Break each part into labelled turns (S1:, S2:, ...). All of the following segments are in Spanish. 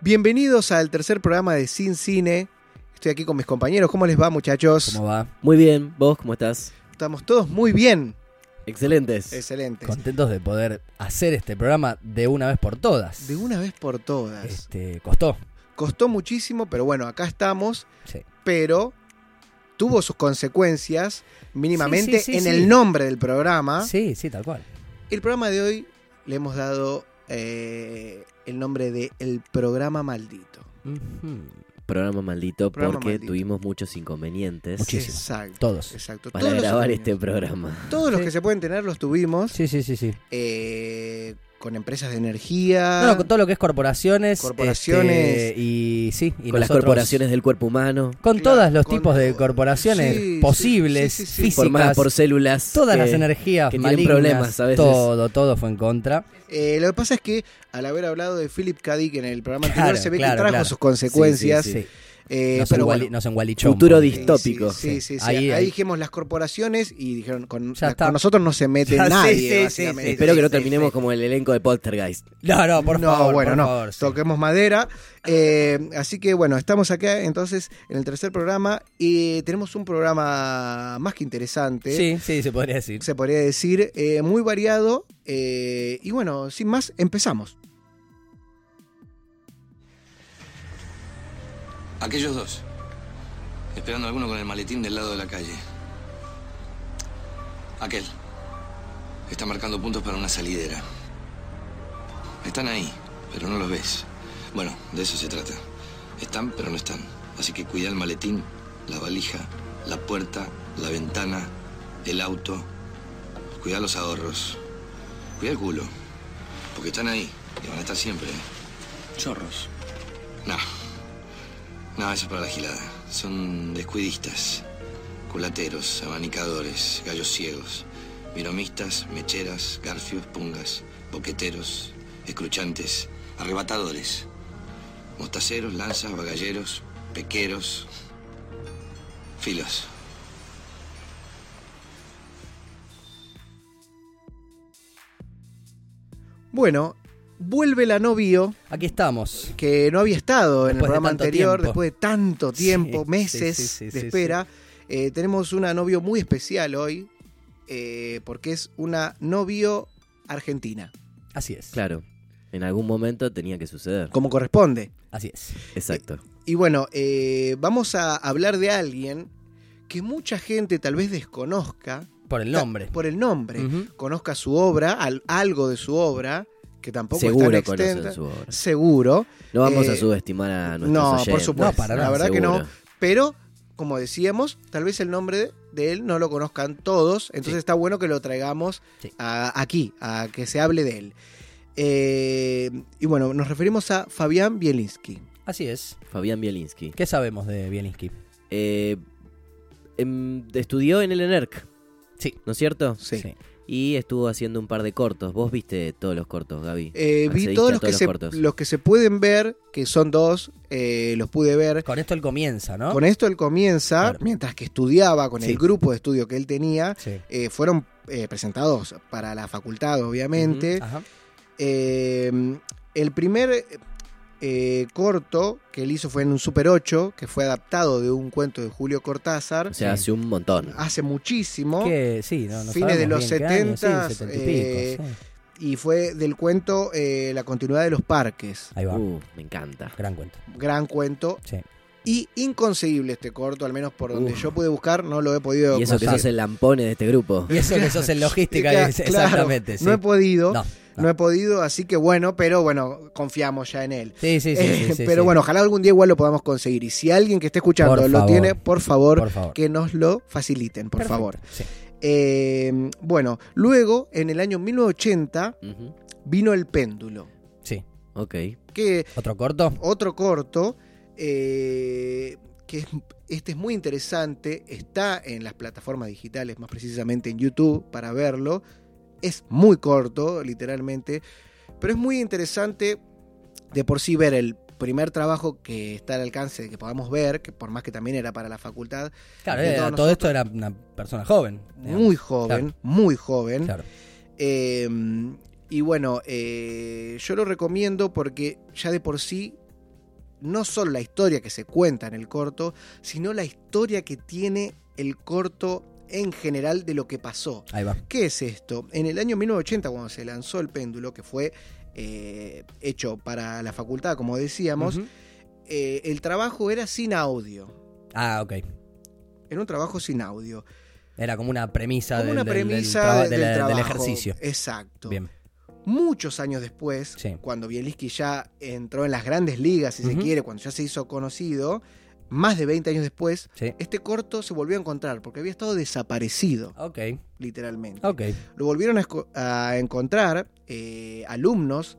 S1: Bienvenidos al tercer programa de Sin Cine. Estoy aquí con mis compañeros. ¿Cómo les va, muchachos?
S2: ¿Cómo va?
S3: Muy bien, vos cómo estás?
S1: Estamos todos muy bien.
S3: Excelentes.
S1: Excelentes.
S2: Contentos de poder hacer este programa de una vez por todas.
S1: De una vez por todas.
S2: Este, costó.
S1: Costó muchísimo, pero bueno, acá estamos.
S2: Sí.
S1: Pero tuvo sus consecuencias mínimamente
S2: Sí, sí, sí,
S1: en
S2: sí.
S1: el nombre del programa.
S2: Sí, sí, tal cual.
S1: El programa de hoy le hemos dado eh, el nombre de El Programa Maldito.
S3: Programa maldito
S1: Programa
S3: porque
S1: maldito.
S3: tuvimos muchos inconvenientes
S2: Muchísimo.
S1: Exacto.
S2: Todos.
S1: Exacto.
S3: para
S1: Todos los-
S3: grabar este programa.
S1: Todos los
S2: Sí.
S1: que se pueden tener los tuvimos.
S2: Sí, sí, sí, sí.
S1: eh, con empresas de energía.
S2: No, no, con todo lo que es corporaciones.
S1: Ah. Corporaciones.
S2: este, y sí, y
S3: Con las
S2: nosotros-
S3: corporaciones del cuerpo humano,
S2: Con
S1: Claro,
S2: todos los
S1: con-
S2: tipos de corporaciones
S1: Sí, sí,
S2: posibles,
S1: sí, sí, sí.
S2: físicas.
S3: formadas por células. eh,
S2: todas
S3: que-
S2: las energías
S3: que tienen
S2: malignas,
S3: problemas a veces.
S2: Todo, todo fue en contra.
S1: Eh, lo que pasa es que al haber hablado de Philip K. Dick en el programa anterior
S2: Claro,
S1: se ve que
S2: claro,
S1: trajo
S2: claro.
S1: sus consecuencias.
S3: Sí.
S2: Sí.
S1: eh,
S2: no, son
S1: pero
S2: Wall-E-
S1: bueno.
S2: no son Wall-E Chombo.
S3: Futuro
S1: Sí,
S3: distópico. distópicos.
S1: Sí, sí, sí.
S2: Ahí-
S1: Ahí,
S2: ahí-
S1: dijimos las corporaciones y dijeron, con,
S2: Ya
S1: la-
S2: está.
S1: con nosotros no se mete
S2: Ya, sí,
S1: nadie,
S2: sí, sí,
S1: básicamente.
S2: sí,
S3: Espero que no
S2: sí,
S3: terminemos
S2: sí.
S3: como el elenco de Poltergeist.
S2: No, no, por
S1: no,
S2: favor.
S1: bueno,
S2: por
S1: no,
S2: favor, sí.
S1: toquemos madera. Eh, así que bueno, estamos acá entonces en el tercer programa y tenemos un programa más que interesante.
S2: Sí, sí, se podría decir.
S1: se podría decir, eh, muy variado. eh, y bueno, sin más, empezamos.
S4: Aquellos dos. Esperando a alguno con el maletín del lado de la calle. Aquel. Está marcando puntos para una salidera. Están ahí, pero no los ves. Bueno, de eso se trata. Están, pero no están. Así que cuida el maletín, la valija, la puerta, la ventana, el auto. Cuida los ahorros. Cuida el culo. Porque están ahí y van a estar siempre. Chorros. No. No, eso es para la gilada. Son descuidistas, culateros, abanicadores, gallos ciegos, viromistas, mecheras, garfios, pungas, boqueteros, escruchantes, arrebatadores, mostaceros, lanzas, bagalleros, pequeros, filos.
S1: Bueno, vuelve la novio,
S2: Aquí estamos.
S1: que no había estado en el
S2: Después de
S1: programa
S2: tanto
S1: anterior,
S2: tiempo.
S1: después de tanto tiempo,
S2: Sí,
S1: meses
S2: sí, sí, sí,
S1: de
S2: sí,
S1: espera. Eh, tenemos una novio muy especial hoy, eh, porque es una novio argentina,
S2: Así es.
S3: Claro, en algún momento tenía que suceder.
S1: como corresponde.
S2: Así es.
S3: Exacto.
S1: Y bueno, eh, vamos a hablar de alguien que mucha gente tal vez desconozca
S2: Por el nombre.
S1: por el nombre.
S2: Ujú.
S1: conozca su obra, al- algo de su obra, que tampoco
S3: Seguro
S1: es tan extensa.
S3: conocen su obra.
S1: Seguro,
S3: No vamos
S1: Eh,
S3: a subestimar a nuestros
S1: no, por
S3: oyentes.
S1: supuesto,
S2: No, para la nada.
S1: verdad que no.
S3: Seguro.
S1: pero como decíamos, tal vez el nombre de- de él no lo conozcan todos, entonces
S2: Sí.
S1: está bueno que lo traigamos
S2: Sí.
S1: a- aquí, a que se hable de él. Eh, y bueno, nos referimos a Fabián Bielinski.
S2: Así es.
S3: Fabián Bielinski.
S2: ¿Qué sabemos de Bielinski?
S3: Eh, em, estudió en el ENERC.
S2: Sí.
S3: ¿No es cierto?
S1: Sí.
S3: Y estuvo haciendo un par de cortos. Vos viste todos los cortos, Gaby.
S1: Eh, vi
S3: Accediste
S1: todos
S3: a
S1: los que,
S3: todos los
S1: se,
S3: cortos.
S1: los que se pueden ver, que son dos, eh, los pude ver.
S2: Con esto él comienza, ¿no?
S1: Con esto él comienza,
S2: Claro.
S1: mientras que estudiaba con
S2: Sí.
S1: el grupo de estudio que él tenía,
S2: Sí.
S1: eh, fueron eh, presentados para la facultad, obviamente.
S2: Ajá.
S1: Eh, el primer eh, corto que él hizo fue en un Super 8, que fue adaptado de un cuento de Julio Cortázar.
S3: O sea,
S2: Sí. Ah,
S3: hace un montón.
S1: Hace muchísimo.
S2: Que sí, no, no
S1: Fines
S2: sabemos
S1: de los
S2: bien qué año, sí,
S1: 70s,
S2: 70
S1: eh,
S2: y pico, sí.
S1: Y fue del cuento eh, La continuidad de los parques.
S2: Ahí va.
S3: Uh, me encanta.
S2: Gran cuento.
S1: Gran cuento.
S2: Sí.
S1: Y inconseguible este corto, al menos por donde
S3: Uh.
S1: yo pude buscar, no lo he podido
S3: Y eso que
S1: conseguir.
S3: sos el lampone de este grupo.
S2: Y eso que sos en logística,
S1: Claro,
S2: es- exactamente. Sí.
S1: No he podido.
S2: No,
S1: No he podido, así que bueno, pero bueno, confiamos ya en él.
S2: Sí, sí, sí.
S1: Eh,
S2: sí, sí,
S1: pero
S2: sí.
S1: bueno, ojalá algún día igual lo podamos conseguir. Y si alguien que esté escuchando
S2: Por
S1: lo
S2: favor.
S1: tiene, por favor,
S2: por favor.
S1: que nos lo faciliten, por
S2: Perfecto,
S1: favor.
S2: sí.
S1: Eh, bueno, luego, en el año 1980,
S3: Ujú.
S1: vino El Péndulo,
S2: Sí.
S3: Ok.
S1: que
S2: ¿Otro corto?
S1: otro corto, eh, que es- este es muy interesante, está en las plataformas digitales, más precisamente en YouTube, para verlo. Es muy corto, literalmente, pero es muy interesante de por sí ver el primer trabajo que está al alcance de que podamos ver, que por más que también era para la facultad,
S2: Claro,
S1: De
S2: era-
S1: todos
S2: todo esto era una persona joven. digamos.
S1: muy joven, muy joven.
S2: Claro.
S1: Eh, y bueno, eh, yo lo recomiendo porque ya de por sí no solo la historia que se cuenta en el corto, sino la historia que tiene el corto en general de lo que pasó.
S2: Ahí va.
S1: ¿Qué es esto? En el año 1980, cuando se lanzó el péndulo, que fue eh, hecho para la facultad, como decíamos,
S2: Ujú.
S1: eh, el trabajo era sin audio.
S2: Ah, ok.
S1: Era un trabajo sin audio.
S2: Era como una premisa,
S1: Como
S2: del,
S1: una
S2: del- del
S1: premisa
S2: traba-
S1: del,
S2: del- del
S1: trabajo.
S2: ejercicio.
S1: Exacto.
S2: Bien.
S1: Muchos años después,
S2: Sí.
S1: cuando Bielinski ya entró en las grandes ligas, si se
S2: Ujú.
S1: quiere, cuando ya se hizo conocido, más de 20 años después,
S2: Sí.
S1: este corto se volvió a encontrar porque había estado desaparecido,
S2: Ok,
S1: literalmente.
S2: ok.
S1: Lo volvieron a, esco- a encontrar eh, alumnos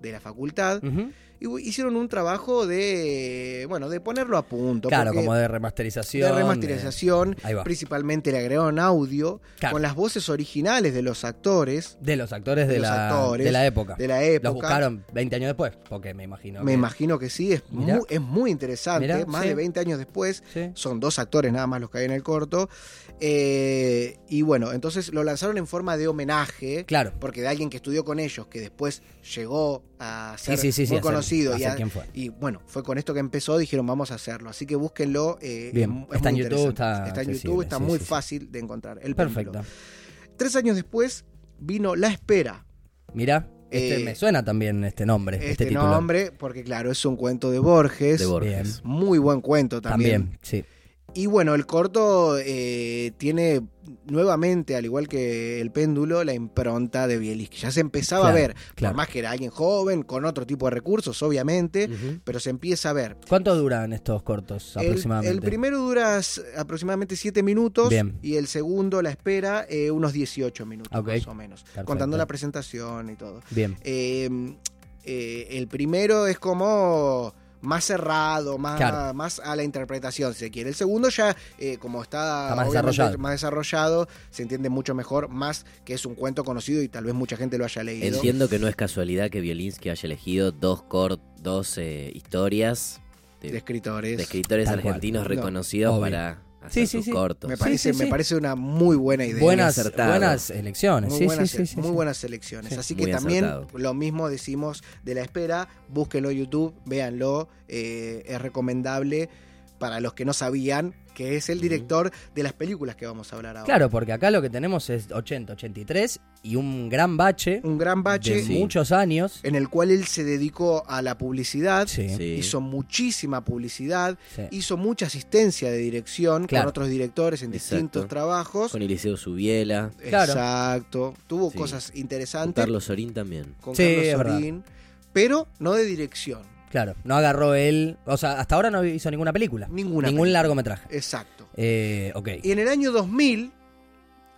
S1: de la facultad
S2: Ujú.
S1: y hu- hicieron un trabajo de, bueno, de ponerlo a punto.
S2: Claro,
S1: porque
S2: como de remasterización.
S1: de
S2: de-
S1: remasterización,
S2: Ahí va.
S1: principalmente le agregaron audio
S2: Claro.
S1: con las voces originales de los actores
S2: De los actores de,
S1: de los
S2: la,
S1: actores,
S2: de la época.
S1: de la
S2: Los
S1: época.
S2: buscaron 20 años después, porque me imagino.
S1: Me
S2: que-
S1: imagino que sí, es,
S2: Mirá.
S1: muy, es muy interesante.
S2: Mirá,
S1: más
S2: sí.
S1: de 20 años después,
S2: Sí.
S1: son dos actores nada más los que hay en el corto. Eh, y bueno, entonces lo lanzaron en forma de homenaje.
S2: Claro.
S1: Porque de alguien que estudió con ellos, que después llegó a
S2: Sí,
S1: ser
S2: sí, sí. sí,
S1: muy
S2: a ser-
S1: conocido. y,
S2: a ser
S1: a-
S2: quién fue.
S1: y bueno, fue con esto que empezó, dijeron vamos a hacerlo. Así que búsquenlo. eh,
S2: Bien.
S1: es- es
S2: Está
S1: muy
S2: en YouTube,
S1: interesante.
S2: está
S1: en
S2: accesible,
S1: YouTube, está
S2: sí,
S1: muy
S2: sí, sí.
S1: fácil de encontrar. El
S2: Perfecto.
S1: péndulo. Tres años después vino La Espera.
S2: Mirá, este
S1: Eh,
S2: me suena también este nombre, este,
S1: Este,
S2: título.
S1: nombre, porque claro, es un cuento de Borges.
S3: de Borges.
S1: Muy buen cuento también.
S2: También, sí.
S1: Y bueno, el corto eh, tiene nuevamente, al igual que el péndulo, la impronta de Bielis, que ya se empezaba
S2: Claro,
S1: a ver,
S2: claro.
S1: por más que era alguien joven, con otro tipo de recursos, obviamente,
S3: Ujú.
S1: pero se empieza a ver.
S2: ¿Cuánto duran estos cortos
S1: El-
S2: aproximadamente?
S1: El, primero dura s- aproximadamente 7 minutos
S2: Bien.
S1: y el segundo, la espera, eh, unos 18 minutos
S2: Ok.
S1: más o menos,
S2: Perfecto.
S1: contando la presentación y todo.
S2: Bien,
S1: Eh, eh, el primero es como más cerrado, más,
S2: Claro.
S1: más a la interpretación, si se quiere. El segundo ya, eh, como está,
S2: Está más
S1: obviamente
S2: desarrollado.
S1: más desarrollado, se entiende mucho mejor, más que es un cuento conocido y tal vez mucha gente lo haya leído.
S3: Entiendo que no es casualidad que Violinsky haya elegido dos, cor dos eh, historias de,
S1: De escritores.
S3: de escritores
S2: Tal cual.
S3: argentinos
S1: No,
S3: reconocidos
S2: obvio.
S3: para
S2: Sí,
S3: hacer
S2: sí,
S3: sus
S2: sí.
S3: cortos.
S1: me parece,
S2: Sí, sí,
S1: me
S2: sí.
S1: parece una muy buena idea.
S2: buenas,
S3: acertado.
S2: buenas elecciones.
S1: Muy,
S2: sí,
S1: buenas,
S2: sí, sí, sí,
S1: muy
S2: sí.
S1: buenas selecciones.
S2: Sí.
S1: Así que
S3: Muy
S1: también
S3: acertado.
S1: lo mismo decimos de la espera. Búsquenlo en YouTube, véanlo. eh, es recomendable para los que no sabían que es el
S3: Ujú.
S1: director de las películas que vamos a hablar ahora.
S2: Claro, porque acá lo que tenemos es 80, 83 y un gran bache,
S1: Un gran bache
S2: de muchos años.
S1: en el cual él se dedicó a la publicidad.
S2: Sí, sí.
S3: Sí.
S1: Hizo muchísima publicidad, hizo mucha asistencia de dirección
S2: Claro.
S1: con otros directores en distintos
S3: Exacto.
S1: trabajos.
S3: Con Eliseo Subiela,
S2: Claro.
S1: Exacto. Tuvo
S3: Sí.
S1: cosas
S3: con
S1: interesantes.
S3: Carlos Sorín también.
S1: con
S2: Sí, es
S1: Carlos
S2: verdad.
S1: Sorín, pero no de dirección.
S2: Claro, no agarró él. O sea, hasta ahora no hizo ninguna película.
S1: Ninguna.
S2: ningún
S1: película.
S2: largometraje.
S1: Exacto.
S2: Eh, ok,
S1: Y en el año 2000,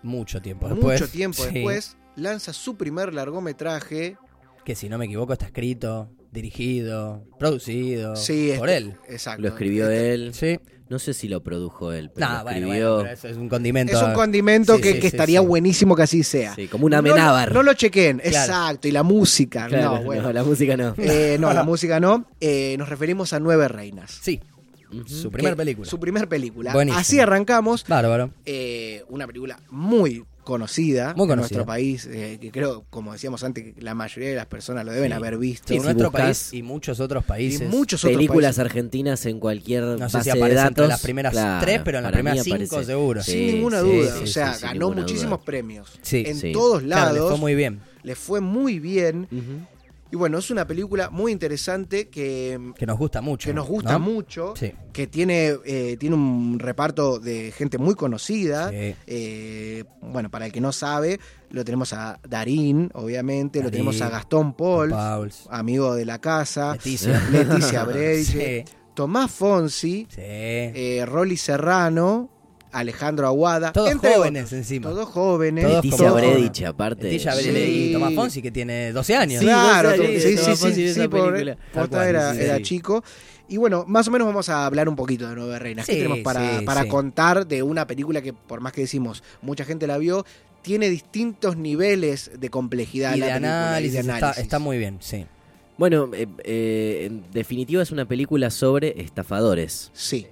S2: mucho tiempo después.
S1: mucho tiempo
S2: Pues, Sí,
S1: después, lanza su primer largometraje.
S2: Que si no me equivoco está escrito, dirigido, producido
S1: Sí,
S2: Oh, por
S1: este-
S2: él.
S1: Exacto. Este,
S3: Lo escribió él.
S2: Este Sí.
S3: No sé si lo produjo él, pero
S2: Nah,
S3: lo
S2: bueno,
S3: escribió.
S2: bueno, pero eso es un condimento.
S1: Es un condimento
S2: Sí,
S1: que,
S2: sí,
S1: que
S2: sí,
S1: estaría
S2: sí.
S1: buenísimo que así sea.
S3: Sí, como una
S1: No lo-
S3: amenábar.
S1: No, lo chequen,
S2: Claro.
S1: exacto. Y la música,
S3: Claro,
S1: Ah, no, bueno.
S3: no, la música no.
S1: Eh, no, la música no. Eh, nos referimos a Nueve Reinas.
S2: Sí,
S3: Ujú.
S2: su primer
S1: Que-
S2: película.
S1: Su primer película.
S2: Buenísimo.
S1: Así arrancamos.
S2: Bárbaro.
S1: eh, una película muy conocida
S2: Muy
S1: en
S2: conocida.
S1: nuestro país, eh, que creo, como decíamos antes, que la mayoría de las personas lo deben
S3: Sí.
S1: haber visto.
S2: Sí,
S3: si
S2: nuestro
S3: buscas-
S2: país y muchos otros
S1: y
S2: países.
S1: muchos otros
S3: películas
S1: países.
S3: argentinas en cualquier
S2: No sé si
S3: base de
S2: aparece
S3: datos.
S2: entre las primeras tres, pero en las
S3: para
S2: primeras
S3: mí
S2: cinco
S3: aparece.
S2: seguro.
S1: Sin
S3: Sí,
S1: ninguna
S3: sí,
S1: duda.
S3: sí,
S1: o
S3: sí,
S1: sea,
S3: sin
S1: ganó
S3: ninguna
S1: muchísimos
S3: duda.
S1: premios.
S2: Sí,
S1: en
S3: sí.
S1: todos
S2: Claro,
S1: lados.
S2: le fue muy bien.
S1: muy bien.
S3: Ujú.
S1: Y bueno, es una película muy interesante que,
S2: Que nos gusta mucho.
S1: que nos gusta
S2: ¿no?
S1: mucho.
S2: Sí.
S1: Que tiene, eh, tiene un reparto de gente muy conocida.
S2: Sí.
S1: Eh, bueno, para el que no sabe, lo tenemos a Darín, obviamente, lo
S2: Darín,
S1: tenemos a Gastón Paul,
S2: Pauls.
S1: amigo de la casa,
S2: Leticia.
S1: Leticia Breige,
S2: Sí.
S1: Tomás Fonsi,
S2: sí.
S1: eh, Rolly Serrano, Alejandro Aguada,
S2: Todos
S1: Ah, entre
S2: jóvenes
S1: otros.
S2: encima.
S1: todos jóvenes.
S2: Todos
S3: Leticia
S2: como-
S3: Bredich, aparte.
S2: Leticia
S1: Sí.
S2: Bredige y Tomás Fonsi, que tiene 12 años.
S3: Sí,
S1: claro,
S3: vos
S1: sí, sí,
S3: sabés, Tomás
S1: sí,
S3: Fonsi
S1: sí,
S3: en esa
S1: pobre,
S3: película.
S1: posta
S2: Tal cual,
S1: era,
S2: sí,
S1: era
S2: sí.
S1: chico. Y bueno, más o menos vamos a hablar un poquito de Nueve Reinas. ¿Qué
S2: Sí,
S1: tenemos para,
S2: sí,
S1: para
S2: sí.
S1: contar de una película que, por más que decimos, mucha gente la vio, tiene distintos niveles de complejidad
S2: Y
S1: la
S2: de
S1: película, y
S2: análisis,
S1: de
S2: está, está muy bien, sí.
S3: Bueno, eh, eh, en definitiva es una película sobre estafadores.
S1: Sí,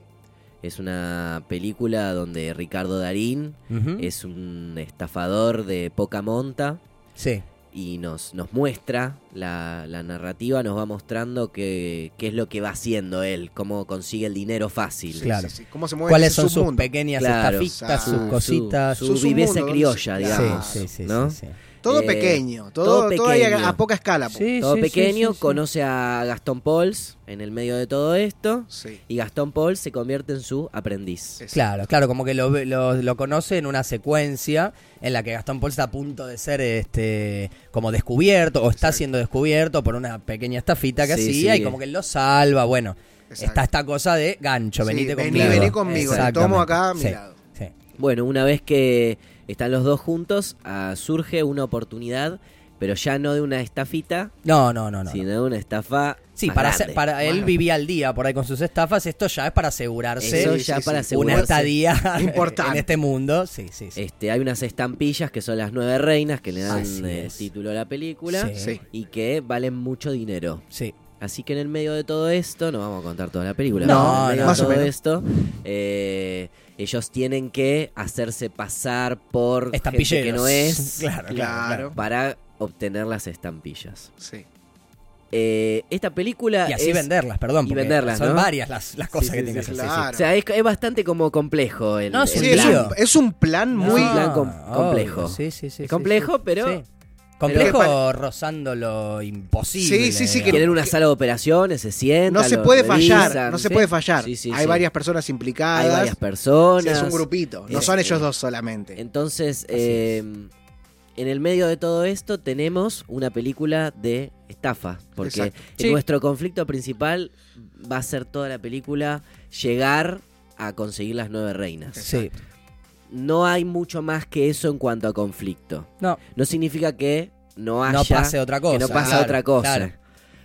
S3: Es una película donde
S2: ¿Mm?
S3: Ricardo Darín
S2: Ujú.
S3: es un estafador de poca monta
S2: Sí,
S3: y nos, nos muestra, la, la narrativa nos va mostrando que- qué es lo que va haciendo él, cómo consigue el dinero fácil.
S1: Sí,
S2: Claro.
S1: sí, sí. ¿Cómo se mueve
S2: ¿Cuáles
S1: ese
S2: son sus
S1: submundo?
S2: pequeñas
S3: Claro,
S2: estafitas,
S1: su-
S2: sus
S1: su-
S2: cosas?
S3: su,
S1: Su
S3: viveza
S1: submundo,
S3: criolla,
S1: sí,
S3: digamos.
S2: sí, sí, sí,
S3: ¿no?
S2: sí, sí.
S1: Todo
S3: Eh,
S1: pequeño, todo,
S3: todo
S1: todo, ahí a-
S3: pequeño.
S1: a, poca escala. pues. po.
S2: Sí,
S3: Todo
S2: sí, sí,
S3: pequeño,
S2: sí, sí.
S3: conoce a Gastón Pauls en el medio de todo esto
S1: Sí,
S3: y Gastón Pauls se convierte en su aprendiz.
S1: exacto.
S2: Claro, claro, como que lo, ve- lo, lo conoce en una secuencia en la que Gastón Paul está a punto de ser este como descubierto o está
S1: Exacto.
S2: siendo descubierto por una pequeña estafita que
S3: Sí,
S2: hacía
S3: sí.
S2: y como que lo salva. Bueno,
S1: Exacto.
S2: está esta cosa de gancho,
S1: Sí,
S2: venite
S1: vení,
S2: conmigo.
S1: vení conmigo, te tomo acá a mi
S2: Sí,
S1: lado.
S2: sí.
S3: Bueno, una vez que están los dos juntos, ah, surge una oportunidad, pero ya no de una estafita,
S2: No, no, no, no.
S3: sino de una estafa.
S2: Sí,
S3: más
S2: para,
S3: grande.
S2: hacer- para él
S1: Bueno.
S2: vivía al día por ahí con sus estafas, esto ya es para asegurarse
S3: Eso
S1: Sí,
S3: ya
S1: sí,
S3: para
S1: sí.
S2: una
S3: asegurarse.
S2: estadía
S1: Importante.
S2: en este mundo. Sí, sí, sí.
S3: Este, hay unas estampillas que son las nueve reinas que le dan
S2: Así
S3: eh,
S2: es.
S3: título a la película
S1: Sí.
S3: y que valen mucho dinero.
S2: sí.
S3: Así que en el medio de todo esto, no vamos a contar toda la película,
S2: No,
S3: pero en el medio de
S1: más o
S3: todo
S1: menos.
S3: esto, eh, ellos tienen que hacerse pasar por gente
S2: Estampilleros.
S3: que no es
S2: Claro, claro.
S1: Claro.
S3: para obtener las estampillas.
S1: Sí.
S3: Eh, esta película
S2: Y así
S3: es,
S2: venderlas, perdón.
S3: y
S2: porque
S3: venderlas,
S2: Son
S3: ¿no?
S2: varias las, las cosas
S3: Sí,
S2: que
S3: sí,
S2: tienes
S1: sí,
S2: que hacer.
S1: claro.
S3: o sea, es, es bastante como complejo el,
S2: No,
S3: el
S2: sí,
S1: Sí,
S2: El
S1: es,
S3: plan.
S2: lío.
S1: un, es un plan
S2: No,
S1: muy.
S3: Un plan com-
S2: obvio,
S3: complejo.
S2: Sí, sí, sí.
S3: Es complejo,
S2: sí, sí.
S3: pero-
S2: Sí. Complejo
S1: Pero-
S2: rozando lo imposible.
S1: Sí, sí, sí, que-
S2: digamos.
S3: Quieren una sala de operaciones, se sientan,
S1: No se
S3: lo
S1: puede
S3: revisan,
S1: fallar, no se
S3: ¿sí?
S1: puede fallar.
S3: Sí, sí,
S1: Hay
S3: sí.
S1: varias personas implicadas.
S3: Hay varias personas.
S1: Sí, es un grupito, no
S3: Sí.
S1: son ellos dos solamente.
S3: Entonces,
S2: Así
S3: eh, en el medio de todo esto tenemos una película de estafa, porque
S1: Exacto.
S3: en
S2: Sí.
S3: nuestro conflicto principal va a ser toda la película llegar a conseguir las nueve reinas.
S2: Sí.
S3: No hay mucho más que eso en cuanto a conflicto.
S2: No,
S3: No significa que no haya
S2: no pase otra cosa.
S3: que no pasa
S2: claro,
S3: otra cosa.
S2: claro.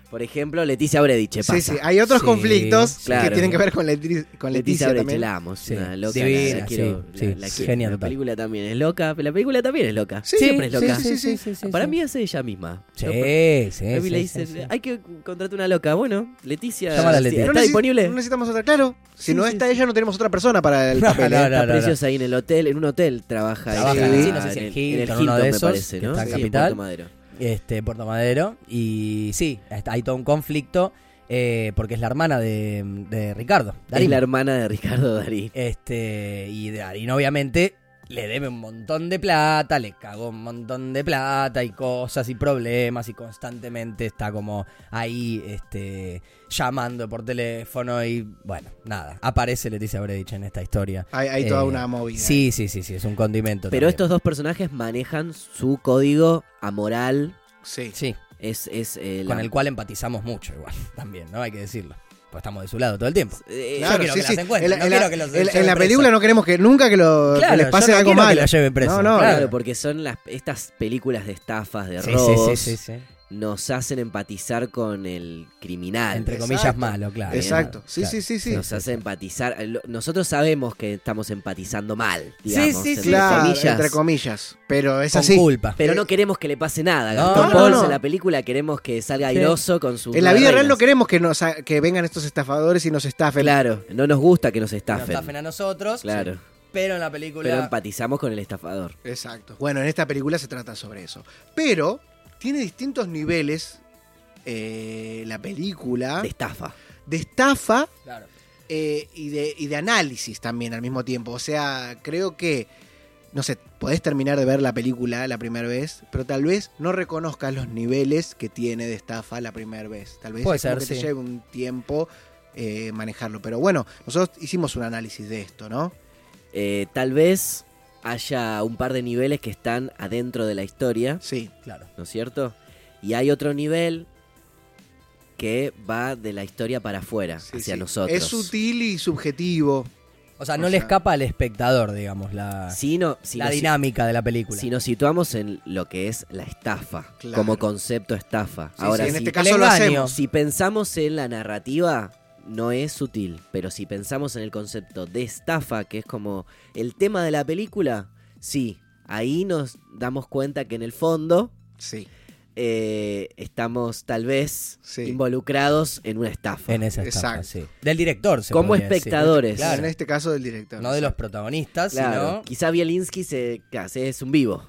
S3: Por ejemplo, Leticia Brediche pasa.
S1: Sí, sí, hay otros
S2: Sí,
S1: conflictos que
S3: claro.
S1: tienen que ver con, Letri- con Leticia
S3: Leticia Brecht,
S1: también.
S3: la amo, es
S2: Sí.
S3: una loca.
S2: Divina,
S3: la- la quiero,
S2: sí, sí,
S3: la- la
S2: sí.
S3: quiero.
S2: Genial
S3: La
S2: total.
S3: película también es loca, pero la película también es loca.
S1: Sí,
S3: Siempre es loca.
S1: sí, sí,
S3: Para mí hace ella misma.
S2: Sí,
S3: Yo-
S2: sí,
S3: Gaby
S2: sí,
S3: le
S2: sí,
S3: dice,
S2: sí, sí.
S3: hay que contratar una loca. Bueno, Leticia,
S2: Llama a la Leti.
S3: ¿está
S1: No necesi-
S3: disponible?
S1: No necesitamos otra, claro. Si
S3: Sí,
S1: no
S3: sí,
S1: está
S3: sí.
S1: ella, no tenemos otra persona para el papel.
S2: No,
S1: ¿eh?
S2: no,
S3: Está
S2: no, no.
S3: preciosa ahí en el hotel, en un hotel trabaja.
S2: Trabaja,
S3: ella,
S1: sí, no
S2: sé si en
S3: el-
S2: Hilton,
S3: el
S2: uno de
S3: me
S2: esos,
S3: parece,
S2: que
S3: ¿no?
S2: está en
S3: Sí, en
S2: Capital.
S3: Puerto Madero.
S2: este, Puerto Madero. Y sí, está- hay todo un conflicto eh, porque es la hermana de, de Ricardo.
S3: Es
S2: Darín.
S3: la hermana de Ricardo Darín.
S2: Este, y Darín obviamente le debe un montón de plata, le cagó un montón de plata y cosas y problemas y constantemente está como ahí este, llamando por teléfono y bueno, nada, aparece Leticia Bredich en esta historia.
S1: Hay, hay toda
S2: Eh,
S1: una movida.
S2: Sí, sí, sí, sí, es un condimento.
S3: Pero
S2: también.
S3: estos dos personajes manejan su código amoral.
S1: Sí.
S2: Sí,
S3: Es, es, eh, la-
S2: con el cual empatizamos mucho igual, también, ¿no? Hay que decirlo. Pues estamos de su lado todo el tiempo.
S3: Eh,
S2: Claro. quiero que las encuentren,
S1: En la-
S2: no
S1: en la-
S2: quiero que los
S1: en-
S2: lleven
S1: En la
S2: preso.
S1: película no queremos que nunca que, lo- que
S2: Claro,
S1: les pase
S2: yo no
S1: algo
S2: quiero que
S1: malo.
S2: lo lleven preso.
S1: No, no,
S3: Claro,
S2: claro.
S3: porque son las, estas películas de estafas, de
S2: Sí,
S3: robos,
S2: sí, sí, sí, sí.
S3: nos hacen empatizar con el criminal.
S2: Entre
S1: Exacto.
S2: comillas malo, claro.
S1: Exacto. Sí,
S2: Claro.
S1: sí, sí, sí.
S3: nos hace empatizar. eh, Lo- Nosotros sabemos que estamos empatizando mal,
S2: Sí,
S3: digamos,
S2: sí,
S3: entre
S2: sí.
S1: Claro,
S3: comillas,
S1: entre comillas. Pero es
S2: Con
S1: así.
S2: culpa.
S3: Pero no queremos que le pase nada.
S2: No,
S3: Gastón
S1: no,
S3: Pauls
S1: no.
S3: en la película queremos que salga
S2: Sí.
S3: airoso con su.
S1: En la vida real no queremos que, nos, ha- que vengan estos estafadores y nos estafen.
S3: Claro, no nos gusta que nos
S2: Nos
S3: estafen.
S2: estafen a nosotros,
S3: Claro,
S2: pero en la película...
S3: pero empatizamos con el estafador.
S1: Exacto. Bueno, en esta película se trata sobre eso. Pero tiene distintos niveles eh, la película
S3: De estafa.
S1: de estafa
S2: Claro.
S1: eh, y, de, y de análisis también al mismo tiempo. O sea, creo que, no sé, podés terminar de ver la película la primera vez, pero tal vez no reconozcas los niveles que tiene de estafa la primera vez. Tal vez
S2: Puede
S1: es como
S2: ser,
S1: que te
S2: sí.
S1: lleve un tiempo eh, manejarlo. Pero bueno, nosotros hicimos un análisis de esto, ¿no?
S3: Eh, tal vez haya un par de niveles que están adentro de la historia,
S1: Sí.
S2: Claro.
S3: ¿no es cierto? Y hay otro nivel que va de la historia para afuera,
S1: sí,
S3: hacia
S1: sí.
S3: nosotros.
S1: Es sutil y subjetivo.
S2: O sea,
S1: O
S2: no le
S1: sea-
S2: escapa al espectador, digamos, la,
S3: Si no- si
S2: la
S3: nos-
S2: dinámica de la película.
S3: Si nos situamos en lo que es la estafa,
S1: Claro.
S3: como concepto estafa.
S1: Sí,
S3: Ahora,
S1: sí, en
S3: si,
S1: este
S2: el
S1: caso lo
S2: engaño.
S1: hacemos.
S3: si pensamos en la narrativa, no es sutil, pero si pensamos en el concepto de estafa, que es como el tema de la película, sí, ahí nos damos cuenta que en el fondo
S1: Sí.
S3: eh, estamos tal vez
S1: Sí.
S3: involucrados en una estafa.
S2: En esa estafa,
S1: Exacto.
S2: sí. Del director, se
S3: Como
S2: podría decir.
S3: espectadores.
S2: Claro.
S1: En este caso del director.
S2: No de los protagonistas,
S3: Claro,
S2: sino...
S3: quizá Bielinski se, claro, se es un vivo.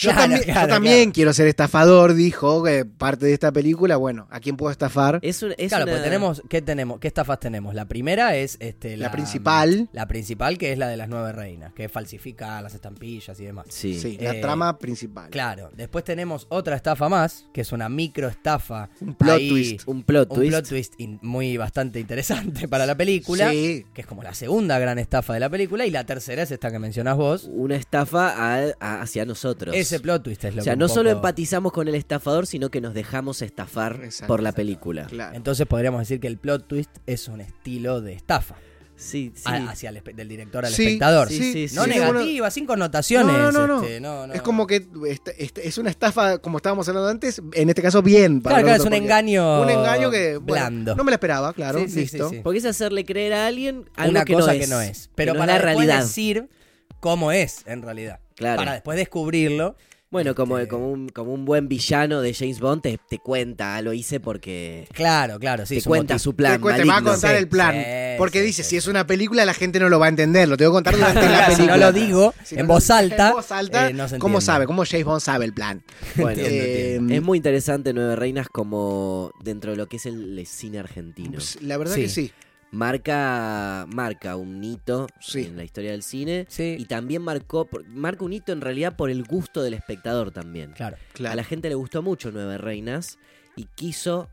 S1: Yo
S2: Claro,
S1: también, yo
S2: claro,
S1: también
S2: claro.
S1: quiero ser estafador, dijo que parte de esta película. Bueno, ¿a quién puedo estafar?
S3: Es un- es
S2: claro,
S3: una-
S2: pues tenemos, ¿qué tenemos? ¿Qué estafas tenemos? La primera es este,
S1: La principal.
S2: La principal, que es la de las nueve reinas, que falsifica las estampillas y demás.
S3: Sí.
S1: Sí, la
S2: Eh,
S1: trama principal.
S2: Claro. Después tenemos otra estafa más, que es una micro estafa.
S1: Un plot twist.
S3: Un plot
S2: un
S3: twist.
S2: plot twist in- muy bastante interesante para la película.
S1: Sí.
S2: Que es como la segunda gran estafa de la película. Y la tercera es esta que mencionás vos.
S3: Una estafa a- a- hacia nosotros.
S2: Ese plot twist es lo
S3: o
S2: que
S3: sea,
S2: un
S3: no solo
S2: poco-
S3: empatizamos con el estafador, sino que nos dejamos estafar
S1: Exacto,
S3: por la
S1: exacto.
S3: película.
S1: Claro.
S2: Entonces podríamos decir que el plot twist es un estilo de estafa.
S3: Sí, sí.
S2: a- hacia el espe- del director al
S1: Sí,
S2: espectador.
S3: sí, sí,
S2: No
S3: sí.
S2: negativa, sin connotaciones.
S1: No, no, no.
S2: este, no, no.
S1: Es como que esta- esta- es una estafa, como estábamos hablando antes, en este caso bien. para
S2: Claro, claro, es un
S1: nosotros, porque-
S2: engaño.
S1: Un engaño que. bueno,
S2: blando.
S1: no me la esperaba, claro.
S2: Sí, sí,
S1: listo.
S2: sí, sí.
S3: Porque es hacerle creer a alguien algo
S2: una
S3: que,
S2: cosa
S3: no
S2: que
S3: es,
S2: no es. Pero
S3: que no es
S2: para
S3: la
S2: después
S3: realidad.
S2: decir cómo es en realidad.
S3: Claro.
S2: Para después descubrirlo.
S3: Bueno, como,
S2: Este-
S3: como, un, como un buen villano de James Bond te, te cuenta, "Ah, lo hice porque
S2: Claro, claro, sí.
S3: te
S2: su
S3: cuenta
S2: motivo.
S3: su plan.
S1: Te cu- te va a
S3: maligno.
S1: contar
S2: Sí,
S1: el plan.
S2: sí,
S1: porque
S2: sí,
S1: dice,
S2: sí,
S1: si es una película, la gente no lo va a entender. Lo tengo que contar durante la
S2: Claro, si
S1: película.
S2: no lo digo
S1: Si no
S2: en
S1: lo-
S2: voz alta,
S1: en voz alta,
S2: eh, no se
S1: ¿Cómo
S2: entiende.
S1: sabe? ¿Cómo James Bond sabe el plan?
S3: Bueno,
S2: Entiendo,
S1: Eh,
S2: entiendo.
S3: es muy interesante Nueve Reinas como dentro de lo que es el cine argentino.
S1: pues, la verdad
S2: Sí.
S1: que sí.
S3: Marca, marca un hito
S1: Sí.
S3: en la historia del cine
S2: Sí.
S3: y también marcó, por- marca un hito en realidad por el gusto del espectador también.
S2: Claro.
S1: Claro.
S3: A la gente le gustó mucho Nueve Reinas y quiso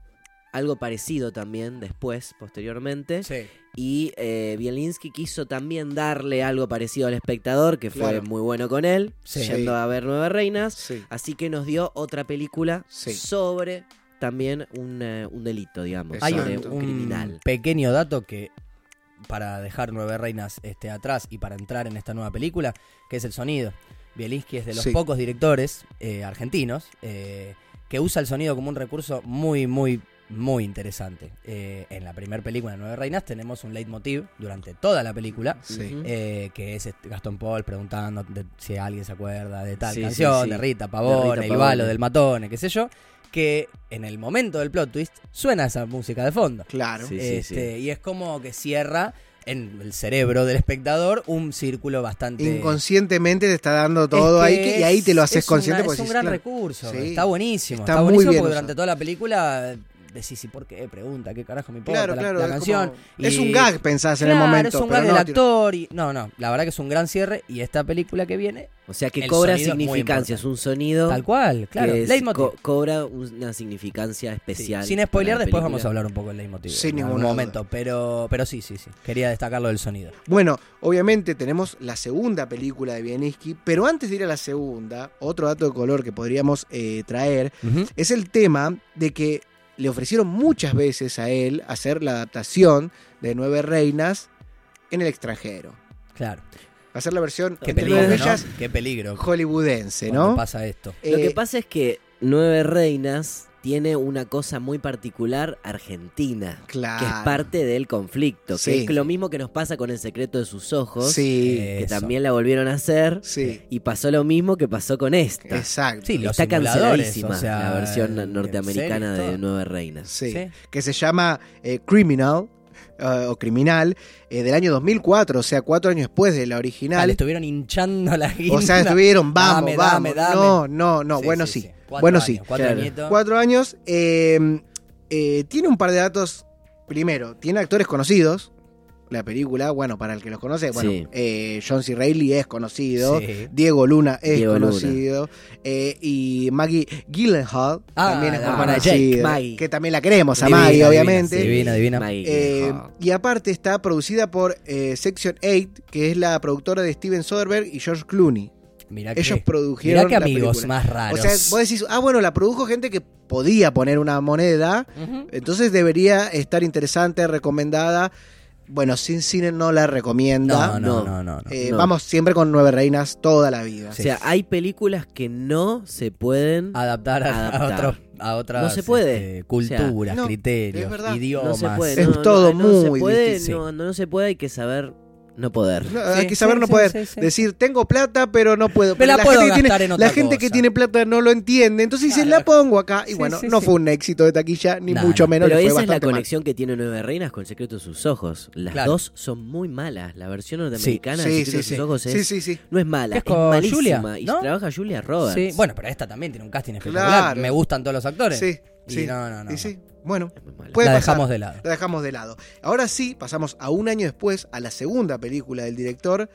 S3: algo parecido también después, posteriormente.
S2: Sí.
S3: Y eh, Bielinski quiso también darle algo parecido al espectador, que fue
S1: Claro.
S3: muy bueno con él,
S2: Sí.
S3: yendo a ver Nueve Reinas.
S1: Sí.
S3: Así que nos dio otra película
S1: Sí.
S3: sobre también un, eh, un delito, digamos,
S1: Hay
S3: sobre
S1: un-
S3: un criminal.
S2: pequeño dato que para dejar Nueve Reinas este, atrás y para entrar en esta nueva película, que es el sonido. Bielinski es de los
S1: Sí.
S2: pocos directores eh, argentinos eh, que usa el sonido como un recurso muy, muy, muy interesante. Eh, en la primera película de Nueve Reinas tenemos un leitmotiv durante toda la película.
S1: Sí.
S3: Ujú.
S2: eh, que es este Gastón Paul preguntando de- si alguien se acuerda de tal
S3: Sí, sí,
S2: canción,
S3: sí.
S2: de Rita Pavone,
S3: Rita
S2: el balo
S3: Pavone.
S2: del matone, qué sé yo, que en el momento del plot twist suena esa música de fondo.
S1: Claro.
S3: Sí, sí,
S2: Este, Y es como que cierra en el cerebro del espectador un círculo bastante...
S1: Inconscientemente te está dando todo
S2: Es
S1: ahí
S2: que
S1: que- y ahí te lo
S2: es-
S1: haces
S2: es una-
S1: consciente.
S2: Es
S1: porque
S2: un
S1: decís,
S2: gran
S1: claro,
S2: recurso,
S1: Sí.
S2: está buenísimo. Está,
S1: Está muy
S2: buenísimo
S1: bien
S2: porque
S1: usado.
S2: durante toda la película decís, ¿y por qué? Pregunta, ¿qué carajo me importa
S1: Claro,
S2: la,
S1: claro.
S2: la
S1: es
S2: canción?
S1: como- Es
S2: Y-
S1: un gag, pensás en el
S2: Claro,
S1: momento.
S2: Es un
S1: pero
S2: gran
S1: no, tiene-
S2: actor. Y... No, no, la verdad que es un gran cierre. Y esta película que viene,
S3: O sea que
S2: El
S3: cobra
S2: sonido es muy
S3: significancia, es, un sonido
S2: tal cual, claro.
S3: que es-
S2: Leitmotiv.
S3: co- cobra una significancia
S2: Sí,
S3: especial.
S2: Sin spoilear,
S3: para la
S2: después vamos a
S3: película.
S2: hablar un poco del leitmotiv.
S1: Sin
S2: en algún
S1: ninguna
S2: momento. Pero, pero sí, sí, sí. Quería destacarlo del sonido.
S1: Bueno, obviamente tenemos la segunda película de Bieniski, pero antes de ir a la segunda, otro dato de color que podríamos eh, traer es el tema de que le ofrecieron muchas veces a él hacer la adaptación de Nueve Reinas en el extranjero.
S2: Claro.
S1: Hacer la versión,
S2: Qué
S1: entre
S2: peligro. ¿no?
S1: comillas,
S2: Qué peligro.
S1: hollywoodense,
S2: cuando
S1: ¿no?
S2: pasa esto.
S3: Lo que
S1: Eh,
S3: pasa es que Nueve Reinas tiene una cosa muy particular argentina.
S1: claro,
S3: Que es parte del conflicto.
S1: Ah. Sí.
S3: Que es lo mismo que nos pasa con El secreto de sus ojos.
S1: Sí,
S2: Eh,
S3: Que
S2: Eso.
S3: también la volvieron a hacer.
S1: sí,
S3: Y pasó lo mismo que pasó con esta.
S1: exacto.
S2: Sí, los
S3: Está
S2: simuladores,
S3: canceladísima
S2: o sea,
S3: la versión
S2: en
S3: norteamericana
S2: series,
S3: de
S2: todo.
S3: Nueve Reinas.
S1: sí.
S2: Sí.
S1: que se llama eh, Criminal eh, o Criminal eh, del año 2004, o sea, cuatro años después de la
S2: Ah, le
S1: original.
S2: estuvieron hinchando la guinda.
S1: O sea, estuvieron, vamos,
S2: Dame, dame,
S1: vamos.
S2: dame.
S1: No, no, no, bueno, sí.
S2: Cuatro
S1: Bueno,
S2: años,
S1: sí.
S2: Cuatro
S3: Claro.
S2: añitos.
S1: Cuatro años. eh, eh, tiene un par de datos. Primero, tiene actores conocidos. La película, bueno, para el que los conoce, bueno,
S3: Sí.
S1: eh, John C. Reilly es conocido.
S2: Sí.
S1: Diego Luna es
S3: Diego Luna.
S1: conocido. eh, y Maggie Gyllenhaal
S2: Ah,
S1: también es
S2: la
S1: muy
S2: hermana de Jake,
S1: conocida,
S3: Maggie.
S1: Que también la queremos, a
S2: Divina,
S1: Maggie,
S2: divina,
S1: obviamente.
S2: Divina, divina.
S3: Maggie
S1: Eh,
S3: Gyllenhaal.
S1: y aparte está producida por eh, Section 8, que es la productora de Steven Soderbergh y George Clooney.
S2: Ah, Mirá
S1: Ellos
S2: que,
S1: produjeron.
S2: mirá que
S1: la
S2: amigos
S1: película.
S2: más raros.
S1: O sea, vos decís, ah, bueno, la produjo gente que podía poner una moneda,
S2: Ujú.
S1: entonces debería estar interesante, recomendada. Bueno, Sin Cine no la recomienda.
S2: No, no,
S3: no.
S2: no, no. no.
S1: Eh,
S3: no.
S1: Vamos siempre con Nueve Reinas toda la vida.
S2: Sí.
S3: O sea, hay películas que no se pueden.
S2: adaptar a, a
S3: Adaptar.
S2: otro- a otras
S3: No se puede.
S2: este,
S3: O sea,
S2: culturas,
S1: no, es
S2: criterios,
S1: verdad.
S2: idiomas.
S3: No se puede.
S1: Es
S3: no, no,
S1: todo
S3: no se
S1: muy
S3: puede,
S1: difícil.
S3: No, no se puede, hay que saber no poder.
S1: No,
S2: Sí,
S1: hay que saber
S2: sí,
S1: no
S2: sí,
S1: poder
S2: sí, sí.
S1: decir, tengo plata, pero no puedo. Porque
S2: la
S1: gente,
S2: puedo
S1: que
S2: gastar
S1: tiene,
S2: en otra
S1: la gente que
S2: cosa.
S1: tiene plata no lo entiende. Entonces dice,
S2: Claro.
S1: la pongo acá. Y
S2: Sí,
S1: bueno,
S2: sí,
S1: no
S2: sí.
S1: fue un éxito de taquilla, ni
S2: No,
S1: mucho
S2: no.
S1: menos.
S3: Pero
S1: le fue
S3: esa es la
S1: bastante mal.
S3: conexión que tiene Nueve Reinas con Secreto de sus Ojos. Las
S2: Claro.
S3: dos son muy malas. La versión norteamericana de
S1: Sí,
S3: Secreto
S1: sí,
S3: de
S1: sí.
S3: sus
S2: ¿eh?
S3: Ojos es,
S1: Sí, sí, sí.
S3: no es mala,
S2: Es
S3: es,
S2: con
S3: malísima.
S2: Julia,
S3: Y
S2: ¿no?
S3: trabaja Julia Roberts.
S2: Sí, bueno, pero esta también tiene un casting espectacular.
S1: Claro.
S2: Me gustan todos los actores.
S1: Sí,
S2: Y
S1: sí.
S2: no, no, no.
S1: Y sí. Bueno,
S3: Es muy mala.
S1: puede
S2: la
S1: pasar.
S2: dejamos de lado.
S1: La dejamos de lado. Ahora sí, pasamos a un año después, a la segunda película del director,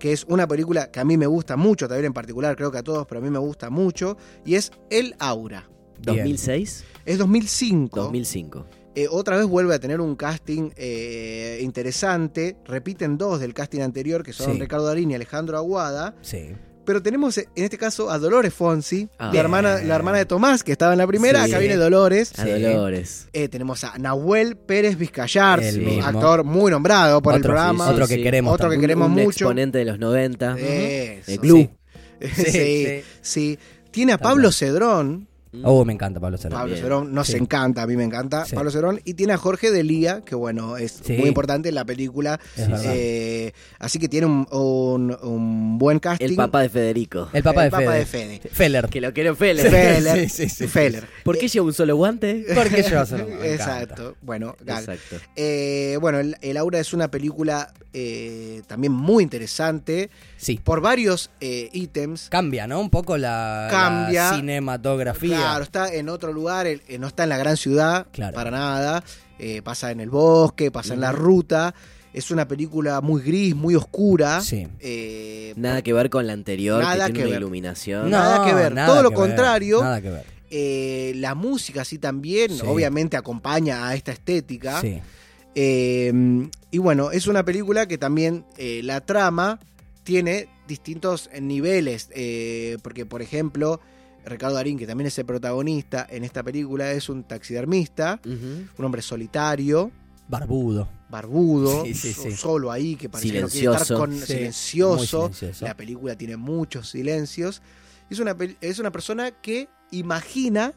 S1: que es una película que a mí me gusta mucho, también en particular, creo que a todos, pero a mí me gusta mucho, y es El Aura.
S2: Bien.
S3: 2006,
S1: Es 2005.
S3: 2005.
S1: Eh, otra vez vuelve a tener un casting eh, interesante. Repiten dos del casting anterior, que son
S2: Sí.
S1: Ricardo Darín y Alejandro Aguada.
S2: Sí.
S1: Pero tenemos eh, en este caso a Dolores Fonsi,
S3: Ah.
S1: la, hermana,
S2: Bien.
S1: la hermana de Tomás, que estaba en la primera.
S3: Sí.
S1: Acá viene Dolores.
S3: A
S2: Sí.
S3: Dolores.
S1: Eh, tenemos a Nahuel Pérez Vizcayar,
S2: El
S1: un
S2: mismo.
S1: actor muy nombrado por el
S2: Otro-
S1: programa.
S2: otro que
S3: sí.
S2: queremos.
S1: Otro que
S2: también.
S3: Un-
S1: queremos
S3: un
S1: mucho. Eh,
S3: exponente de los 90.
S1: Eso.
S3: De Glue.
S1: Sí, sí, sí. Tiene a Pablo Cedrón.
S2: Oh, me encanta Pablo Serrano.
S1: Pablo
S3: Bien.
S1: Cerón nos
S2: Sí.
S1: encanta, a mí me encanta.
S2: Sí.
S1: Pablo Cerón. Y tiene a Jorge Delía, que bueno, es
S2: Sí.
S1: muy importante en la película.
S2: Es verdad.
S1: Eh, así que tiene un, un- un buen casting.
S3: El papá de Federico.
S2: El papá
S1: el
S2: de
S1: papá
S2: Fede.
S1: de Fede.
S2: Feller.
S3: Que lo quiero Fele.
S1: Feller.
S2: Sí, sí, sí.
S1: Feller.
S3: ¿Por qué lleva un solo
S1: Eh,
S3: guante?
S2: Porque yo hace
S1: Exacto. Bueno, Gal.
S3: Exacto.
S1: Eh, bueno, el, el Aura es una película eh, también muy interesante
S2: Sí.
S1: por varios eh, ítems.
S2: Cambia, ¿no? Un poco la, la
S1: Cambia.
S2: cinematografía.
S1: Claro, está en otro lugar, el- eh, no está en la gran ciudad
S2: Claro.
S1: para nada. eh, pasa en el bosque, pasa en la ruta. Es una película muy gris, muy oscura.
S2: Sí.
S1: eh,
S3: Nada que ver con la anterior,
S1: Nada
S3: que tiene
S1: que
S3: una
S1: ver.
S2: No,
S3: iluminación.
S1: nada que ver, todo lo
S2: que
S1: contrario.
S2: Nada que ver.
S1: eh, la música sí también,
S2: Sí.
S1: obviamente acompaña a esta estética.
S2: Sí.
S1: Eh, y bueno, es una película que también eh, la trama tiene distintos eh, niveles. eh, porque, por ejemplo, Ricardo Darín, que también es el protagonista en esta película, es un taxidermista,
S3: Ujú.
S1: un hombre solitario,
S2: Barbudo.
S1: barbudo,
S2: Sí, sí,
S1: so-
S2: sí.
S1: solo ahí, que parece que
S3: Silencioso.
S1: no quiere estar con
S2: Sí, muy
S1: silencioso.
S2: silencioso.
S1: La película tiene muchos silencios. Es una, pel- es una persona que imagina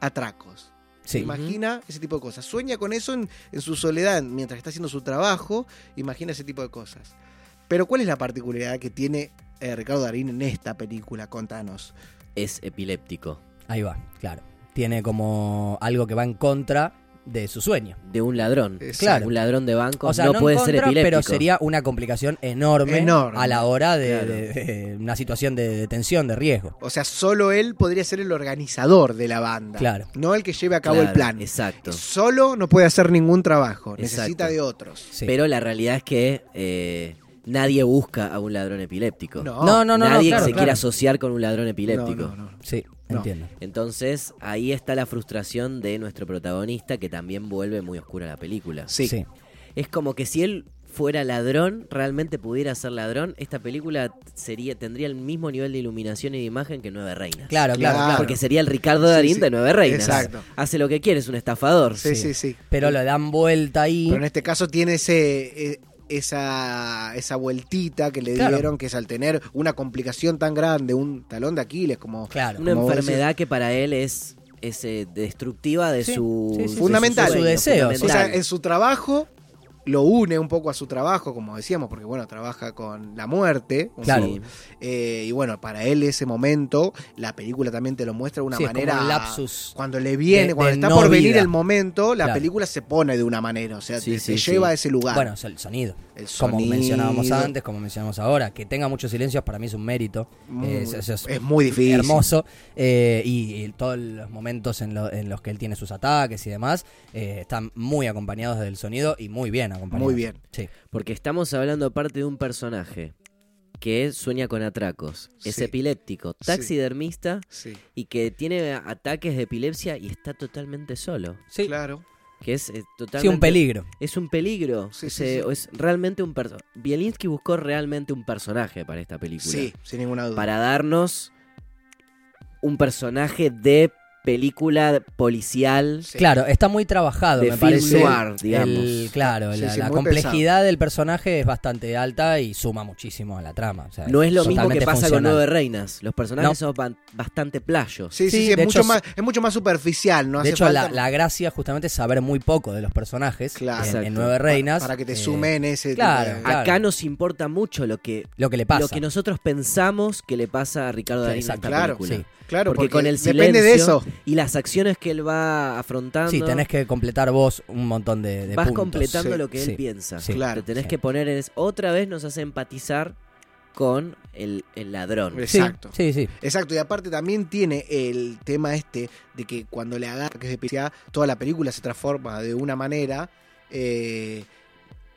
S1: atracos.
S2: Sí.
S1: Imagina ese tipo de cosas. Sueña con eso en, en su soledad, mientras está haciendo su trabajo, imagina ese tipo de cosas. Pero ¿cuál es la particularidad que tiene eh, Ricardo Darín en esta película? Contanos.
S3: Es epiléptico.
S2: Ahí va, claro. Tiene como algo que va en contra de su sueño.
S3: De un ladrón.
S1: Exacto.
S3: Un ladrón de banco
S2: O sea,
S3: no,
S2: no,
S3: puede
S2: en
S3: ser
S2: contra,
S3: epiléptico.
S2: pero sería una complicación enorme,
S1: Enorme.
S2: a la hora de,
S3: Claro.
S2: de- de una situación de, de tensión, de riesgo.
S1: O sea, solo él podría ser el organizador de la banda.
S2: Claro.
S1: No el que lleve a cabo
S3: Claro,
S1: el plan.
S3: Exacto.
S1: Solo no puede hacer ningún trabajo. Necesita
S3: Exacto.
S1: de otros.
S2: Sí.
S3: Pero la realidad es que eh, nadie busca a un ladrón epiléptico.
S1: No.
S2: no, no, no, no,
S3: nadie
S2: claro,
S3: se
S2: claro.
S3: quiere asociar con un ladrón epiléptico.
S1: No, no, no.
S2: Sí,
S1: No.
S2: entiendo.
S3: Entonces, ahí está la frustración de nuestro protagonista, que también vuelve muy oscura la película.
S1: Sí.
S2: Sí.
S3: Es como que si él fuera ladrón, realmente pudiera ser ladrón, esta película sería, tendría el mismo nivel de iluminación y de imagen que Nueve Reinas.
S2: Claro, claro,
S1: Claro.
S2: claro.
S3: Porque sería el Ricardo
S1: Sí,
S3: Darín
S1: sí.
S3: de Nueve Reinas.
S1: Exacto.
S3: Hace lo que quiere, es un estafador.
S1: Sí, sí, sí.
S2: Pero le dan vuelta ahí.
S1: Pero en este caso tiene ese e- esa, esa vueltita que le
S2: Claro.
S1: dieron, que es al tener una complicación tan grande, un talón de Aquiles, como
S2: Claro.
S3: Una
S1: Como vos
S3: enfermedad que para él es, es, eh, destructiva de
S2: Sí,
S3: su...
S2: sí, sí,
S3: de
S2: sí.
S3: su
S1: Fundamental.
S3: sueño,
S2: Su deseo, sí.
S1: O sea,
S3: fundamental.
S1: en su trabajo lo une un poco a su trabajo, como decíamos, porque bueno, trabaja con la muerte. un
S2: Claro.
S1: poco. Eh, y bueno, para él ese momento, la película también te lo muestra de una
S2: Sí, es como
S1: manera.
S2: un lapsus
S1: Cuando le viene,
S2: de-
S1: cuando
S2: de
S1: está
S2: no
S1: por venir
S2: vida.
S1: el momento, la
S2: Claro.
S1: película se pone de una manera. O sea,
S3: Sí,
S1: te,
S3: sí,
S1: te
S3: sí.
S1: lleva a ese lugar.
S2: Bueno, el sonido.
S1: El
S2: Como
S1: sonido.
S2: mencionábamos antes, como mencionamos ahora. Que tenga muchos silencios para mí es un mérito.
S1: Muy-
S2: Eh, eso- eso
S1: es, muy difícil.
S2: hermoso eh, y, y todos los momentos en, lo- en los que él tiene sus ataques y demás eh, están muy acompañados del sonido y muy bien acompañados.
S1: Muy bien.
S2: Sí,
S3: Porque estamos hablando aparte de un personaje que sueña con atracos, es
S1: Sí.
S3: epiléptico, taxidermista
S1: Sí,
S3: y que tiene ataques de epilepsia y está totalmente solo.
S2: sí,
S1: claro.
S3: Que es eh, totalmente...
S2: sí un peligro.
S3: Es un peligro.
S1: Sí,
S3: es,
S1: sí,
S3: eh,
S1: sí.
S3: es realmente un personaje. Bielinski buscó realmente un personaje para esta película.
S1: Sí, sin ninguna duda.
S3: Para darnos un personaje de película policial
S1: Sí.
S2: Claro, está muy trabajado,
S3: de
S2: me
S3: film
S2: parece.
S3: noir, digamos.
S2: El- claro,
S1: Sí,
S2: la,
S1: sí,
S2: la
S1: muy
S2: complejidad
S1: pesado.
S2: del personaje es bastante alta y suma muchísimo a la trama. o sea,
S3: No es lo mismo que
S2: totalmente
S3: pasa con
S2: funcional.
S3: Nueve Reinas. Los personajes
S2: No.
S3: son ban- bastante playos.
S1: Sí, sí,
S2: Sí,
S1: sí, es,
S2: de
S1: mucho
S2: hecho,
S1: más, es mucho más superficial, ¿no?
S2: De
S1: Hace
S2: hecho, la,
S1: falta-
S2: la gracia justamente es saber muy poco de los personajes
S1: Claro.
S2: en- en,
S3: Exacto.
S2: Nueve Reinas.
S1: Para, para que te
S2: eh,
S1: sume en ese.
S2: claro.
S1: tipo de-
S2: Ah,
S3: Acá nos importa mucho lo que,
S2: lo que le pasa.
S3: lo que nosotros pensamos que le pasa a Ricardo
S2: Sí,
S3: Darín en
S2: exacto.
S3: esta
S1: Claro,
S3: película.
S2: sí.
S1: claro,
S3: porque, con el silencio
S1: Depende de eso.
S3: y las acciones que él va afrontando,
S2: Sí, tenés que completar vos un montón de, de
S3: vas
S2: puntos.
S3: completando
S1: Sí,
S3: lo que
S2: sí,
S3: él piensa.
S2: sí.
S1: Claro.
S3: Te tenés
S2: sí.
S3: que poner en es- otra vez nos hace empatizar con el, el ladrón.
S1: Es-
S2: Sí,
S1: Exacto.
S2: Sí, sí.
S1: Exacto, y aparte también tiene el tema este de que cuando le agarra que es de PCA, toda la película se transforma de una manera eh,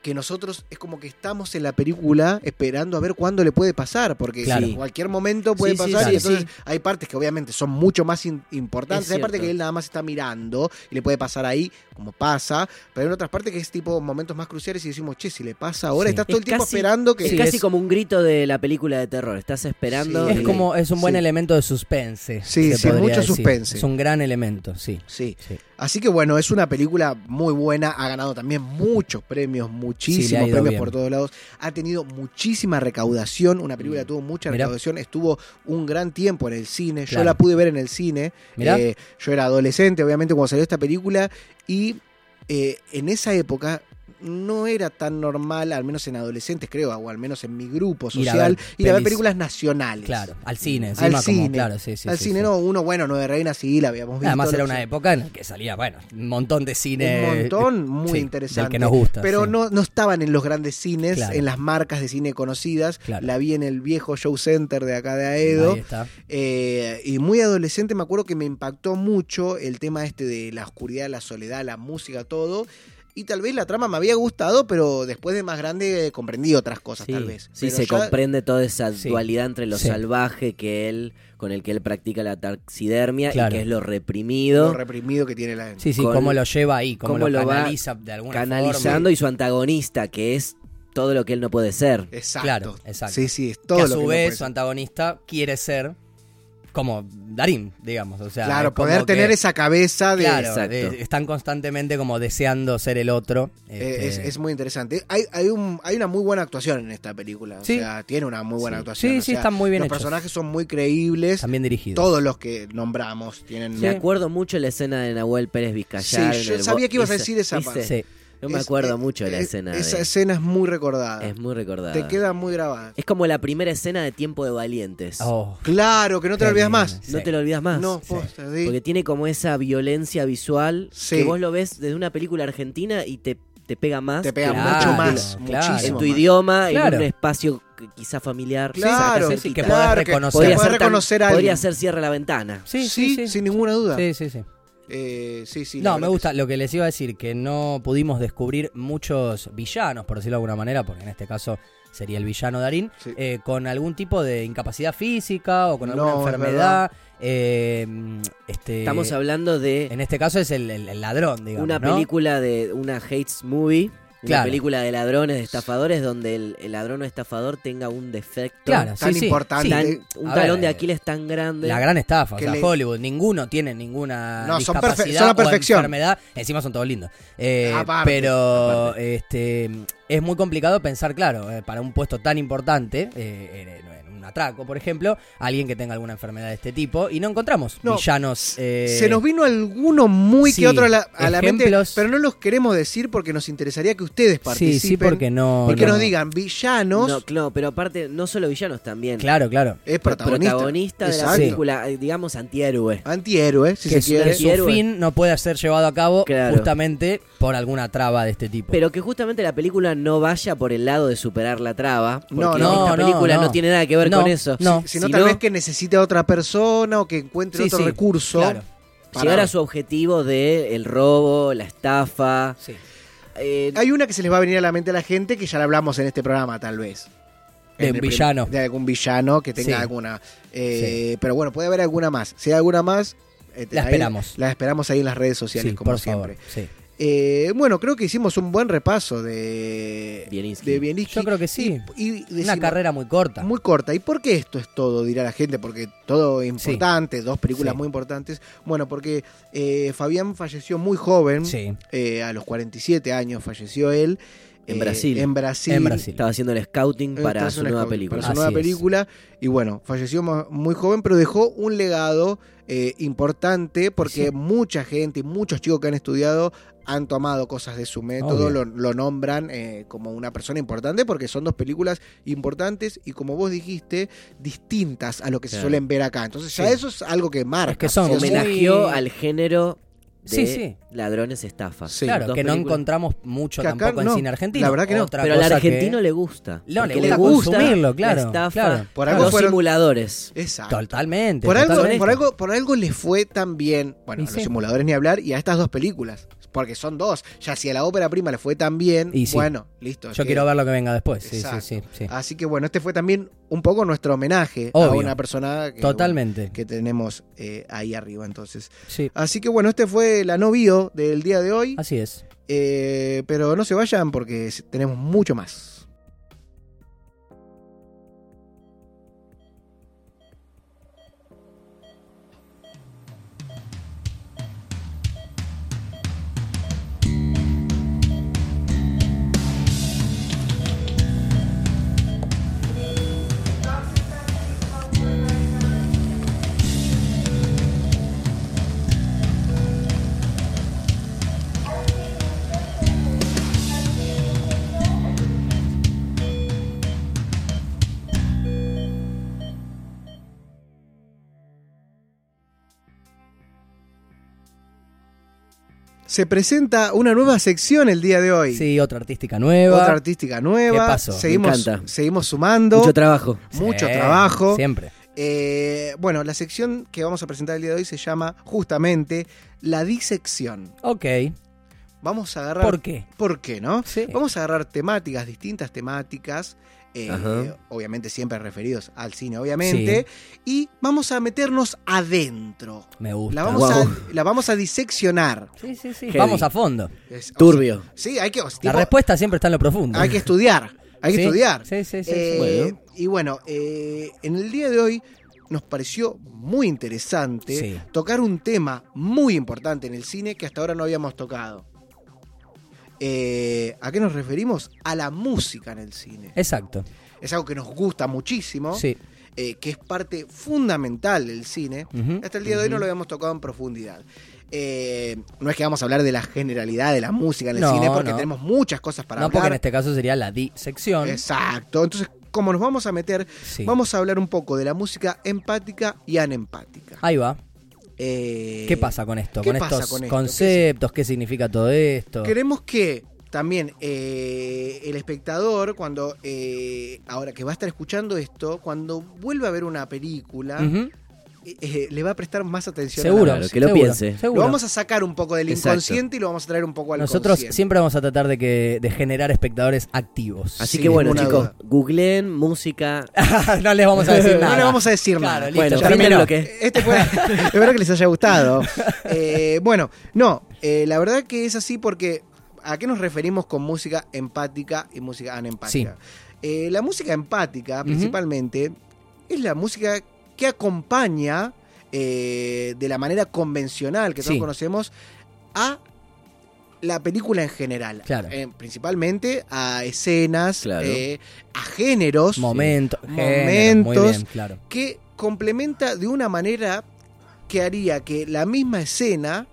S1: que nosotros es como que estamos en la película esperando a ver cuándo le puede pasar, porque
S2: Claro.
S1: en cualquier momento puede
S3: Sí, sí,
S1: pasar
S2: sí,
S1: y entonces
S3: sí.
S1: hay partes que obviamente son mucho más in- importantes,
S3: Es
S1: hay partes
S3: cierto.
S1: que él nada más está mirando y le puede pasar ahí, como pasa, pero hay otras partes que es tipo momentos más cruciales y decimos, che, si le pasa ahora,
S2: Sí.
S1: estás todo
S3: Es
S1: el tiempo
S3: casi-
S1: esperando que...
S3: Es
S2: Sí,
S3: casi
S2: es-
S3: como un grito de la película de terror. Estás esperando.
S1: Sí.
S2: Es
S3: el-
S2: como, es un buen
S1: Sí.
S2: elemento de suspense.
S1: Sí,
S2: se
S1: sí,
S2: podría
S1: mucho
S2: decir.
S1: suspense.
S2: Es un gran elemento, sí.
S1: Sí.
S2: Sí.
S1: Así que bueno, es una película muy buena, ha ganado también muchos premios,
S2: Sí, le ha
S1: muchísimos
S2: ido
S1: premios
S2: bien.
S1: por todos lados, ha tenido muchísima recaudación, una película
S3: Mm.
S1: tuvo mucha
S2: Mirá.
S1: recaudación, estuvo un gran tiempo en el cine, yo
S2: Claro.
S1: la pude ver en el cine,
S2: Mirá.
S1: eh, yo era adolescente obviamente cuando salió esta película y eh, en esa época no era tan normal, al menos en adolescentes creo, o al menos en mi grupo
S2: Ir a
S1: social,
S2: ver
S1: ir a ver
S2: pelis.
S1: películas nacionales.
S2: Claro, al cine,
S1: Al
S2: encima como,
S1: cine.
S2: claro, sí, sí.
S1: Al
S2: sí,
S1: cine
S2: sí.
S1: no, uno bueno, Nueve Reinas sí, la habíamos visto.
S2: Además era
S1: lo
S2: una
S1: sé.
S2: época en la que salía, bueno, un montón de cine. eh,
S1: un montón muy
S2: sí, del
S1: interesante.
S2: que nos gusta,
S1: Pero
S2: sí.
S1: no, no estaban en los grandes cines,
S2: Claro.
S1: en las marcas de cine conocidas.
S2: Claro.
S1: La vi en el viejo show center de acá de Aedo.
S2: Ahí está.
S1: Eh, y muy adolescente me acuerdo que me impactó mucho el tema este de la oscuridad, la soledad, la música, todo. Y tal vez la trama me había gustado, pero después de más grande eh, comprendí otras cosas,
S2: Sí,
S1: tal vez.
S3: Sí,
S1: Pero
S3: se
S1: ya-
S3: comprende toda esa
S2: Sí.
S3: dualidad entre lo
S2: Sí.
S3: salvaje que él, con el que él practica la taxidermia
S2: Claro.
S3: y que es lo reprimido,
S1: Lo reprimido que tiene la
S2: Sí, sí,
S3: Con-
S2: cómo lo lleva ahí, cómo,
S3: cómo
S2: lo
S3: lo va
S2: canaliza de alguna
S3: canalizando
S2: forma.
S3: y su antagonista, que es todo lo que él no puede ser.
S1: Exacto.
S2: Claro, exacto.
S1: Sí, sí, es todo
S2: que a
S1: lo
S2: su
S1: que no
S2: vez
S1: puede
S2: su
S1: ser.
S2: antagonista quiere ser como Darín, digamos. O sea,
S1: Claro,
S2: es eh, como
S1: poder tener
S2: que-
S1: esa cabeza de
S2: Claro,
S3: Exacto.
S2: eh, están constantemente como deseando ser el otro.
S1: Eh,
S2: este,
S1: es, es muy interesante. Hay, hay, un, hay una muy buena actuación en esta película.
S2: Sí.
S1: O sea, tiene una muy buena
S3: Sí.
S1: actuación.
S2: Sí,
S1: o
S2: sí,
S1: sea,
S2: están muy bien
S1: Los
S2: hechos.
S1: personajes son muy creíbles.
S2: también dirigido.
S1: Todos los que nombramos tienen.
S3: Me acuerdo mucho la escena de Nahuel Pérez Vizcayar.
S1: Sí, yo
S3: en el
S1: sabía
S3: bo-
S1: que ibas a decir esa parte.
S2: Sí.
S3: No me
S1: Es-
S3: acuerdo
S1: eh,
S3: mucho de la
S1: eh,
S3: escena.
S1: Esa
S3: de-
S1: escena es muy recordada.
S3: Es muy recordada.
S1: Te queda muy grabada.
S3: Es como la primera escena de Tiempo de Valientes.
S2: Oh,
S1: Claro, que no te
S2: Qué
S1: lo olvidas
S2: lindo.
S1: más.
S3: No
S2: sí.
S3: te lo olvidas más.
S1: No,
S2: sí.
S1: posta, sí.
S3: Porque tiene como esa violencia visual
S1: Sí.
S3: que vos lo ves desde una película argentina y te, te pega más.
S1: te pega
S3: que
S2: Claro,
S1: mucho más.
S2: claro.
S1: muchísimo
S3: En tu
S1: más.
S3: idioma,
S2: Claro.
S3: en un espacio que quizá familiar.
S1: Claro,
S2: sí, sí, que
S1: claro,
S2: podés
S1: que podés
S2: reconocer.
S3: Podría
S2: Podés
S3: ser, tan-
S1: reconocer a
S3: podría
S1: alguien.
S3: ser cierra la ventana.
S2: sí,
S1: Sí,
S2: sí, sí.
S1: sin ninguna duda.
S2: Sí, sí, sí.
S1: Eh, sí, sí, la
S2: No, me
S1: verdad que
S2: gusta. Lo que les iba a decir, que no pudimos descubrir muchos villanos, por decirlo de alguna manera, porque en este caso sería el villano Darín,
S1: Sí.
S2: eh, con algún tipo de incapacidad física o con alguna
S1: No, es
S2: enfermedad. eh, este,
S3: Estamos hablando de
S2: En este caso es el, el- el ladrón, digamos.
S3: una
S2: ¿no?
S3: película de una Hates Movie. Una
S2: Claro.
S3: película de ladrones, de estafadores, donde el, el ladrón o estafador tenga un defecto.
S2: Claro,
S1: Tan
S2: sí, sí,
S1: importante.
S3: tan-
S1: sí.
S3: un
S2: A
S3: talón
S2: ver, eh,
S3: de Aquiles tan grande.
S2: La gran estafa, o
S1: Que
S2: sea,
S1: le-
S2: Hollywood, ninguno tiene ninguna
S1: No, son perfe-
S2: discapacidad
S1: son la
S2: o
S1: perfección.
S2: enfermedad, encima son todos lindos. Eh,
S1: Aparte,
S2: pero
S1: aparte.
S2: este es muy complicado pensar, claro, eh, para un puesto tan importante, eh, en, en un atraco, por ejemplo, alguien que tenga alguna enfermedad de este tipo, y no encontramos
S1: No,
S2: villanos. eh,
S1: Se nos vino alguno muy
S2: sí,
S1: que otro a la, a la mente,
S2: ejemplos.
S1: pero no los queremos decir porque nos interesaría que ustedes participen.
S2: Sí, sí, porque no.
S1: Y que
S2: no-
S1: nos digan villanos.
S3: No, claro, pero aparte, no solo villanos también.
S2: Claro, claro.
S1: es protagonista.
S3: de la
S1: Exacto.
S3: película, eh, digamos antihéroe.
S1: Antihéroe, si
S2: que
S1: se quiere.
S2: su, su
S3: Héroe.
S2: fin no puede ser llevado a cabo
S3: eh. Claro.
S2: justamente por alguna traba de este tipo.
S3: Pero que justamente la película no vaya por el lado de superar la traba. Porque
S1: No,
S2: no,
S3: esta
S2: no,
S3: película no,
S2: no.
S3: tiene nada que ver
S2: No,
S3: con eso.
S2: no.
S1: Si no,
S3: Si
S1: tal
S3: no-
S1: vez que necesite a otra persona o que encuentre
S2: Sí,
S1: otro
S2: sí,
S1: recurso.
S2: claro.
S1: para-
S3: Llegar a su objetivo de el robo, la estafa.
S2: Sí.
S3: eh,
S1: Hay una que se les va a venir a la mente a la gente que ya la hablamos en este programa, tal vez.
S2: De
S1: En
S2: un
S1: el prim-
S2: villano.
S1: De algún villano que tenga
S2: Sí.
S1: alguna. Eh, Pero bueno, puede haber alguna más. Si hay alguna más. eh,
S2: La
S1: ahí-
S2: esperamos.
S1: La esperamos ahí en las redes sociales,
S2: Sí,
S1: como
S2: por
S1: siempre.
S2: favor. Sí.
S1: Eh, bueno, creo que hicimos un buen repaso de
S3: Bielinski.
S1: de Bielinski.
S2: Yo creo que sí.
S1: Y, y
S2: Una
S1: decimos,
S2: carrera muy corta.
S1: muy corta. ¿Y por qué esto es todo? Dirá la gente, porque todo importante, dos películas
S2: Sí.
S1: muy importantes. Bueno, porque eh, Fabián falleció muy joven,
S2: Sí.
S1: eh, a los 47 años falleció él.
S3: En
S1: eh,
S3: Brasil.
S1: En Brasil.
S2: En Brasil.
S3: Estaba haciendo el scouting
S1: Eh,
S3: para
S1: tras
S3: su
S1: una
S3: nueva
S1: escau-
S3: película.
S1: Para su
S2: Así
S1: nueva
S2: es.
S1: película. Y bueno, falleció mo- muy joven, pero dejó un legado eh, importante porque
S2: Sí.
S1: mucha gente y muchos chicos que han estudiado han tomado cosas de su método, lo,
S2: Obvio.
S1: lo nombran eh, como una persona importante porque son dos películas importantes y como vos dijiste, distintas a lo que se
S3: Claro.
S1: suelen ver acá. Entonces ya
S2: Sí.
S1: eso es algo que marca.
S2: Es que son
S1: O sea,
S2: muy-
S3: Ah, Homenajeó al género de
S2: Sí, sí.
S3: ladrones estafas.
S1: Sí.
S2: claro,
S3: Dos
S2: que no
S3: películas.
S2: encontramos mucho
S1: Que acá
S2: tampoco en
S1: no,
S2: cine argentino.
S1: la verdad que no.
S2: Otra
S3: Pero al
S2: cosa que-
S3: argentino le gusta.
S2: No, le
S3: porque
S2: gusta consumirlo,
S3: la
S2: claro,
S3: estafa.
S2: claro.
S1: Por
S3: Los
S1: algo fueron-
S3: simuladores.
S1: Exacto.
S2: Totalmente.
S1: Ah, Por algo,
S2: totalmente.
S1: por, algo, por algo les fue tan bien, bueno,
S2: Y
S1: a los
S2: sí.
S1: simuladores ni hablar, y a estas dos películas, porque son dos. Ya si a la ópera prima le fue tan bien,
S2: Y sí.
S1: bueno, listo. es
S2: Yo
S1: que-
S2: quiero ver lo que venga después. Sí,
S1: Exacto.
S2: sí, sí, sí.
S1: Así que bueno, este fue también un poco nuestro homenaje a
S2: Obvio.
S1: una persona que,
S2: Totalmente.
S1: bueno, que tenemos eh, ahí arriba entonces.
S2: Sí,
S1: Así que bueno, este fue la no bio del día de hoy,
S2: así es.
S1: eh, pero no se vayan porque tenemos mucho más. Se presenta una nueva sección el día de hoy.
S2: Sí, otra artística nueva.
S1: Otra artística nueva.
S2: ¿Qué pasó? Me
S1: Seguimos,
S3: encanta.
S1: seguimos sumando.
S3: Mucho trabajo.
S2: Sí,
S1: mucho trabajo.
S2: Siempre.
S1: Eh, bueno, la sección que vamos a presentar el día de hoy se llama justamente la disección.
S2: Ok.
S1: Vamos a agarrar.
S2: ¿Por qué?
S1: ¿Por qué no?
S2: Sí.
S1: Vamos a agarrar temáticas, distintas temáticas. eh,
S3: Ajá.
S1: obviamente siempre referidos al cine, obviamente. Y vamos a meternos adentro.
S2: Me gusta.
S1: La vamos,
S3: Guau.
S1: a, la vamos a diseccionar.
S2: Sí, sí, sí.
S3: Heavy.
S2: Vamos a fondo.
S1: Es- o
S3: Turbio.
S1: sea, sí, hay que,
S2: La
S1: tipo,
S2: respuesta siempre está en lo profundo.
S1: hay que estudiar. Hay que
S2: Sí,
S1: estudiar.
S2: Sí, sí, sí.
S1: Eh,
S2: sí.
S3: Bueno.
S1: Y bueno, eh, en el día de hoy nos pareció muy interesante
S2: Sí.
S1: tocar un tema muy importante en el cine que hasta ahora no habíamos tocado. Eh, ¿A qué nos referimos? A la música en el cine.
S2: Exacto.
S1: Es algo que nos gusta muchísimo,
S2: Sí.
S1: eh, que es parte fundamental del cine.
S2: Ujú.
S1: Hasta el día de hoy no lo habíamos tocado en profundidad. Eh, no es que vamos a hablar de la generalidad de la música en el
S2: No,
S1: cine, porque
S2: no.
S1: tenemos muchas cosas para
S2: no, porque en
S1: hablar.
S2: este caso sería la disección.
S1: Exacto. Entonces, como nos vamos a meter
S2: Sí.
S1: Vamos a hablar un poco de la música empática y anempática.
S2: Ahí va.
S1: Eh,
S2: Ah, ¿Qué pasa con esto?
S1: ¿qué
S2: con
S1: pasa
S2: estos
S1: con esto?
S2: conceptos, ¿Qué, significa todo esto?
S1: Queremos que también eh, el espectador, cuando eh, ahora que va a estar escuchando esto, cuando vuelva a ver una película,
S2: Ujú.
S1: eh, eh, le va a prestar más atención. a la
S2: Seguro.
S1: música.
S3: Claro, que lo
S2: seguro,
S3: piense.
S1: Lo
S2: seguro.
S1: vamos a sacar un poco del
S3: Exacto.
S1: inconsciente y lo vamos a traer un poco al
S2: Nosotros
S1: consciente.
S2: siempre vamos a tratar de que de generar espectadores activos.
S3: Así
S1: Sin
S3: que bueno,
S1: ninguna
S3: chicos,
S1: duda.
S3: googleen música.
S2: no les vamos a decir nada.
S1: No le vamos a decir nada.
S2: Claro, listo, ya
S3: bueno, fin del
S2: terminó.
S3: bloque.
S1: Este fue. Espero que les haya gustado. Eh, bueno, no, eh, la verdad que es así porque. ¿A qué nos referimos con música empática y música anempática? Eh, la música empática, principalmente, es la música que acompaña eh, de la manera convencional que todos
S2: Sí.
S1: conocemos a la película en general.
S2: Claro.
S1: Eh, principalmente a escenas,
S3: Claro.
S1: eh, a géneros
S2: Momento, género,
S1: Momentos.
S2: muy bien, claro.
S1: que complementa de una manera que haría que la misma escena,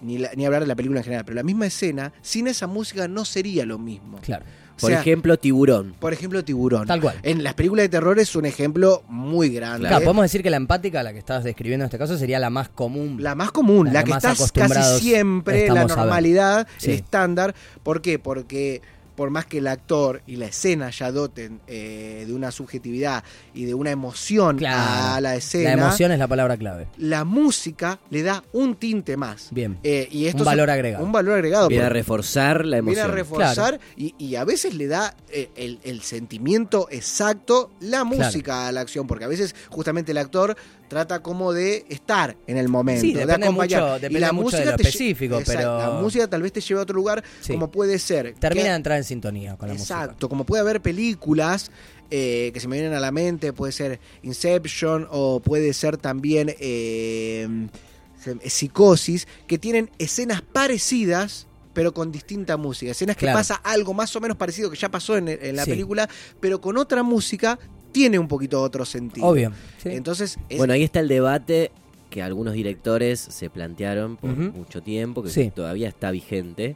S1: ni, la- ni hablar de la película en general, pero la misma escena, sin esa música no sería lo mismo.
S2: Claro.
S1: O
S3: Por
S1: sea,
S3: ejemplo, Tiburón.
S1: por ejemplo, Tiburón.
S2: Tal cual.
S1: En las películas de terror es un ejemplo muy grande.
S2: Claro, podemos decir que la empática, la que estabas describiendo en este caso, sería la más común.
S1: La más común,
S2: La
S1: la,
S2: que
S1: que
S2: más
S1: estás
S2: acostumbrados
S1: casi siempre, la
S2: estamos a ver.
S1: normalidad,
S2: Sí.
S1: el estándar. ¿Por qué? Porque por más que el actor y la escena ya doten eh, de una subjetividad y de una emoción a
S2: Claro.
S1: la
S2: La
S1: escena,
S2: emoción es la palabra clave.
S1: la música le da un tinte más.
S2: Bien.
S1: Eh, y esto
S2: Un
S1: es
S2: valor agregado.
S1: Un valor agregado.
S3: Viene a
S1: porque-
S3: reforzar la
S1: viene a
S3: emoción.
S1: reforzar y, y a veces le da eh, el, el sentimiento exacto la música a la acción, porque a veces justamente el actor trata como de estar en el momento,
S2: Sí, depende
S1: de acompañar.
S2: mucho-
S1: Y
S2: depende
S1: la
S2: mucho de lo
S1: te lle-
S2: específico,
S1: Exacto,
S2: pero-
S1: la música tal vez te lleva a otro lugar,
S2: Sí.
S1: como puede ser.
S2: Termina
S1: que-
S2: de entrar en sintonía con la
S1: Exacto,
S2: música.
S1: como puede haber películas eh, que se me vienen a la mente, puede ser Inception o puede ser también eh, se- Psicosis, que tienen escenas parecidas pero con distinta música, escenas que
S2: Claro.
S1: pasa algo más o menos parecido que ya pasó en, en la
S2: Sí.
S1: película, pero con otra música tiene un poquito otro sentido.
S2: Obvio. sí.
S1: Entonces, es-
S3: Bueno, ahí está el debate que algunos directores se plantearon por
S2: Ujú.
S3: mucho tiempo, que
S2: Sí.
S3: todavía está vigente,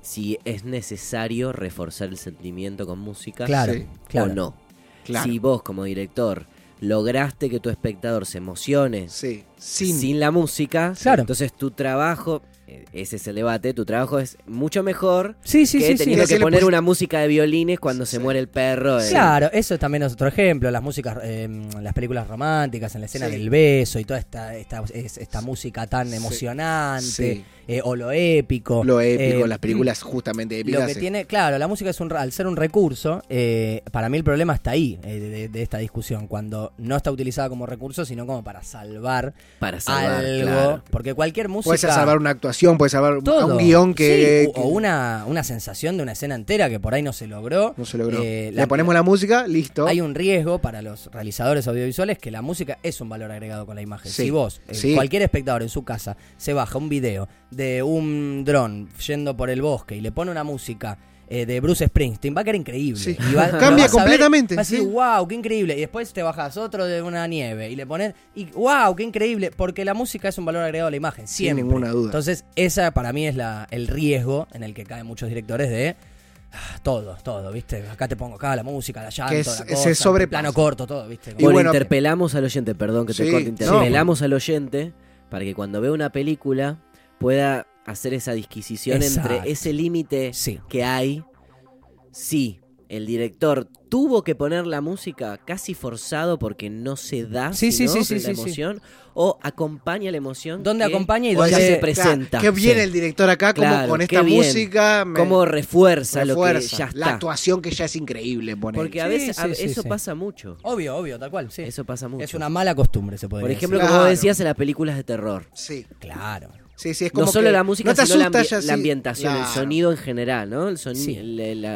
S3: si es necesario reforzar el sentimiento con música
S2: claro,
S1: sí.
S2: claro.
S3: o no.
S1: claro,
S3: Si vos como director lograste que tu espectador se emocione
S1: sí, sin,
S3: sin, la música,
S2: Claro.
S3: entonces tu trabajo, eh, ese es el debate, tu trabajo es mucho mejor
S2: Sí, sí,
S3: que
S2: sí, sí.
S3: teniendo
S1: Así
S3: que
S1: le
S3: poner
S1: pus-
S3: una música de violines cuando se
S1: Sí.
S3: muere el perro. eh.
S2: Claro, eso también es otro ejemplo. Las músicas, eh, las películas románticas, en la escena
S1: Sí.
S2: del beso y toda esta, esta, es- esta música tan
S1: Sí.
S2: emocionante
S1: Sí.
S2: eh, o lo épico.
S1: lo épico,
S2: Eh,
S1: las películas justamente épicas.
S2: Lo que
S1: es-
S2: tiene, claro, la música es un, al ser un recurso, eh, para mí el problema está ahí, eh, de, de- de esta discusión, cuando no está utilizada como recurso, sino como para salvar,
S3: Para salvar,
S2: algo.
S3: claro.
S2: Porque cualquier música.
S1: Puedes salvar una actuación, puedes salvar un- a
S2: todo.
S1: un guión que...
S2: Sí, o- o,
S1: que-
S2: una, una sensación de una escena entera que por ahí no se logró.
S1: No se logró.
S2: Eh,
S1: Le ponemos la música, listo.
S2: Hay un riesgo para los realizadores audiovisuales que la música es un valor agregado con la imagen.
S1: Sí.
S2: Si vos, eh,
S1: Sí.
S2: cualquier espectador en su casa, se baja un video de un dron yendo por el bosque y le pone una música eh, de Bruce Springsteen, va a quedar increíble.
S1: Sí.
S2: Y
S1: Cambia
S2: va- lo vas a ver,
S1: completamente,
S2: vas a decir,
S1: sí.
S2: wow, qué increíble. Y después te bajas otro de una nieve y le pones, y wow, qué increíble. Porque la música es un valor agregado a la imagen, siempre.
S1: ninguna duda.
S2: Entonces, esa para mí es la, el riesgo en el que caen muchos directores de. ah, Todo, todo, ¿viste? Acá te pongo acá la música, la llave
S1: Que
S2: tanto,
S1: es-
S2: la
S1: se
S2: cosa, el
S1: sobrepasa.
S2: plano corto, todo, ¿viste?
S1: Y
S3: Bueno,
S1: bueno,
S3: interpelamos al oyente, perdón que te
S1: Sí,
S3: corte,
S1: no.
S3: interpelamos al oyente para que cuando vea una película pueda hacer esa disquisición
S2: Exacto.
S3: entre ese límite
S2: Sí.
S3: que hay, si el director tuvo que poner la música casi forzado porque no se da
S2: Sí, sí, sí,
S3: sino
S2: sí,
S3: la
S2: sí, sí.
S3: emoción, o acompaña la emoción.
S2: ¿Dónde
S3: que-
S2: acompaña y
S3: o
S2: dónde
S3: ya se
S2: pre-
S3: presenta?
S1: Qué bien
S3: Sí.
S1: el director acá, como
S3: Claro,
S1: con
S3: qué
S1: esta
S3: bien.
S1: música. me-
S3: ¿Cómo refuerza, lo que
S1: refuerza.
S3: ya está?
S1: La actuación que ya es increíble, ponele.
S3: Porque a
S2: Sí,
S3: veces a-
S2: sí, sí,
S3: eso
S2: sí.
S3: pasa mucho.
S2: Obvio, obvio, tal cual, sí.
S3: Eso pasa mucho.
S2: es una mala costumbre, se puede
S3: Por ejemplo,
S1: decir.
S3: como
S1: Claro.
S3: vos decías en las películas de terror.
S1: Sí,
S2: Claro.
S1: sí, sí, es como
S3: no solo
S1: que
S3: la música,
S1: no te
S3: sino la,
S1: asusta
S3: ambi-
S1: ya,
S3: la
S1: sí.
S3: ambientación, el
S1: Claro.
S3: sonido en general, ¿no? El sonido.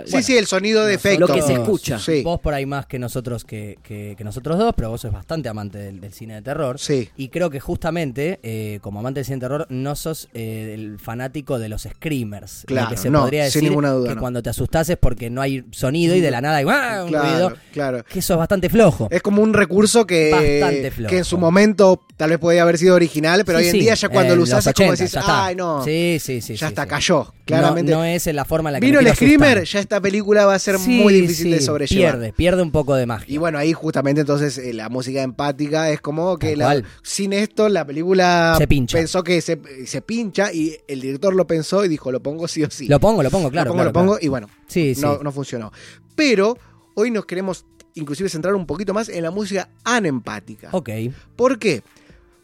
S2: Sí.
S1: Sí, sí, el sonido de
S2: nosotros-
S1: efecto.
S3: lo que se escucha.
S1: Sí,
S2: Vos por ahí más que nosotros que, que- que nosotros dos, pero vos sos bastante amante del, del cine de terror.
S1: sí.
S2: Y creo que justamente, eh, como amante del cine de terror, no sos eh, el fanático de los screamers. Lo
S1: Claro,
S2: que se
S1: no,
S2: podría
S1: sin
S2: decir
S1: ninguna duda,
S2: que
S1: no.
S2: cuando te asustás es porque no hay sonido y de la nada hay ¡guau! un
S1: Claro,
S2: ruido.
S1: claro.
S2: Que sos bastante flojo.
S1: Es como un recurso que,
S2: Bastante flojo.
S1: que en su momento tal vez podía haber sido original, pero
S2: Sí,
S1: hoy en
S2: sí,
S1: día ya cuando
S2: en
S1: lo
S2: los
S1: usás es como
S2: 80,
S1: decís,
S2: ya está.
S1: ay no,
S2: Sí, sí, sí.
S1: ya
S2: sí,
S1: está,
S2: sí.
S1: cayó. Claramente.
S2: No, no es en la forma en la que
S1: Vino
S2: me
S1: el
S2: quiero
S1: screamer,
S2: asustar.
S1: ya esta película va a ser
S2: Sí,
S1: muy difícil de
S2: sí,
S1: sobrellevar.
S2: Pierde, pierde un poco de magia.
S1: Y bueno, ahí justamente entonces eh, la música empática es como que
S2: Tal
S1: la-
S2: cual.
S1: sin esto la película
S2: Se pincha.
S1: pensó que se, se pincha y el director lo pensó y dijo, lo pongo sí o sí.
S2: lo pongo, lo pongo, claro.
S1: lo pongo,
S2: claro,
S1: lo pongo
S2: claro.
S1: y bueno,
S2: Sí, sí.
S1: no, no funcionó. Pero hoy nos queremos inclusive centrar un poquito más en la música anempática.
S2: Ok.
S1: ¿Por qué?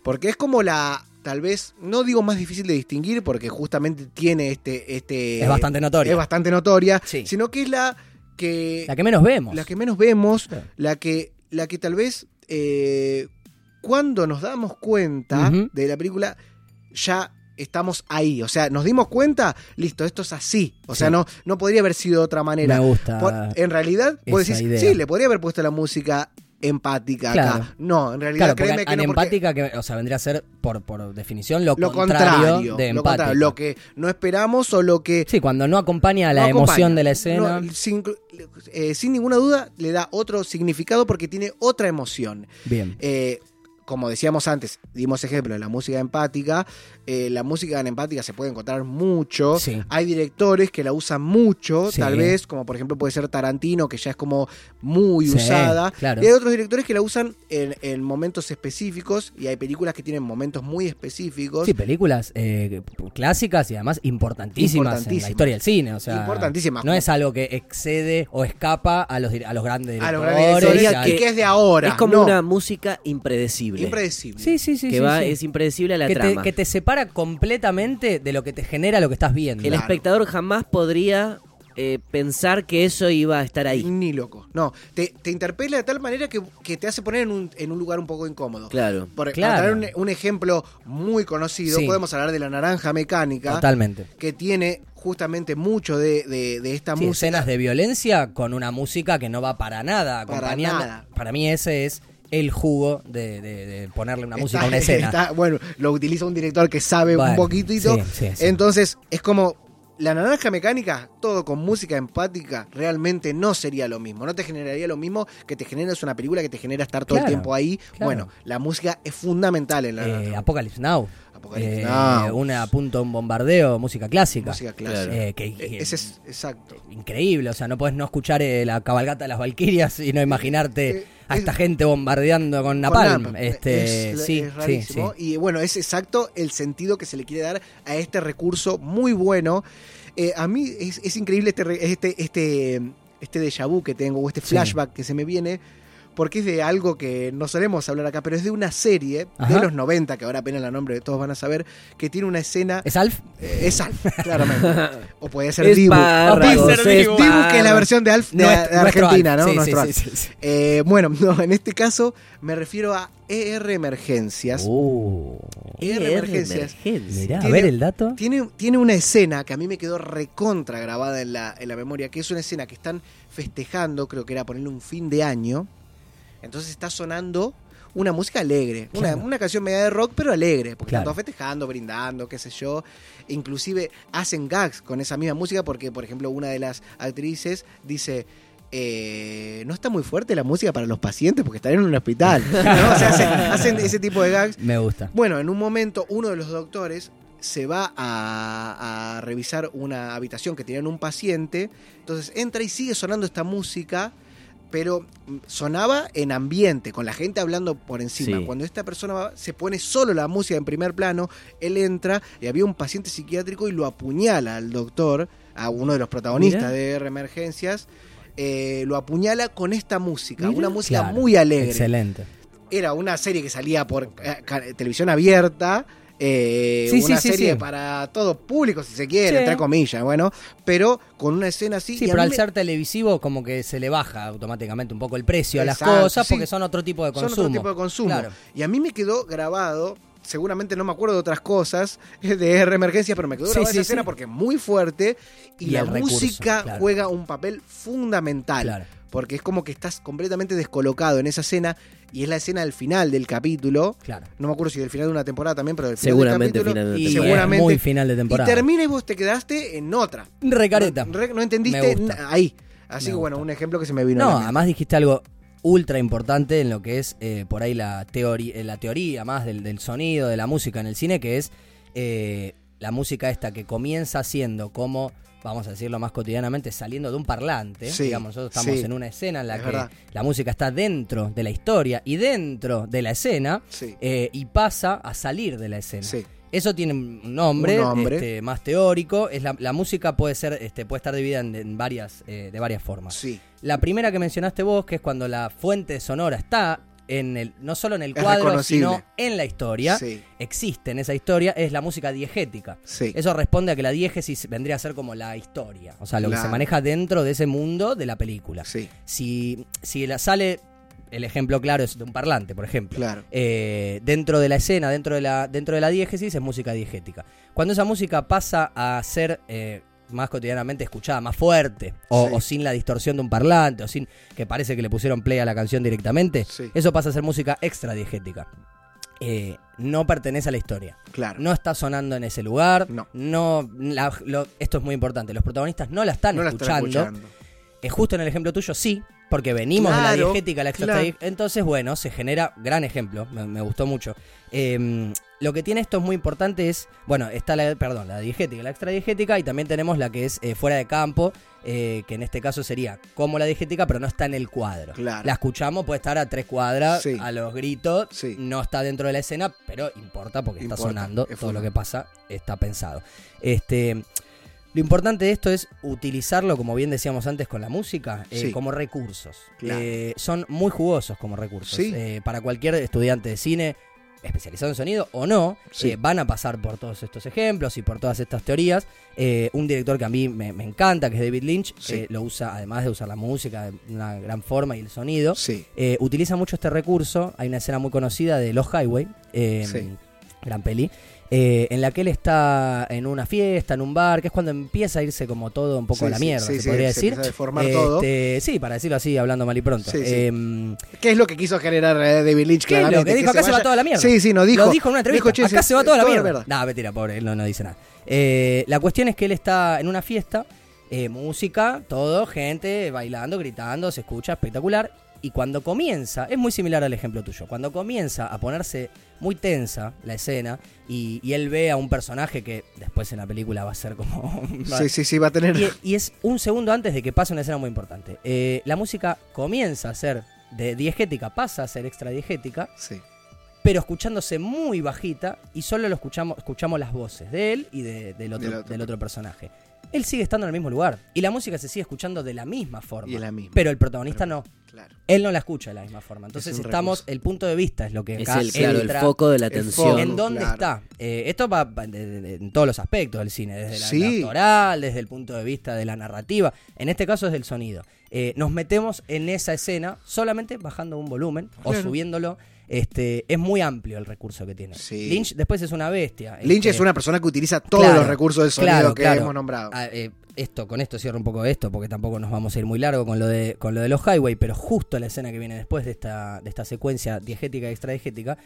S1: Porque es como la, tal vez, no digo más difícil de distinguir porque justamente tiene este... este
S2: Es bastante notoria.
S1: Es bastante notoria,
S2: Sí.
S1: sino que es la que...
S2: La que menos vemos.
S1: La que menos vemos,
S2: Claro.
S1: la que, la que tal vez eh, cuando nos damos cuenta
S2: Ujú.
S1: de la película, ya estamos ahí. O sea, nos dimos cuenta, listo, esto es así. O sea,
S2: Sí.
S1: no, no podría haber sido de otra
S2: Me
S1: manera.
S2: gusta.
S1: Por- en realidad, vos
S2: esa
S1: decís,
S2: idea.
S1: sí, le podría haber puesto la música empática
S2: Claro.
S1: acá. No, en realidad
S2: Claro, porque
S1: créeme que no, porque
S2: anempática, que, o sea, vendría a ser, por, por definición, lo,
S1: lo
S2: contrario, de
S1: lo,
S2: empática.
S1: contrario, lo que no esperamos o lo que
S2: Sí, cuando no acompaña a la
S1: No
S2: emoción
S1: acompaña.
S2: de la escena.
S1: No, sin, eh, sin ninguna duda le da otro significado porque tiene otra emoción.
S2: Bien.
S1: Eh, como decíamos antes, dimos ejemplo de la música empática. eh, la música empática se puede encontrar mucho.
S2: Sí.
S1: Hay directores que la usan mucho,
S2: Sí.
S1: tal vez, como por ejemplo puede ser Tarantino, que ya es como muy
S2: Sí,
S1: usada.
S2: claro.
S1: Y hay otros directores que la usan en, en momentos específicos y hay películas que tienen momentos muy específicos.
S2: Sí, películas eh, clásicas y además importantísimas, en la
S1: Importantísimas.
S2: historia del cine. O sea,
S1: Importantísimas.
S2: No es algo que excede o escapa a los, dir- a los grandes
S1: a los
S2: directores.
S1: grandes directores,
S2: y
S3: Sería
S2: al-
S1: que, que es de ahora.
S3: es como
S1: no,
S3: una música impredecible.
S1: impredecible.
S2: Sí, sí, sí.
S3: que
S2: sí,
S3: va,
S2: sí.
S3: es impredecible a la
S2: que, te,
S3: trama.
S2: que te separa completamente de lo que te genera lo que estás viendo.
S3: El espectador jamás podría eh, pensar que eso iba a estar ahí.
S1: Ni loco. No, te, te interpela de tal manera que, que te hace poner en un, en un lugar un poco incómodo.
S3: Claro.
S1: Por, para
S2: Claro.
S1: traer un, un ejemplo muy conocido,
S2: Sí.
S1: podemos hablar de la naranja mecánica,
S2: Totalmente.
S1: que tiene justamente mucho de, de- de esta
S2: Sí,
S1: música.
S2: escenas de violencia con una música que no va para nada
S1: Para
S2: acompañando.
S1: nada.
S2: Para mí ese es el jugo de, de- de ponerle una
S1: Está-
S2: música a una escena.
S1: está- bueno, lo utiliza un director que sabe
S2: Bueno,
S1: un poquitito.
S2: sí, sí, sí.
S1: Entonces, es como la naranja mecánica, todo con música empática, realmente no sería lo mismo. No te generaría lo mismo que te genera es una película que te genera estar todo
S2: Claro,
S1: el tiempo ahí.
S2: claro.
S1: Bueno, la música es fundamental en la
S2: Eh,
S1: naranja.
S2: Apocalypse Now.
S1: Apocalypse
S2: Eh,
S1: Now.
S2: Una punta un bombardeo, música clásica.
S1: música clásica.
S2: Eh, que- que-
S1: E- Ese es exacto.
S2: Increíble, o sea, no puedes no escuchar eh, la cabalgata de las Valquirias y no imaginarte
S1: Eh,
S2: a esta
S1: es-
S2: gente bombardeando con
S1: Con
S2: napalm.
S1: Napalm.
S2: Este,
S1: Es-
S2: sí,
S1: es
S2: sí, sí.
S1: rarísimo. Y bueno, es exacto el sentido que se le quiere dar a este recurso muy bueno. Eh, a mí es, es increíble este, re- este, este, este déjà vu que tengo, o este
S2: Sí.
S1: flashback que se me viene, porque es de algo que no solemos hablar acá, pero es de una serie
S2: Ajá.
S1: de los 90, que ahora apenas la nombre todos van a saber, que tiene una escena.
S2: ¿Es Alf?
S1: eh, es Alf, claramente. O podría ser Dibu.
S3: Espárragos,
S2: Dibu,
S1: Dibu, que es
S2: Dibu,
S1: la
S3: espárragos.
S1: versión de Alf de,
S2: Nuestro-
S1: de
S2: nuestro
S1: Argentina,
S2: Alf.
S1: ¿no?
S2: Sí,
S1: Nuestro
S2: sí,
S1: Alf.
S2: sí, sí, sí.
S1: Eh, bueno, no, en este caso me refiero a ER Emergencias.
S2: Uh,
S1: ER
S3: ER
S1: Emergencias.
S3: emergencias.
S2: mirá, a
S1: Tiene-
S2: ver el dato.
S1: Tiene, tiene una escena que a mí me quedó recontra grabada en la, en la memoria, que es una escena que están festejando, creo que era ponerle un fin de año. Entonces está sonando una música alegre, una-
S2: Claro.
S1: una, canción media de rock, pero alegre, porque
S2: Claro.
S1: están todos festejando, brindando, qué sé yo. Inclusive hacen gags con esa misma música, porque por ejemplo una de las actrices dice... eh, no está muy fuerte la música para los pacientes porque están en un hospital. ¿no? O sea, hacen- hacen ese tipo de gags
S2: Me gusta.
S1: bueno, en un momento uno de los doctores se va a, a revisar una habitación que tenían un paciente, entonces entra y sigue sonando esta música, pero mm, sonaba en ambiente, con la gente hablando por encima.
S3: Sí.
S1: Cuando esta persona va- se pone solo la música en primer plano, él entra y había un paciente psiquiátrico y lo apuñala al doctor, a uno de los protagonistas
S3: Mirá.
S1: de R Emergencias, eh, lo apuñala con esta música,
S2: Mirá.
S1: una música
S2: Claro,
S1: muy alegre
S2: Excelente.
S1: era una serie que salía por eh, ca- televisión abierta. eh,
S2: Sí, sí,
S1: una
S2: sí,
S1: serie
S2: sí.
S1: para todo público, si se quiere,
S2: Sí.
S1: entre comillas, bueno, pero con una escena así.
S2: Sí,
S1: y a
S2: pero
S1: mí
S2: al
S1: me-
S2: ser televisivo como que se le baja automáticamente un poco el precio a las
S1: Exacto,
S2: cosas
S1: sí.
S2: porque son otro tipo de consumo.
S1: Son otro tipo de consumo.
S2: Claro.
S1: Y a mí me quedó grabado, seguramente no me acuerdo de otras cosas, de R emergencia, pero me quedó
S2: Sí,
S1: grabada
S2: sí,
S1: esa escena
S2: sí.
S1: porque es muy fuerte y,
S2: Y
S1: la
S2: el recurso,
S1: música
S2: claro.
S1: juega un papel fundamental.
S2: Claro.
S1: Porque es como que estás completamente descolocado en esa escena y es la escena del final del capítulo.
S2: Claro.
S1: No me acuerdo si del final de una temporada también, pero del final
S3: Seguramente
S1: del capítulo.
S3: final de
S2: Y
S3: temporada.
S1: seguramente-
S2: es muy final de
S1: Y
S2: temporada.
S1: termina y vos te quedaste en otra.
S2: Recareta.
S1: No, re- no
S2: Me
S1: entendiste
S2: gusta.
S1: na- ahí. Así
S2: Me
S1: que bueno,
S2: gusta.
S1: un ejemplo que se me vino. a la
S2: No,
S1: mente.
S2: además dijiste algo ultra importante en lo que es eh, por ahí la, teoría la teoría más del, del sonido, de la música en el cine, que es eh, la música esta que comienza siendo como, vamos a decirlo más cotidianamente, saliendo de un parlante.
S1: Sí,
S2: Digamos, nosotros estamos
S1: sí.
S2: en una escena en la
S1: Es
S2: que
S1: verdad.
S2: la música está dentro de la historia y dentro de la escena
S1: Sí.
S2: eh, y pasa a salir de la escena.
S1: Sí.
S2: Eso tiene un nombre,
S1: Un nombre.
S2: este, más teórico. Es la, la música puede ser, este, puede estar dividida en, en varias, eh, de varias formas.
S1: Sí.
S2: La primera que mencionaste vos, que es cuando la fuente sonora está en el, no solo en el
S1: Es
S2: cuadro,
S1: reconocible.
S2: sino en la historia,
S1: Sí.
S2: existe en esa historia, es la música diegética.
S1: Sí.
S2: Eso responde a que la diégesis vendría a ser como la historia, o sea, lo que
S1: Claro.
S2: se maneja dentro de ese mundo de la película.
S1: Sí.
S2: Si, si la sale, el ejemplo claro es de un parlante, por ejemplo.
S1: Claro.
S2: Eh, dentro de la escena, dentro de la, dentro de la diégesis, es música diegética. Cuando esa música pasa a ser eh, más cotidianamente escuchada, más fuerte, o,
S1: Sí.
S2: o sin la distorsión de un parlante, o sin que parece que le pusieron play a la canción directamente,
S1: Sí.
S2: eso pasa a ser música extra diegética. Eh, no pertenece a la historia.
S1: Claro.
S2: No está sonando en ese lugar.
S1: No.
S2: la- lo- esto es muy importante. Los protagonistas no la están
S1: No la están
S2: escuchando.
S1: escuchando.
S2: Eh, justo en el ejemplo tuyo, sí. porque venimos de la
S1: Claro,
S2: diegética, a la extradigética. Entonces, bueno, se genera gran ejemplo, me, me gustó mucho. Eh, lo que tiene esto es muy importante es, bueno, está la, perdón, la diegética, la extradigética, y también tenemos la que es eh, fuera de campo, eh, que en este caso sería como la diegética, pero no está en el cuadro.
S1: Claro.
S2: La escuchamos, puede estar a tres cuadras,
S1: Sí.
S2: a los gritos,
S1: Sí.
S2: no está dentro de la escena, pero importa porque está
S1: Importa,
S2: sonando,
S1: es
S2: todo lo
S1: fundamental.
S2: que pasa está pensado. Este, lo importante de esto es utilizarlo, como bien decíamos antes, con la música, eh,
S1: Sí.
S2: como recursos.
S1: Claro.
S2: Eh, son muy jugosos como recursos.
S1: Sí.
S2: Eh, para cualquier estudiante de cine, especializado en sonido o no,
S1: Sí.
S2: eh, van a pasar por todos estos ejemplos y por todas estas teorías. Eh, un director que a mí me, me encanta, que es David Lynch,
S1: Sí.
S2: eh, lo usa, además de usar la música de una gran forma y el sonido,
S1: Sí.
S2: eh, utiliza mucho este recurso. Hay una escena muy conocida de Los Highway, eh,
S1: Sí.
S2: gran peli, eh, en la que él está en una fiesta, en un bar, que es cuando empieza a irse como todo un poco
S1: Sí,
S2: a la
S1: sí,
S2: mierda,
S1: sí,
S2: se
S1: sí,
S2: podría
S1: se
S2: decir.
S1: empieza a deformar todo.
S2: Este, Sí, para decirlo así, hablando mal y pronto.
S1: Sí, sí.
S2: Em,
S1: ¿Qué es lo que quiso generar eh, David Lynch
S2: ¿Qué es lo
S1: claramente?
S2: que dijo? Acá se va
S1: vaya-
S2: toda la mierda.
S1: Sí, sí, no dijo.
S2: Lo dijo en una entrevista.
S1: Dijo, che,
S2: Acá se va toda la mierda.
S1: verdad.
S2: No, mentira, pobre, él no, no dice nada. Eh, la cuestión es que él está en una fiesta, eh, música, todo, gente bailando, gritando, se escucha, espectacular. Y cuando comienza, es muy similar al ejemplo tuyo, cuando comienza a ponerse muy tensa la escena y, y él ve a un personaje que después en la película va a ser como... va-
S1: Sí, sí, sí, va a tener.
S2: y, y es un segundo antes de que pase una escena muy importante. Eh, la música comienza a ser de diegética, pasa a ser extradiegética
S1: Sí.
S2: pero escuchándose muy bajita y solo lo escuchamos, escuchamos las voces de él y de- del, otro,
S1: Del otro.
S2: del otro personaje. Él sigue estando en el mismo lugar y la música se sigue escuchando de la misma forma.
S1: Y es la misma.
S2: Pero el protagonista no.
S1: Claro.
S2: Él no la escucha de la misma forma. Entonces
S1: Es un
S2: estamos,
S1: recurso.
S2: el punto de vista es lo que
S3: Es
S2: acá
S3: el, claro, el
S2: entra.
S3: foco de la
S1: el
S3: atención.
S1: foco.
S2: ¿En dónde
S1: Claro.
S2: está? Eh, esto va va de- de- de- en todos los aspectos del cine, desde la- la
S1: Sí.
S2: actoral, desde el punto de vista de la narrativa. En este caso es del sonido. Eh, nos metemos en esa escena solamente bajando un volumen o
S1: Claro.
S2: subiéndolo. Este, es muy amplio el recurso que tiene.
S1: Sí.
S2: Lynch después es una bestia.
S1: Lynch
S2: Este,
S1: es una persona que utiliza todos
S2: claro,
S1: los recursos del sonido
S2: claro,
S1: que
S2: claro.
S1: hemos nombrado.
S2: Ah, eh, esto, con esto cierro un poco esto, porque tampoco nos vamos a ir muy largo con lo de, con lo de los highway, pero justo la escena que viene después de esta, de esta secuencia diegética y extradiegética,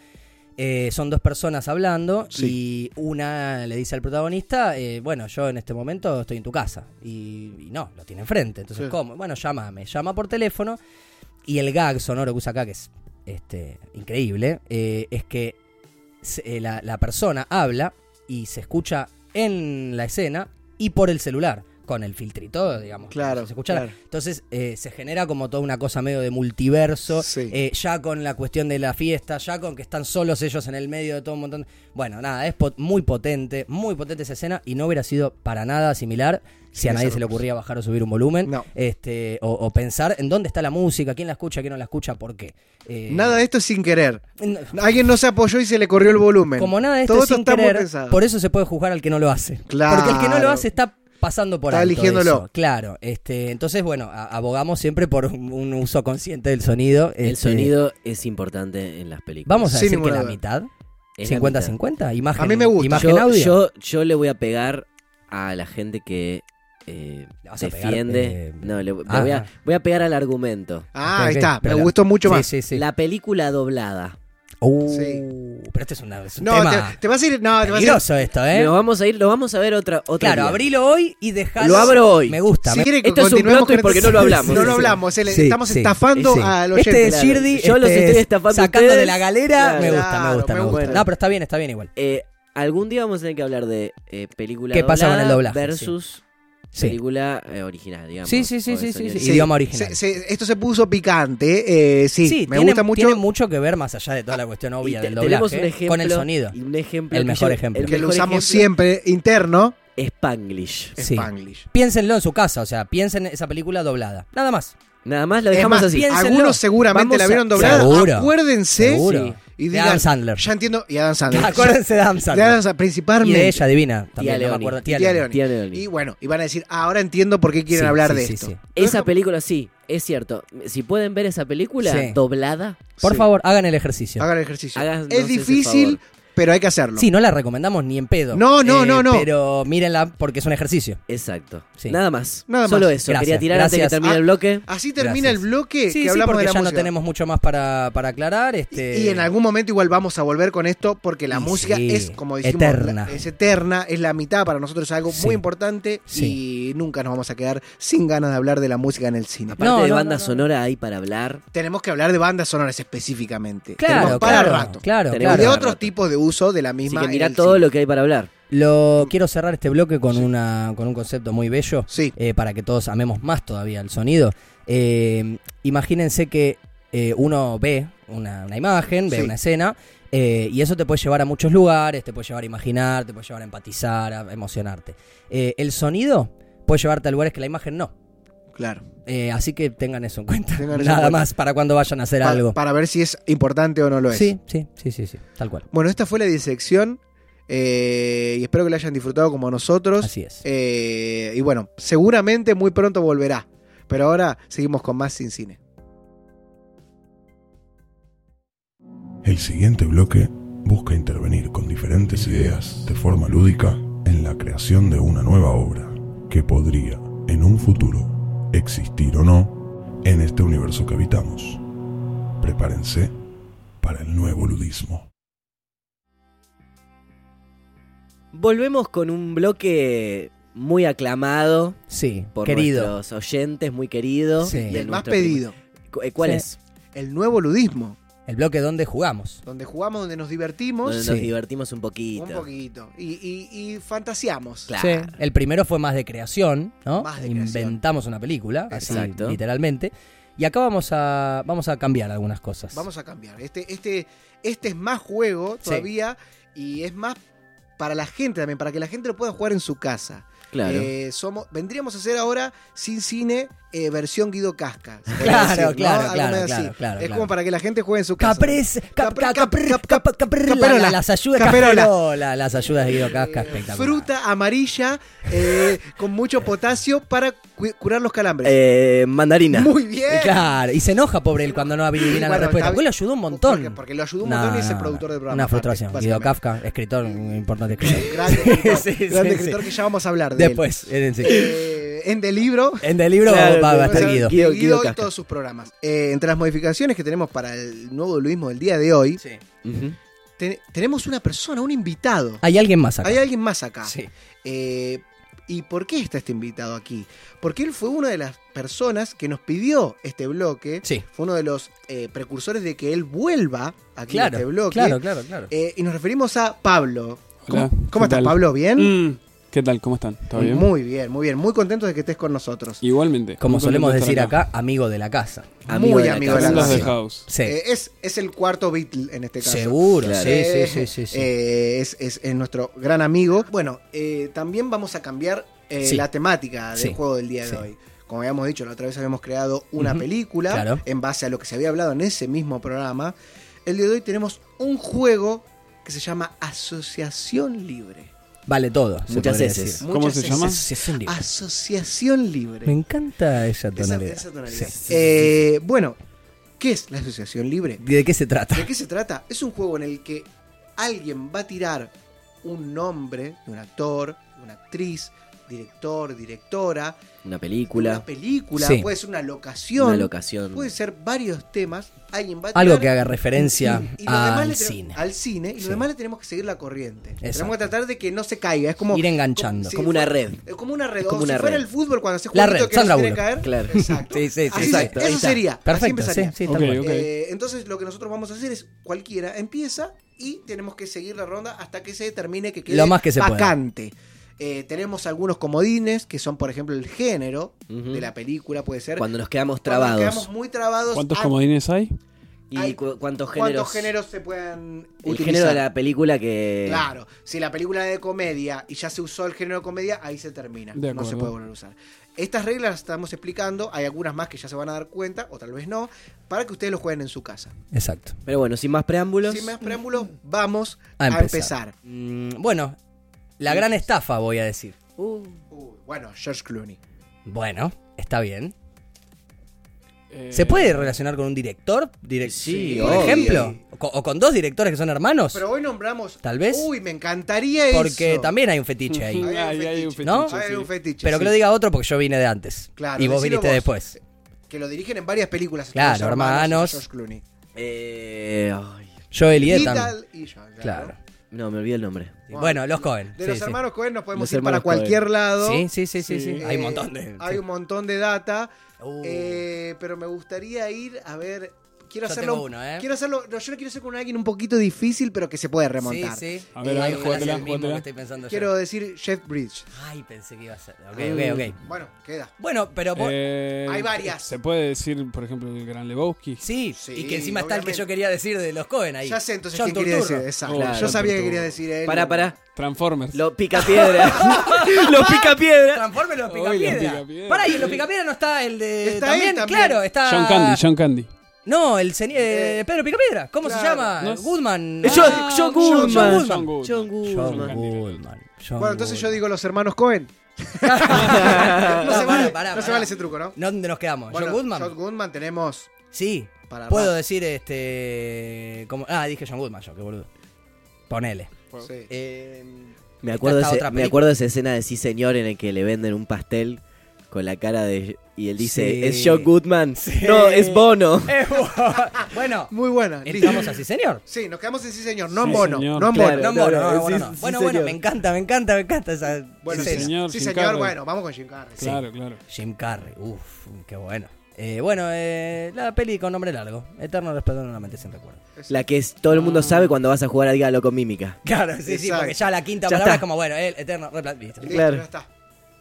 S2: eh, son dos personas hablando
S1: Sí.
S2: y una le dice al protagonista, eh, bueno, yo en este momento estoy en tu casa. Y, y no, lo tiene enfrente. Entonces,
S1: Sí.
S2: ¿cómo? Bueno, llámame. Llama por teléfono y el gag sonoro que usa acá, que es este, increíble, eh, es que se- eh, la, la persona habla y se escucha en la escena y por el celular, con el filtrito, digamos.
S1: Claro,
S2: como si Se escuchara.
S1: claro.
S2: Entonces eh, se genera como toda una cosa medio de multiverso,
S1: Sí.
S2: eh, ya con la cuestión de la fiesta, ya con que están solos ellos en el medio de todo un montón. Bueno, nada, es po- muy potente, muy potente esa escena y no hubiera sido para nada similar si a
S1: Sin
S2: nadie
S1: ese
S2: se le
S1: recurso.
S2: ocurría bajar o subir un volumen.
S1: No.
S2: Este, o, o pensar en dónde está la música, quién la escucha, quién no la escucha, por qué. Eh,
S1: Nada de esto es sin querer.
S2: no-
S1: Alguien no se apoyó y se le corrió el volumen.
S2: como nada de esto
S1: Todo
S2: es sin
S1: está muy
S2: querer,
S1: pensado.
S2: por eso se puede juzgar al que no lo hace.
S1: Claro.
S2: Porque el que no lo hace está pasando por
S1: Está
S2: alto
S1: eligiéndolo.
S2: eso. Claro, este, entonces bueno, a- abogamos siempre por un, un uso consciente del sonido.
S3: El
S2: este,
S3: sonido es importante en las películas.
S2: Vamos a
S1: Sin
S2: decir que
S1: ninguna
S2: la
S1: duda.
S2: mitad,
S3: Es la mitad.
S2: 50-50, imagen,
S1: A mí me gusta.
S2: imagen
S3: Yo,
S2: audio.
S3: yo, yo le voy a pegar a la gente que eh,
S2: Le vas a pegar,
S3: defiende.
S2: eh,
S3: no, le, le
S2: ah,
S3: voy,
S2: ah.
S3: a, voy a pegar al argumento.
S1: Ah,
S2: Ok,
S1: ahí
S2: ok.
S1: está.
S2: Pero
S1: me
S2: la-
S1: gustó mucho
S2: Sí,
S1: más.
S2: sí, sí.
S3: La película doblada.
S2: Uh,
S1: Sí.
S2: Pero este es, una- es un
S1: No,
S2: tema
S1: te, te vas a ir. No, te vas a ir.
S2: peligroso esto, ¿eh?
S3: Lo vamos a ir, lo vamos a ver otra otra.
S2: claro, abrilo hoy y dejalo.
S3: Lo abro hoy.
S2: Me gusta.
S1: Si
S2: me-
S1: quiere que
S3: Esto es un
S1: continuemos
S3: plot
S1: con
S3: twist porque
S1: este-
S3: no lo hablamos.
S1: No
S3: Sí,
S1: lo
S3: sí.
S1: hablando.
S2: Sí,
S1: estamos
S2: sí.
S1: estafando
S2: Sí.
S1: al oyente.
S2: Este
S3: Claro.
S2: Shirdi,
S3: Yo los
S2: este,
S3: estoy estafando a
S2: sacando de
S3: ustedes.
S2: la galera. me
S3: Claro,
S2: gusta, me gusta, me
S1: me
S2: gusta.
S1: gusta.
S2: No, pero está bien, está bien igual.
S3: Eh, algún día vamos a tener que hablar de eh, película
S2: ¿Qué pasa con el
S3: doblada
S2: doblaje?
S3: versus
S2: Sí.
S3: película eh, original, digamos.
S2: Sí, sí, sí,
S3: o de
S2: sí, sí,
S3: sonido
S2: sí.
S3: original.
S2: Idioma original.
S1: Se- se- esto se puso picante. eh, sí, me
S2: tiene,
S1: gusta mucho.
S2: tiene mucho que ver más allá de toda la cuestión obvia
S3: Y
S2: del
S3: te- tenemos
S2: doblaje
S3: un ejemplo,
S2: con el sonido.
S3: y un ejemplo
S2: El
S3: que
S2: mejor
S3: yo-
S2: ejemplo.
S3: el
S1: que lo
S3: mejor
S1: usamos
S3: ejemplo
S1: siempre interno.
S3: es Spanglish.
S2: Sí.
S1: Spanglish.
S2: Piénsenlo en su casa, o sea, piensen esa película doblada. Nada más.
S3: Nada más lo
S1: Es
S3: dejamos
S1: más,
S3: así.
S2: bien- piénsenlo.
S1: algunos seguramente
S3: Vamos
S1: la
S3: a-
S1: vieron doblada.
S2: Seguro.
S1: Acuérdense.
S2: Seguro.
S1: Y
S2: de
S1: digan,
S2: Adam Sandler.
S1: Ya entiendo. Y Adam Sandler.
S2: Acuérdense de Adam
S1: De Adam
S2: Sandler.
S1: Sandler,
S2: Y
S1: principalmente.
S2: de ella divina. También, no me
S3: Leoni.
S2: acuerdo.
S1: Tía Leoni.
S3: Tía Leoni.
S1: Y bueno, y van a decir, "Ah, ahora entiendo por qué quieren
S2: Sí,
S1: hablar
S2: sí,
S1: de
S2: sí,
S1: esto.
S2: sí.
S3: Esa película, sí, es cierto. Si pueden ver esa película
S2: Sí.
S3: doblada,
S2: Por
S1: Sí.
S2: favor, hagan el ejercicio.
S1: Hagan el ejercicio.
S3: Háganos
S1: es
S3: ese
S1: difícil,
S3: favor.
S1: pero hay que hacerlo.
S2: Sí, no la recomendamos ni en pedo. Eh,
S1: No, no, no, no.
S2: Pero mírenla porque es un ejercicio.
S3: Exacto.
S2: Sí.
S3: Nada más.
S1: Nada
S3: Solo
S1: más.
S3: eso.
S2: Gracias,
S3: Quería tirar antes
S2: gracias.
S3: que termine
S1: Ah,
S3: el bloque.
S1: Así termina
S2: Gracias.
S1: el bloque
S2: Sí,
S1: que
S2: sí,
S1: hablamos
S2: porque
S1: de la
S2: ya no
S1: música.
S2: tenemos mucho más para, para aclarar. Este...
S1: Y en algún momento igual vamos a volver con esto porque la
S2: Y
S1: música
S2: sí,
S1: es, como dijimos,
S2: eterna.
S1: la- es eterna, es la mitad para nosotros, es algo
S2: Sí.
S1: muy importante
S2: Sí.
S1: y nunca nos vamos a quedar sin ganas de hablar de la música en el cine.
S3: Aparte
S2: No,
S3: de
S2: no,
S3: banda
S2: no, no.
S3: sonora hay para hablar.
S1: Tenemos que hablar de bandas sonoras específicamente.
S2: Claro,
S1: Tenemos para
S2: claro,
S1: rato.
S2: claro,
S1: Y de
S3: para
S2: claro.
S1: otros
S3: rato.
S1: tipos de uso de la
S3: Así
S1: misma.
S3: que mirá
S1: en el
S3: todo
S1: cine.
S3: lo que hay para hablar.
S2: Lo quiero cerrar este bloque con una con un concepto muy bello
S1: Sí.
S2: eh, para que todos amemos más todavía el sonido. Eh, imagínense que eh, uno ve una, una imagen, ve
S1: Sí.
S2: una escena eh, y eso te puede llevar a muchos lugares, te puede llevar a imaginar, te puede llevar a empatizar, a emocionarte. Eh, el sonido puede llevarte a lugares que la imagen no.
S1: Claro.
S2: Eh, así que tengan eso en cuenta.
S1: Tengan eso en
S2: Nada
S1: cuenta.
S2: más para cuando vayan a hacer
S1: Pa-
S2: algo.
S1: Para ver si es importante o no lo es.
S2: Sí, sí, sí, sí, sí, tal cual.
S1: Bueno, esta fue la disección eh, y espero que la hayan disfrutado como nosotros.
S2: Así es.
S1: Eh, y bueno, seguramente muy pronto volverá. Pero ahora seguimos con más sin cine.
S5: El siguiente bloque busca intervenir con diferentes ideas de forma lúdica en la creación de una nueva obra que podría, en un futuro, existir o no en este universo que habitamos. Prepárense para el nuevo ludismo.
S3: Volvemos con un bloque muy aclamado
S2: Sí,
S3: por
S2: querido.
S3: nuestros oyentes, muy querido.
S2: Sí.
S3: de
S2: Y
S1: El más
S3: nuestro-
S1: pedido,
S3: Cu- eh, ¿Cuál
S2: Sí.
S3: es?
S1: el nuevo ludismo,
S2: El bloque donde jugamos.
S1: donde jugamos, donde nos
S3: Donde
S1: divertimos
S2: Sí.
S3: nos divertimos un poquito.
S1: un poquito y, y- y fantaseamos.
S3: Claro.
S2: Sí, el primero fue más de creación, ¿no?
S1: Más de creación.
S2: Inventamos una película, así,
S3: Exacto.
S2: literalmente. Y acá vamos a, vamos a cambiar algunas cosas.
S1: Vamos a cambiar. Este, este, este es más juego todavía y es más para la gente también, para que la gente lo pueda jugar en su casa.
S3: Claro.
S1: Eh, somos, vendríamos a hacer ahora sin cine eh, versión Guido Casca. se podría
S2: Claro,
S1: decir, ¿no?
S2: claro,
S1: Algo
S2: claro,
S1: medio así.
S2: claro, claro,
S1: Es
S2: claro.
S1: como para que la gente juegue en su casa.
S2: Capres, cap,
S1: Capre-
S2: cap-
S1: cap-
S2: cap-
S1: cap-
S2: cap- capre-
S1: caperola.
S2: la- las ayudas
S1: Caperola.
S2: caperola, las ayudas de Guido Casca,
S1: Eh,
S2: espectacular.
S1: fruta amarilla eh, con mucho potasio para cu- curar los calambres.
S3: Eh, mandarina.
S1: Muy bien.
S2: Y Eh, Claro, y se enoja pobre él cuando no adivina la
S1: Bueno,
S2: respuesta.
S1: está
S2: Porque
S1: bien.
S2: lo ayudó un montón.
S1: Porque, porque lo ayudó un montón
S2: No,
S1: y es
S2: no,
S1: el
S2: no.
S1: productor del programa.
S2: Una
S1: aparte,
S2: frustración. Guido
S1: básicamente.
S2: Kafka, escritor, un importante escritor.
S1: Gran escritor,
S2: Sí, sí,
S1: gran
S2: sí.
S1: escritor que ya vamos a hablar de él.
S2: Después, en, sí.
S1: Eh, en del libro.
S2: en el libro va,
S3: Claro,
S2: va a
S3: después
S2: estar
S3: en-
S2: Guido.
S1: Guido,
S3: Guido
S1: y
S3: Casca.
S1: todos sus programas. Eh, entre las modificaciones que tenemos para el nuevo Luismo del día de hoy,
S2: Sí.
S3: Ujú.
S1: te- tenemos una persona, un invitado.
S2: Hay alguien más acá.
S1: Hay alguien más acá.
S2: Sí.
S1: Eh, ¿Y por qué está este invitado aquí? Porque él fue una de las personas que nos pidió este bloque.
S2: Sí.
S1: Fue uno de los eh, precursores de que él vuelva aquí a
S2: Claro,
S1: este bloque.
S2: claro, claro, claro.
S1: Eh, y nos referimos a Pablo. ¿Cómo,
S6: Hola,
S1: cómo
S6: ¿qué
S1: estás,
S6: tal?
S1: Pablo? ¿Bien?
S6: Mm, ¿Qué tal? ¿Cómo están? ¿Todo bien?
S1: Muy bien, muy bien. Muy contentos de que estés con nosotros.
S6: Igualmente.
S2: Como
S6: muy
S2: solemos
S6: contento de
S2: decir
S6: estar
S2: acá, amigo de la casa.
S1: Muy amigo de la
S6: Friend of the
S1: casa.
S6: House.
S2: Sí.
S1: Eh, es, es el cuarto Beatle en este caso.
S2: Seguro,
S3: Claro.
S2: sí, sí, sí, sí, sí.
S1: Eh, es, es- es nuestro gran amigo. Bueno, eh, también vamos a cambiar eh,
S2: Sí.
S1: la temática del
S2: Sí.
S1: juego del día de
S2: Sí.
S1: hoy. Como habíamos dicho, la otra vez habíamos creado una
S2: Ujú.
S1: película
S2: Claro.
S1: en base a lo que se había hablado en ese mismo programa. El día de hoy tenemos un juego que se llama Asociación Libre.
S2: Vale todo. se
S3: Muchas
S2: podría
S3: veces.
S2: decir.
S6: ¿Cómo
S1: Muchas
S6: se llama?
S1: veces.
S2: Asociación libre.
S1: Asociación Libre.
S2: Me encanta esa
S1: Ah, Esa-
S2: tonalidad.
S1: esa tonalidad.
S2: Sí.
S1: Eh, bueno, ¿qué es la Asociación Libre?
S2: ¿De qué se trata?
S1: ¿De qué se trata? Es un juego en el que alguien va a tirar un nombre de un actor, de una actriz, director, directora,
S3: Una
S1: de
S3: película.
S1: una película,
S2: Sí.
S1: puede ser una locación,
S3: Una locación.
S1: puede ser varios temas. Alguien va a tirar
S2: Algo que haga referencia
S1: y lo demás
S2: al
S1: le tenemos-
S2: cine.
S1: al cine y
S2: Sí.
S1: lo demás le tenemos que seguir la corriente. Tenemos que
S2: Exacto.
S1: tratar de que no se caiga. Es como
S2: Ir enganchando.
S1: si
S3: Como una
S1: fuera-
S3: red.
S1: es como una red.
S3: Es como
S1: o
S3: una
S1: si fuera
S3: red.
S1: el fútbol cuando se
S2: La
S1: juega un
S2: red,
S1: que no se
S2: Sandra
S1: quiere
S2: Bullock.
S1: caer.
S3: Claro.
S1: Exacto.
S2: Sí, sí, sí.
S1: Así
S2: sí.
S1: se-
S3: exacto.
S1: Eso
S2: Ahí está.
S1: sería. Así
S2: Perfecto, sí,
S1: empezaría.
S2: sí,
S6: Ok,
S2: tal cual.
S6: ok.
S1: Eh, entonces lo que nosotros vamos a hacer es cualquiera empieza y tenemos que seguir la ronda hasta que se determine que quede
S2: Lo más que se pueda.
S1: vacante. Eh, tenemos algunos comodines que son, por ejemplo, el género
S3: Ujú.
S1: de la película, puede ser.
S3: Cuando nos quedamos
S1: Cuando nos
S3: trabados.
S1: quedamos muy trabados.
S6: ¿Cuántos
S1: a
S6: comodines hay?
S1: Ay,
S3: ¿Y cu- cuántos géneros?
S1: ¿Cuántos géneros se pueden
S3: El
S1: utilizar?
S3: género de la película que.
S1: Claro, si la película era de comedia y ya se usó el género de comedia, ahí se termina.
S6: De
S1: No se
S6: acuerdo.
S1: puede volver a usar. Estas reglas las estamos explicando, hay algunas más que ya se van a dar cuenta, o tal vez no, para que ustedes lo jueguen en su casa.
S2: Exacto.
S3: Pero bueno, sin más preámbulos.
S1: Sin más preámbulos, vamos
S2: A
S1: a,
S2: empezar.
S1: empezar.
S2: Mm, bueno, la gran estafa, voy a decir.
S1: Uh. Uy, bueno, George Clooney.
S2: Bueno, está bien.
S6: Eh,
S2: ¿Se puede relacionar con un director? Direc-
S3: Sí,
S2: por
S1: obvio.
S2: ejemplo. O co- o con dos directores que son hermanos.
S1: Pero hoy nombramos.
S2: Tal vez.
S1: Uy, me encantaría
S2: porque
S1: eso.
S2: también hay un fetiche ahí.
S1: Ahí hay un
S6: Ahí hay
S1: fetiche.
S6: un fetiche,
S2: ¿No?
S6: sí.
S1: Hay un fetiche.
S2: Pero
S1: sí.
S2: que lo diga otro porque yo vine de antes.
S1: Claro,
S2: y vos
S1: decilo
S2: viniste
S1: vos.
S2: después.
S1: Que lo dirigen en varias películas.
S2: Claro,
S1: estos
S2: hermanos.
S1: George Clooney.
S3: Eh, ay,
S2: Joel y Ethan.
S1: Vidal y Joan, claro.
S2: Claro.
S3: no, me olvidé el nombre.
S2: Bueno, los Cohen.
S1: De
S2: sí,
S1: los
S2: sí.
S1: hermanos Cohen nos podemos
S3: Los
S1: ir para
S3: hermanos Coen.
S1: cualquier lado.
S2: Sí, sí, sí, sí, sí.
S6: Sí.
S2: Hay un
S1: Eh,
S2: montón de.
S1: Hay
S2: sí.
S1: un montón de data.
S2: Uh.
S1: eh, pero me gustaría ir a ver. Quiero
S2: Yo
S1: hacerlo.
S2: tengo uno, ¿eh?
S1: Quiero hacerlo. no, yo lo quiero hacer con alguien un poquito difícil, pero que se puede remontar.
S2: Sí, sí.
S6: A ver,
S2: Y
S6: a ver,
S2: ojalá
S6: jugatela,
S2: sea el mismo
S6: jugatela.
S2: que estoy pensando yo.
S1: Quiero decir Jeff Bridge.
S2: Ay, pensé que iba a ser. Ok, ok, ok.
S1: Eh, Bueno, queda.
S2: Bueno, pero. vos-
S6: eh,
S1: hay varias.
S6: Se puede decir, por ejemplo, el Gran Lebowski.
S2: sí,
S1: sí,
S2: y que encima está el que
S1: obviamente.
S2: yo quería decir de los Cohen ahí.
S1: Ya sé entonces
S2: John
S1: quién quería
S2: Turturro.
S1: decir. Exacto.
S6: Oh,
S1: Yo
S6: claro,
S1: sabía que
S6: Turturro.
S1: quería decir él.
S3: Pará, pará.
S6: Transformers.
S3: Lo pica piedra. lo pica piedra.
S2: Transforme en los
S6: Uy, los
S2: picapiedra.
S6: Picapiedra.
S2: Pará, y en los picapiedra no está el de.
S1: Está
S2: también,
S1: él también.
S2: claro, está.
S6: John Candy, John Candy.
S2: No, el señor. eh,
S1: Eh,
S2: Pedro Picapiedra. ¿Cómo se
S1: claro.
S2: llama?
S6: No es-
S2: Goodman.
S3: Eh, John-
S2: Ah, John- John
S3: John Goodman.
S2: Goodman.
S6: John
S3: John
S6: Goodman.
S2: John
S3: Goodman.
S2: Goodman. John
S1: Bueno, entonces yo
S2: Goodman.
S1: digo los hermanos Cohen. No, se,
S2: pará,
S1: vale,
S2: pará,
S1: no se
S2: pará.
S1: vale ese truco, ¿no?
S2: ¿No- ¿Dónde nos quedamos?
S1: Bueno,
S2: ¿John Goodman?
S1: John Goodman tenemos.
S2: Sí.
S1: Para
S2: Puedo
S1: rato.
S2: decir este. Como... Ah, dije John Goodman, yo, qué boludo. Ponele.
S1: Sí.
S2: Eh,
S3: Me acuerdo,
S2: Esta
S3: ese-
S2: otra
S3: me
S2: película.
S3: acuerdo de esa escena de Sí Señor en el que le venden un pastel con la cara de... Y él dice,
S2: Sí.
S3: es Joe Goodman.
S2: Sí.
S3: No, es Bono.
S2: eh, bueno,
S1: Muy buena. listo.
S2: ¿estamos así, señor?
S1: Sí, nos quedamos en sí, señor. No en
S6: Sí,
S1: bono.
S6: señor.
S1: No en
S3: Claro.
S1: bono.
S2: No, bueno,
S3: no,
S2: no, bueno,
S3: sí, sí,
S2: bueno,
S3: sí,
S2: bueno,
S3: señor.
S2: me encanta, me encanta, me encanta esa
S1: Bueno,
S2: escena.
S1: sí, señor.
S6: señor,
S1: Sí,
S6: Jim
S1: señor.
S6: Carrey.
S1: Bueno, vamos con Jim Carrey.
S6: Claro, claro.
S2: Jim Carrey, uff, qué bueno. Eh, bueno, eh, la peli con nombre largo, Eterno Resplandor de una mente sin recuerdo.
S3: La que es- todo el
S2: Ah.
S3: mundo sabe cuando vas a jugar al Galo con mímica.
S2: Claro, sí, sí,
S1: Exacto.
S2: porque ya la quinta
S3: Ya
S2: palabra
S3: está.
S2: es como, bueno, el Eterno Resplandor, listo.
S1: Listo,
S3: Claro.
S1: ya está.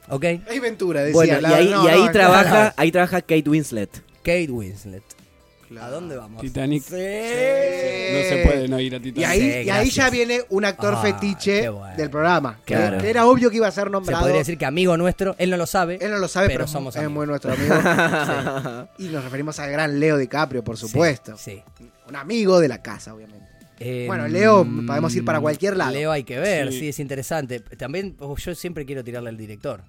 S2: Ok,
S1: Es Ventura, decía.
S3: Bueno,
S1: la-
S3: y ahí,
S1: no,
S3: y ahí
S1: no,
S3: trabaja, ahí trabaja Kate Winslet.
S2: Kate Winslet,
S1: claro.
S2: ¿a dónde vamos?
S6: Titanic.
S2: Sí.
S1: Sí.
S6: No se puede no ir a
S1: Y
S6: Titanic.
S1: ahí,
S2: Sí,
S1: y ahí
S2: gracias.
S1: ya viene un actor
S2: Ah, qué
S1: fetiche
S2: bueno.
S1: del programa. que-
S3: Claro.
S1: Que era obvio que iba a ser
S2: Se
S1: nombrado.
S2: podría decir que amigo nuestro, él no lo sabe.
S1: Él no lo sabe,
S2: pero
S1: pero,
S2: somos
S1: es
S2: amigos.
S1: muy nuestro amigo. Y nos referimos al gran Leo DiCaprio, por
S2: Sí,
S1: supuesto.
S2: Sí.
S1: Un amigo de la casa, obviamente.
S2: Eh,
S1: Bueno, Leo,
S2: mm,
S1: podemos ir para cualquier lado.
S2: Leo hay que ver, sí,
S6: Sí.
S2: es interesante. También oh, yo siempre quiero tirarle al director.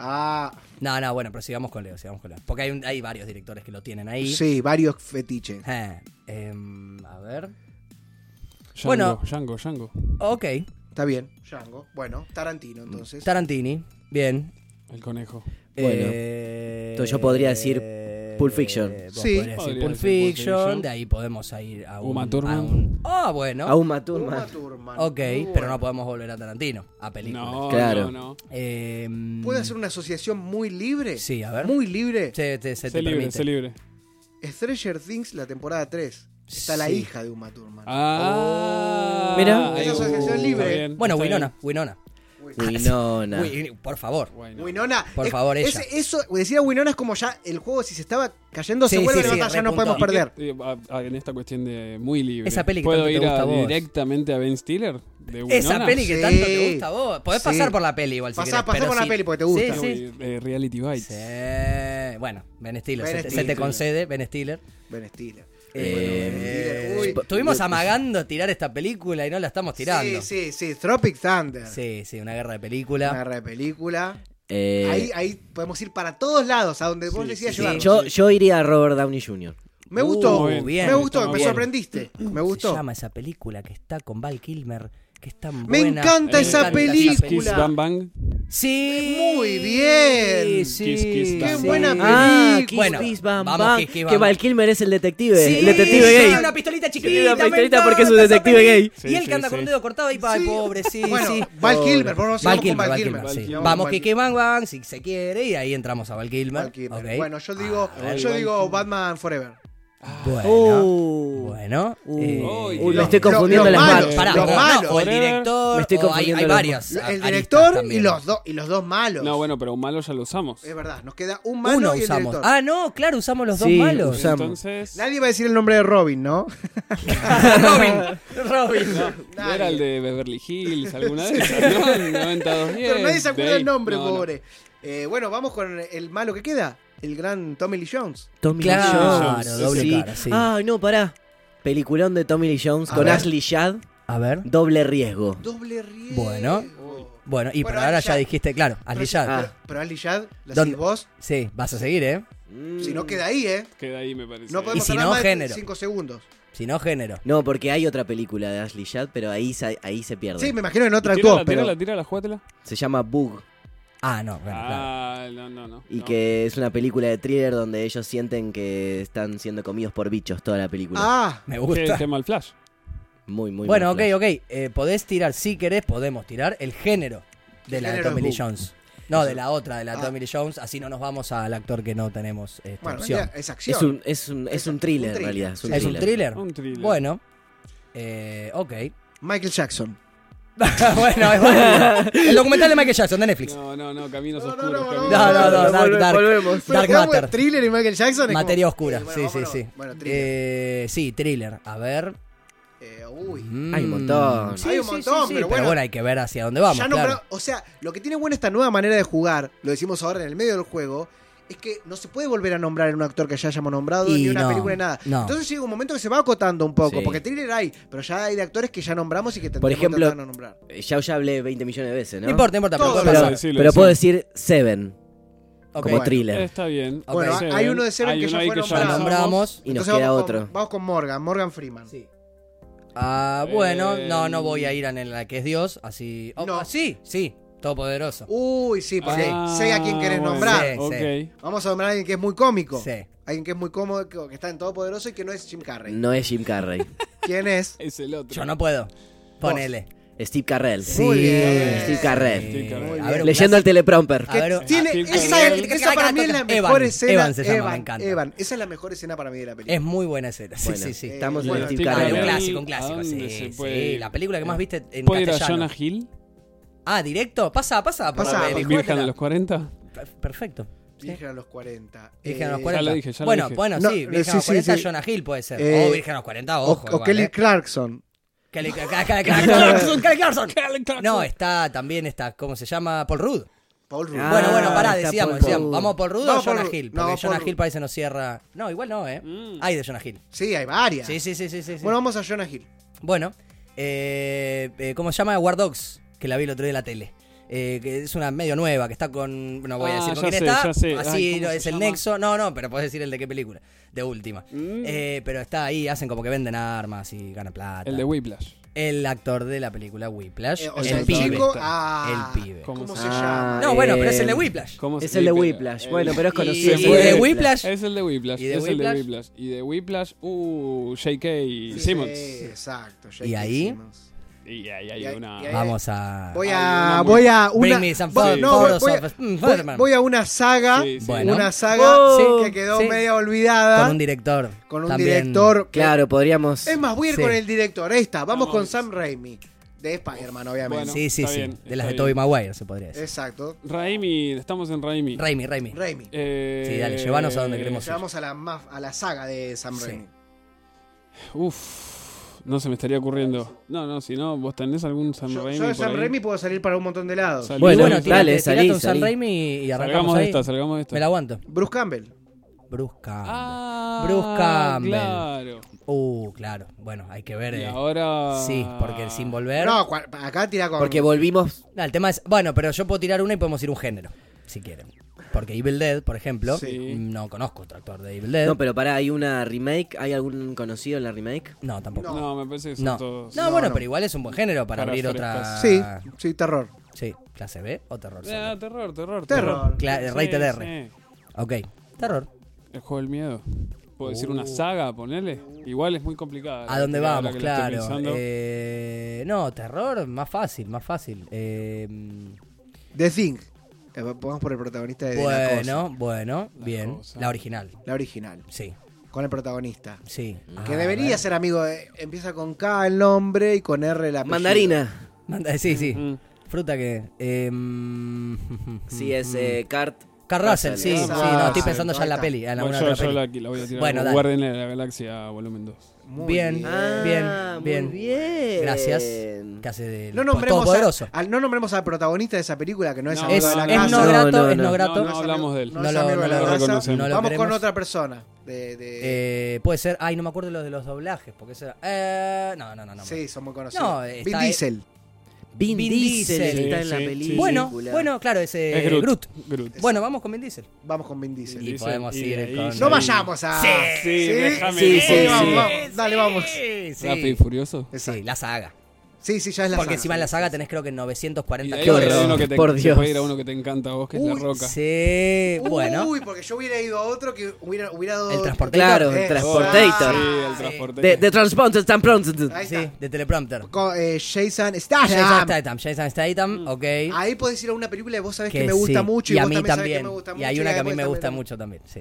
S1: Ah,
S2: No, no, bueno, pero sigamos con Leo, sigamos con Leo. Porque hay, un- hay varios directores que lo tienen ahí.
S1: sí, varios fetiches.
S2: Eh, em, a ver.
S6: Django,
S2: Bueno.
S6: Django, Django.
S2: Ok,
S1: Está bien. Django. Bueno, Tarantino, entonces.
S2: Tarantini, bien.
S6: El conejo.
S3: Bueno,
S2: Eh,
S3: entonces yo podría decir Pulp Fiction.
S2: vos
S1: Sí.
S2: podrías decir
S6: Podría
S2: Pulp
S6: decir Pulp
S2: Fiction,
S6: Fiction.
S2: de ahí podemos a ir a un...
S6: Uma
S2: a
S6: Thurman.
S2: un- Ah, bueno.
S3: A Uma
S1: Uma
S3: Thurman.
S1: Thurman.
S2: Ok,
S1: Muy Ah, bueno.
S2: pero no podemos volver a Tarantino, a películas.
S6: No,
S3: Claro.
S6: no, no.
S2: Em,
S1: ¿Puede hacer una asociación muy libre?
S2: Sí, a ver.
S1: Muy libre.
S2: Se, se- se
S6: Sé
S2: te
S6: libre,
S2: permite.
S6: sé libre.
S1: Stranger Things, la temporada 3. Está la
S2: Sí.
S1: hija de Uma Thurman.
S6: Ah,
S3: Mirá.
S6: ahí
S1: Oh. Esa
S6: está.
S1: asociación libre.
S6: Está bien,
S2: Bueno,
S6: está bien.
S2: Winona, Winona.
S3: Winona.
S2: Wi- por favor.
S6: Bueno.
S1: Winona.
S2: Por
S1: es-
S2: favor, ella.
S1: es- eso, decir a Winona es como ya el juego, si se estaba cayendo, se
S2: Sí,
S1: vuelve
S2: sí,
S1: a
S2: sí,
S1: levantar, ya no
S2: repuntó.
S1: podemos perder.
S6: Eh, a- a- en esta cuestión de muy libre.
S2: Esa peli que
S6: ¿Puedo
S2: tanto te
S6: ir a-
S2: gusta a vos.
S6: directamente a Ben Stiller? De Winona?
S2: Esa peli que tanto te
S1: Sí.
S2: gusta a vos. Podés
S1: Sí.
S2: pasar por la peli igual si
S1: Pasá-
S2: querés,
S1: pasá
S2: pero
S1: por la
S2: sí.
S1: peli pues. porque te gusta.
S2: Sí,
S6: Uy,
S2: sí.
S6: eh, Reality Bites.
S2: Sí. Bueno, Ben Stiller.
S1: Ben
S2: se, te- se
S1: Stiller.
S2: te concede, Ben Stiller.
S1: Ben Stiller.
S2: Eh,
S1: Uy.
S2: estuvimos amagando tirar esta película y no la estamos tirando.
S1: Sí, sí, sí. Tropic Thunder.
S2: Sí, sí, una guerra de
S1: Una
S2: película.
S1: re película.
S3: Eh,
S1: ahí, ahí podemos ir para todos lados, a donde vos
S6: Sí,
S1: decías
S2: sí,
S1: llevarnos.
S3: yo, yo iría a Robert Downey Jr.
S1: Me gustó.
S6: Uh, bien,
S1: me gustó,
S6: está
S1: me
S6: bien.
S1: sorprendiste. Me
S2: Se
S1: gustó.
S2: llama esa película que está con Val Kilmer, que es tan
S1: Me
S2: buena.
S1: encanta
S6: Eh,
S1: esa
S6: Kiss,
S1: película.
S6: Kiss, Bang Bang.
S2: Sí.
S1: Muy bien.
S2: Sí.
S6: Kiss, Kiss,
S1: Qué
S6: Sí.
S1: buena
S3: Ah,
S1: película.
S3: Kiss,
S2: Bueno,
S3: Kiss, Bam,
S2: vamos,
S3: Bam,
S2: Kiss, Kiss,
S3: Que
S2: Bam,
S3: Val
S2: Bam.
S3: Kilmer es el detective.
S2: Sí,
S3: el detective
S2: lleva
S3: gay.
S2: una pistolita chiquita.
S3: Lleva una
S2: me
S3: pistolita
S2: encanta
S3: porque es un
S2: esa
S3: detective
S2: peli.
S3: gay.
S6: Sí,
S2: y él
S6: sí,
S2: que anda con
S6: sí.
S2: un dedo cortado ahí, ay,
S1: Sí.
S2: pobre, sí,
S1: Bueno,
S2: sí.
S1: Val
S2: Pobre.
S1: Kilmer, por favor,
S2: Val
S1: sigamos con
S2: Kilmer,
S1: Val
S2: Val
S1: Kilmer.
S2: Kilmer, sí.
S6: Val
S2: Vamos,
S1: Kilmer.
S2: que que van, van, si se quiere, y ahí entramos a Val Kilmer.
S1: Val Kilmer.
S2: Ok.
S1: Bueno, yo digo,
S6: Ah,
S1: yo
S6: Val
S1: digo Batman Forever.
S2: Ah, Bueno,
S1: Oh.
S3: Uh.
S2: bueno, eh,
S3: Uh.
S6: Uy,
S3: Uy,
S6: Lo-
S3: me estoy
S1: lo-
S3: confundiendo
S1: lo
S3: las
S1: malo,
S3: manos.
S2: Pará,
S1: oh, Los
S2: no,
S1: malos.
S2: o el director,
S3: Me estoy
S2: o hay, hay
S3: confundiendo los-
S2: varias. a-
S1: El
S2: aristas
S1: director y
S2: también.
S1: los, dos y los dos malos.
S6: No, bueno, pero un malo ya lo usamos.
S1: Es verdad, nos queda un malo
S2: Uno
S1: y el
S2: usamos.
S1: director.
S2: Ah, no, claro, usamos los dos
S3: Sí,
S2: malos.
S3: usamos.
S6: Entonces.
S1: Nadie va a decir el nombre de Robin, ¿no?
S2: Robin, Robin.
S6: No era el de Beverly Hills, alguna de esas, ¿no? El 9210.
S1: Pero nadie se acuerda el
S6: Dave.
S1: nombre,
S6: No, no.
S1: pobre. Eh, bueno, vamos con el malo que queda. El gran Tommy Lee Jones.
S3: Tommy Lee
S2: Claro,
S3: Jones.
S2: doble
S3: sí.
S2: cara, sí.
S3: Ay, no, pará. Peliculón de Tommy Lee Jones
S1: A
S3: con
S1: ver.
S3: Ashley Shad.
S2: A ver,
S3: Doble riesgo.
S1: Doble riesgo.
S2: Bueno. bueno, y
S1: Bueno,
S2: pero ahora
S1: Ali
S2: ya
S1: Shah.
S2: dijiste, claro,
S1: Pero-
S2: Ali Shah.
S1: Pero, pero Ali Shad, la
S2: ¿Dónde?
S3: Ah.
S1: seguís vos.
S2: Sí, vas a seguir, ¿eh?
S1: Si no queda ahí, ¿eh?
S6: Queda ahí, me parece.
S1: No podemos
S2: si
S1: hablar
S2: no,
S1: más de
S2: género.
S1: 5 segundos.
S2: Si no, género.
S3: No, porque hay otra película de Ashley Judd, pero ahí, se- ahí se pierde.
S1: Sí, me imagino que no
S6: Tírala,
S1: trancó, pero
S6: tírala, tírala, jugátela.
S3: Se llama Bug.
S2: Ah, no, bueno, claro.
S6: Ah, no, no, no.
S3: Y
S6: no.
S3: que es una película de thriller donde ellos sienten que están siendo comidos por bichos toda la película.
S1: Ah,
S2: Me
S6: Che, el
S2: gusta.
S6: tema del flash.
S3: Muy, muy
S2: Bueno, ok,
S3: mal flash.
S2: ok. Eh, podés tirar, si querés, podemos tirar el género de la de
S1: Género
S2: Tommy Lee
S1: boom.
S2: Jones. No, de la otra, de la
S1: Ah.
S2: Tommy Lee Jones. Así no nos vamos al actor que no tenemos esta
S1: bueno,
S2: opción.
S1: mentira, es acción.
S3: Es un, es un, es un thriller,
S1: un thriller,
S3: en realidad. Es un
S1: sí.
S2: ¿Es
S3: thriller.
S2: un thriller?
S6: Un thriller.
S2: Bueno. Eh, ok.
S1: Michael Jackson.
S2: bueno, es válido. El documental de Michael Jackson de Netflix.
S6: No, no, no, caminos
S1: No, no,
S6: oscuros.
S1: no,
S6: caminos-
S2: No, no, no, Dark,
S3: Volve-
S2: Dark,
S3: volvemos.
S1: Pero
S2: Dark
S1: qué bueno,
S2: Matter.
S1: thriller y Michael Jackson. es como-
S2: Materia oscura,
S1: Eh, bueno,
S2: sí,
S1: vámonos.
S2: sí, sí.
S1: Bueno, thriller.
S2: Eh, sí, thriller. A ver.
S1: Eh, uy.
S2: Mm.
S3: Hay un montón.
S1: Hay un montón, pero bueno.
S2: hay que ver hacia dónde vamos.
S1: Ya
S2: claro.
S1: nombrado- O sea, lo que tiene bueno esta nueva manera de jugar, lo decimos ahora en el medio del juego, es que no se puede volver a nombrar en un actor que ya hayamos nombrado,
S2: Y
S1: ni una
S2: no,
S1: película, ni nada.
S2: no.
S1: Entonces llega un momento que se va acotando un poco,
S3: Sí.
S1: porque thriller hay, pero ya hay de actores que ya nombramos y que tendremos
S3: ejemplo,
S1: que tratar de no nombrar.
S3: Eh, Ya, ya hablé 20 millones de veces, ¿no?
S2: No importa, no importa, pero
S1: Todo
S2: puede
S1: lo
S2: pasar.
S6: Sí, sí, lo
S3: Pero
S6: decimos.
S3: puedo decir Seven
S2: Ok.
S3: como
S1: Bueno.
S3: thriller.
S6: Eh,
S2: Eh.
S6: Está bien.
S2: Ok.
S1: Bueno,
S6: Seven.
S1: hay uno de Seven
S6: Hay
S1: que
S6: uno
S1: ya
S6: ahí
S1: fue
S2: Lo
S1: nombrado.
S2: nombramos.
S3: Y nos
S1: Entonces
S3: queda
S1: vamos
S3: otro.
S1: Con, vamos con Morgan, Morgan Freeman.
S2: Ah, bueno, no, no
S6: Eh,
S2: voy a ir en la que es Dios, así. Oh,
S1: No.
S2: ah, sí, sí, todopoderoso.
S1: Uy, sí, porque
S6: Ah,
S1: sé a quién querés
S6: bueno.
S1: nombrar.
S2: Sí.
S6: Ok.
S1: Vamos a nombrar a alguien que es muy cómico.
S2: Sí.
S1: Alguien que es muy cómodo, que que está en Todopoderoso y que no es Jim Carrey.
S3: No es Jim Carrey.
S1: ¿Quién es?
S6: Es el otro.
S2: Yo no puedo. Ponele.
S3: Steve Carrell.
S2: Sí.
S1: Muy bien.
S3: Steve Carrell.
S6: Steve Carell.
S2: A ver, un
S3: Leyendo al
S2: clásico.
S3: teleprompter.
S2: A ver,
S1: Tiene,
S6: Ah, sí,
S1: esa,
S6: claro.
S1: esa para mí es la mejor
S2: Evan,
S1: escena.
S2: Evan se llama, me
S1: Evan,
S2: encanta.
S1: Evan. esa es la mejor escena para mí de la película.
S2: Es muy buena escena. Sí,
S3: Bueno,
S2: sí, sí.
S3: Estamos en
S1: Bueno,
S3: Steve
S6: Steve
S2: Ah,
S3: Carell.
S2: un
S6: Carell.
S2: clásico, un
S6: ¿A
S2: clásico.
S6: dónde
S2: Sí,
S6: se
S2: sí.
S6: puede ir?
S2: La película que más viste en
S6: ¿Puede ir a
S2: castellano.
S6: Jonah Hill?
S2: Ah, directo. Pasa, pasa. por
S1: Pasa,
S2: la peli,
S6: Virgen
S2: jugátela.
S6: a los 40.
S2: Per- Perfecto. Sí.
S1: Virgen a los 40.
S2: Virgen a
S1: Eh,
S2: los 40.
S6: lo dije, ya lo
S2: bueno,
S6: dije.
S2: bueno,
S1: No,
S2: sí,
S1: no,
S2: Virgen a los
S1: sí, sí,
S2: 40
S1: sí.
S2: Jonah Hill puede ser.
S1: Eh,
S2: o Virgen a los 40,
S1: O,
S2: ojo.
S1: o
S2: igual,
S1: Kelly
S2: eh.
S1: Clarkson.
S2: Kelly Cla- Cla- Cla- Cla- Clarkson. Kelly Clarkson. No, está también está, ¿cómo se llama? Paul Rudd.
S1: Paul Rudd.
S3: Ah,
S2: bueno, bueno, pará,
S3: está
S2: decíamos,
S3: Paul
S2: decíamos.
S3: Rudd.
S2: ¿Vamos a Paul Rudd
S1: No,
S2: o Jonah
S1: Paul Rudd.
S2: Hill?
S1: No,
S2: Porque
S1: Paul
S2: Jonah
S1: Rudd.
S2: Hill parece que no cierra. No, igual no, ¿eh? Hay de Jonah Hill.
S1: Sí, hay varias.
S2: Sí, sí, sí, sí. sí, sí.
S1: Bueno,
S2: Bueno,
S1: vamos a Jonah Hill.
S2: eh, eh, ¿cómo se llama? War Dogs, que la vi el otro día en la tele. Eh, que es una medio nueva, que está con. No voy a
S6: Ah,
S2: decir con
S6: ya
S2: quién
S6: sé,
S2: está.
S6: ya sé. Ay,
S2: Así
S6: ¿cómo
S2: no,
S6: se
S2: es el
S6: llama? Mm.
S2: nexo. No, no, pero podés decir el de qué película. De última. Eh, pero está ahí, hacen como que venden armas y ganan plata.
S6: El de Whiplash.
S2: El actor de la película Whiplash.
S1: Eh, o
S2: el,
S1: sea, el
S2: pibe.
S1: chico-
S2: El
S1: ah,
S2: pibe.
S6: ¿Cómo
S1: ¿Cómo,
S6: se
S1: se
S3: llama?
S1: llama?
S2: No, bueno, pero es el de
S3: Eh,
S2: Whiplash.
S6: ¿Cómo
S3: Es
S6: se
S3: el de
S6: dice?
S3: Whiplash. Bueno, pero es
S2: Y,
S3: conocido.
S2: y
S6: fue.
S2: de
S6: Whiplash.
S2: Whiplash.
S6: Es el de Whiplash.
S2: ¿Y de
S6: es el de
S2: Whiplash?
S6: Whiplash. Y de Whiplash, uh, J.K.
S1: Sí,
S6: Simmons.
S1: sí, exacto. J.K.
S2: ¿Y ahí?
S1: Simmons.
S6: Y ahí
S1: Y
S6: hay
S1: ahí-
S6: una.
S1: y ahí-
S2: Vamos a.
S1: Voy
S6: Hay
S1: a.
S6: una muy-
S1: Voy a
S2: Bring
S1: una.
S2: me some
S1: voy-
S2: photos
S1: no, voy, voy a,
S2: of- mm,
S1: voy- voy a una saga.
S6: Sí, sí.
S2: Bueno.
S1: Una saga
S2: Sí,
S1: que quedó
S2: sí.
S1: media olvidada.
S2: Con un director.
S1: con un
S2: también.
S1: director.
S3: Claro, podríamos.
S1: Es más, voy a ir
S2: Sí.
S1: con el director. Ahí está. Vamos
S6: Vamos.
S1: con Sam Raimi. De Spider-Man, obviamente.
S6: Bueno.
S2: Sí, sí,
S6: Está
S2: sí.
S6: bien,
S2: de las
S6: está
S2: de Tobey
S6: bien.
S2: Maguire, se podría decir.
S1: Exacto.
S6: Raimi, estamos en Raimi.
S2: Raimi, Raimi.
S1: Raimi.
S6: Eh,
S2: Sí, dale, llévanos a donde queremos ir.
S1: Llegamos a la, ma- a la saga de Sam
S2: Sí.
S1: Raimi.
S6: Uf, no se me estaría ocurriendo. No, no, si no, vos tenés algún Sam
S1: Yo,
S6: Raimi.
S1: yo de
S6: por
S1: Sam
S6: ahí?
S1: Raimi puedo salir para un montón de lados.
S6: Salí.
S2: Y
S3: Bueno,
S2: bueno,
S3: dale,
S2: tirate,
S3: salí,
S2: tirate un San
S3: salí.
S2: Raimi y arrancamos
S6: Salgamos de
S2: ahí.
S6: esta, salgamos de esta.
S2: Me la aguanto.
S1: Bruce Campbell.
S2: Brusca.
S6: Ah,
S2: Bruce Campbell.
S6: Claro.
S2: Uh, claro. Bueno, hay que ver.
S6: Y
S2: eh.
S6: ahora.
S2: Sí, porque sin volver.
S1: No, cua- acá tira con.
S3: Porque volvimos.
S2: No, el tema es. Bueno, pero yo puedo tirar una y podemos ir un género, si quieren. Porque Evil Dead, por ejemplo,
S6: Sí.
S2: no conozco otro actor de Evil Dead.
S3: No, pero pará, hay una remake. ¿Hay algún conocido en la remake?
S2: No, tampoco.
S6: No, me parece que son
S2: No.
S6: todos.
S2: No,
S1: No,
S2: bueno,
S1: no.
S2: pero igual es un buen género para
S6: Caras
S2: abrir otra.
S6: frescas.
S1: sí, sí, terror.
S2: Sí, clase B o terror.
S6: Ah,
S2: solo.
S6: terror, terror.
S1: Terror.
S2: Cla-
S6: Sí,
S2: rated R.
S6: sí.
S2: Ok, terror.
S6: El juego del miedo. Puedo decir una saga, ponele. Igual es muy complicada.
S2: Uh. ¿A dónde
S6: Ahora
S2: vamos?
S6: que la estoy
S2: Claro.
S6: pensando.
S2: Eh, no, terror, más fácil, más fácil. Eh,
S1: The Thing. Eh, Vamos por el protagonista Eh, de la cosa,
S2: bueno, bueno, bien.
S6: cosa.
S2: La original,
S1: La original.
S2: sí,
S1: Con el protagonista.
S2: sí.
S1: Que
S2: Ah,
S1: debería
S2: a
S1: ser amigo de. Empieza con K el nombre y con R la
S3: Mandarina.
S2: ver. Manda- Sí, sí.
S6: Mm.
S2: Fruta que. Eh,
S3: Sí,
S2: Mm,
S3: es eh, Kurt.
S2: Carl Russell, sí,
S1: Russell.
S2: sí, no, estoy
S1: Ah,
S2: pensando ya en la
S1: ahí está.
S2: peli, en
S6: Bueno,
S2: alguna
S6: yo,
S2: otra
S6: yo
S2: peli.
S6: la, la voy a tirar.
S2: Bueno, dale.
S6: Guardian de la Galaxia, volumen 2.
S1: Muy
S2: Bien.
S3: Ah,
S2: Bien, bien.
S3: muy bien.
S2: Gracias. Que hace de
S1: No nombremos,
S2: poderoso.
S1: a- al, no nombremos al protagonista de esa película que no es
S6: No,
S1: amigo
S2: Es,
S1: de la
S2: es
S1: casa.
S2: no grato,
S3: No, no,
S2: es
S3: no.
S2: no grato.
S6: No, no hablamos de él.
S1: No,
S2: No
S1: es
S2: lo-
S1: amigo de
S2: no
S1: la
S6: lo
S1: casa.
S6: reconocemos.
S2: No lo
S1: Vamos con
S2: queremos.
S1: otra persona. De, de-
S2: Eh, puede ser, ay, no me acuerdo los de los doblajes, porque ese era- eh, no, no, no, no.
S1: sí, son muy conocidos.
S2: No,
S1: Vin
S2: está-
S1: Diesel.
S2: Vin
S3: Vin,
S2: Vin
S3: Diesel,
S2: Diesel.
S3: está en la
S6: Sí, sí,
S3: película.
S6: sí.
S2: Bueno, bueno, claro, ese
S6: Es
S2: Eh,
S6: Groot.
S2: Groot.
S6: Groot.
S2: Bueno, vamos con Vin Diesel.
S1: Vamos con Vin Diesel.
S2: Y
S6: Diesel,
S2: podemos
S6: y
S2: ir
S6: ahí
S2: con-
S6: ya-
S1: No vayamos a.
S2: Sí,
S6: sí, déjame.
S1: sí,
S3: Sí,
S1: sí,
S3: sí,
S1: vamos,
S3: sí.
S1: vamos. Dale, vamos.
S2: Sí, sí.
S6: Rápido y furioso.
S2: Sí,
S1: Exacto.
S2: la saga.
S1: Sí, sí, ya es la
S2: Porque
S1: saga.
S2: encima en la saga tenés creo que 940
S6: ahí
S3: qué
S6: va a ir
S3: horror,
S6: uno que te-
S3: por
S6: se
S3: Dios.
S6: puede ir a uno que te encanta a vos, que es
S1: Uy,
S6: La Roca.
S2: Sí, bueno.
S1: Uy, porque yo hubiera ido a otro que hubiera, hubiera dado.
S2: El transporte.
S3: Claro,
S1: Eh,
S3: el
S6: Sí,
S3: Transportator.
S6: el transporte.
S3: De, de Transponder, tan pronto.
S1: Ahí está.
S2: Sí, de teleprompter.
S1: Con, eh, Jason Statham.
S2: Jason Statham, Jason
S6: Mm.
S2: Statham, ok.
S1: Ahí podés ir a una película que vos sabés que, me gusta
S2: sí.
S1: mucho y,
S2: y, a
S1: vos
S2: mí
S1: también sabés
S2: también.
S1: que me gusta mucho.
S2: y hay una que a mí
S1: después
S2: me
S1: también-
S2: gusta mucho también, sí.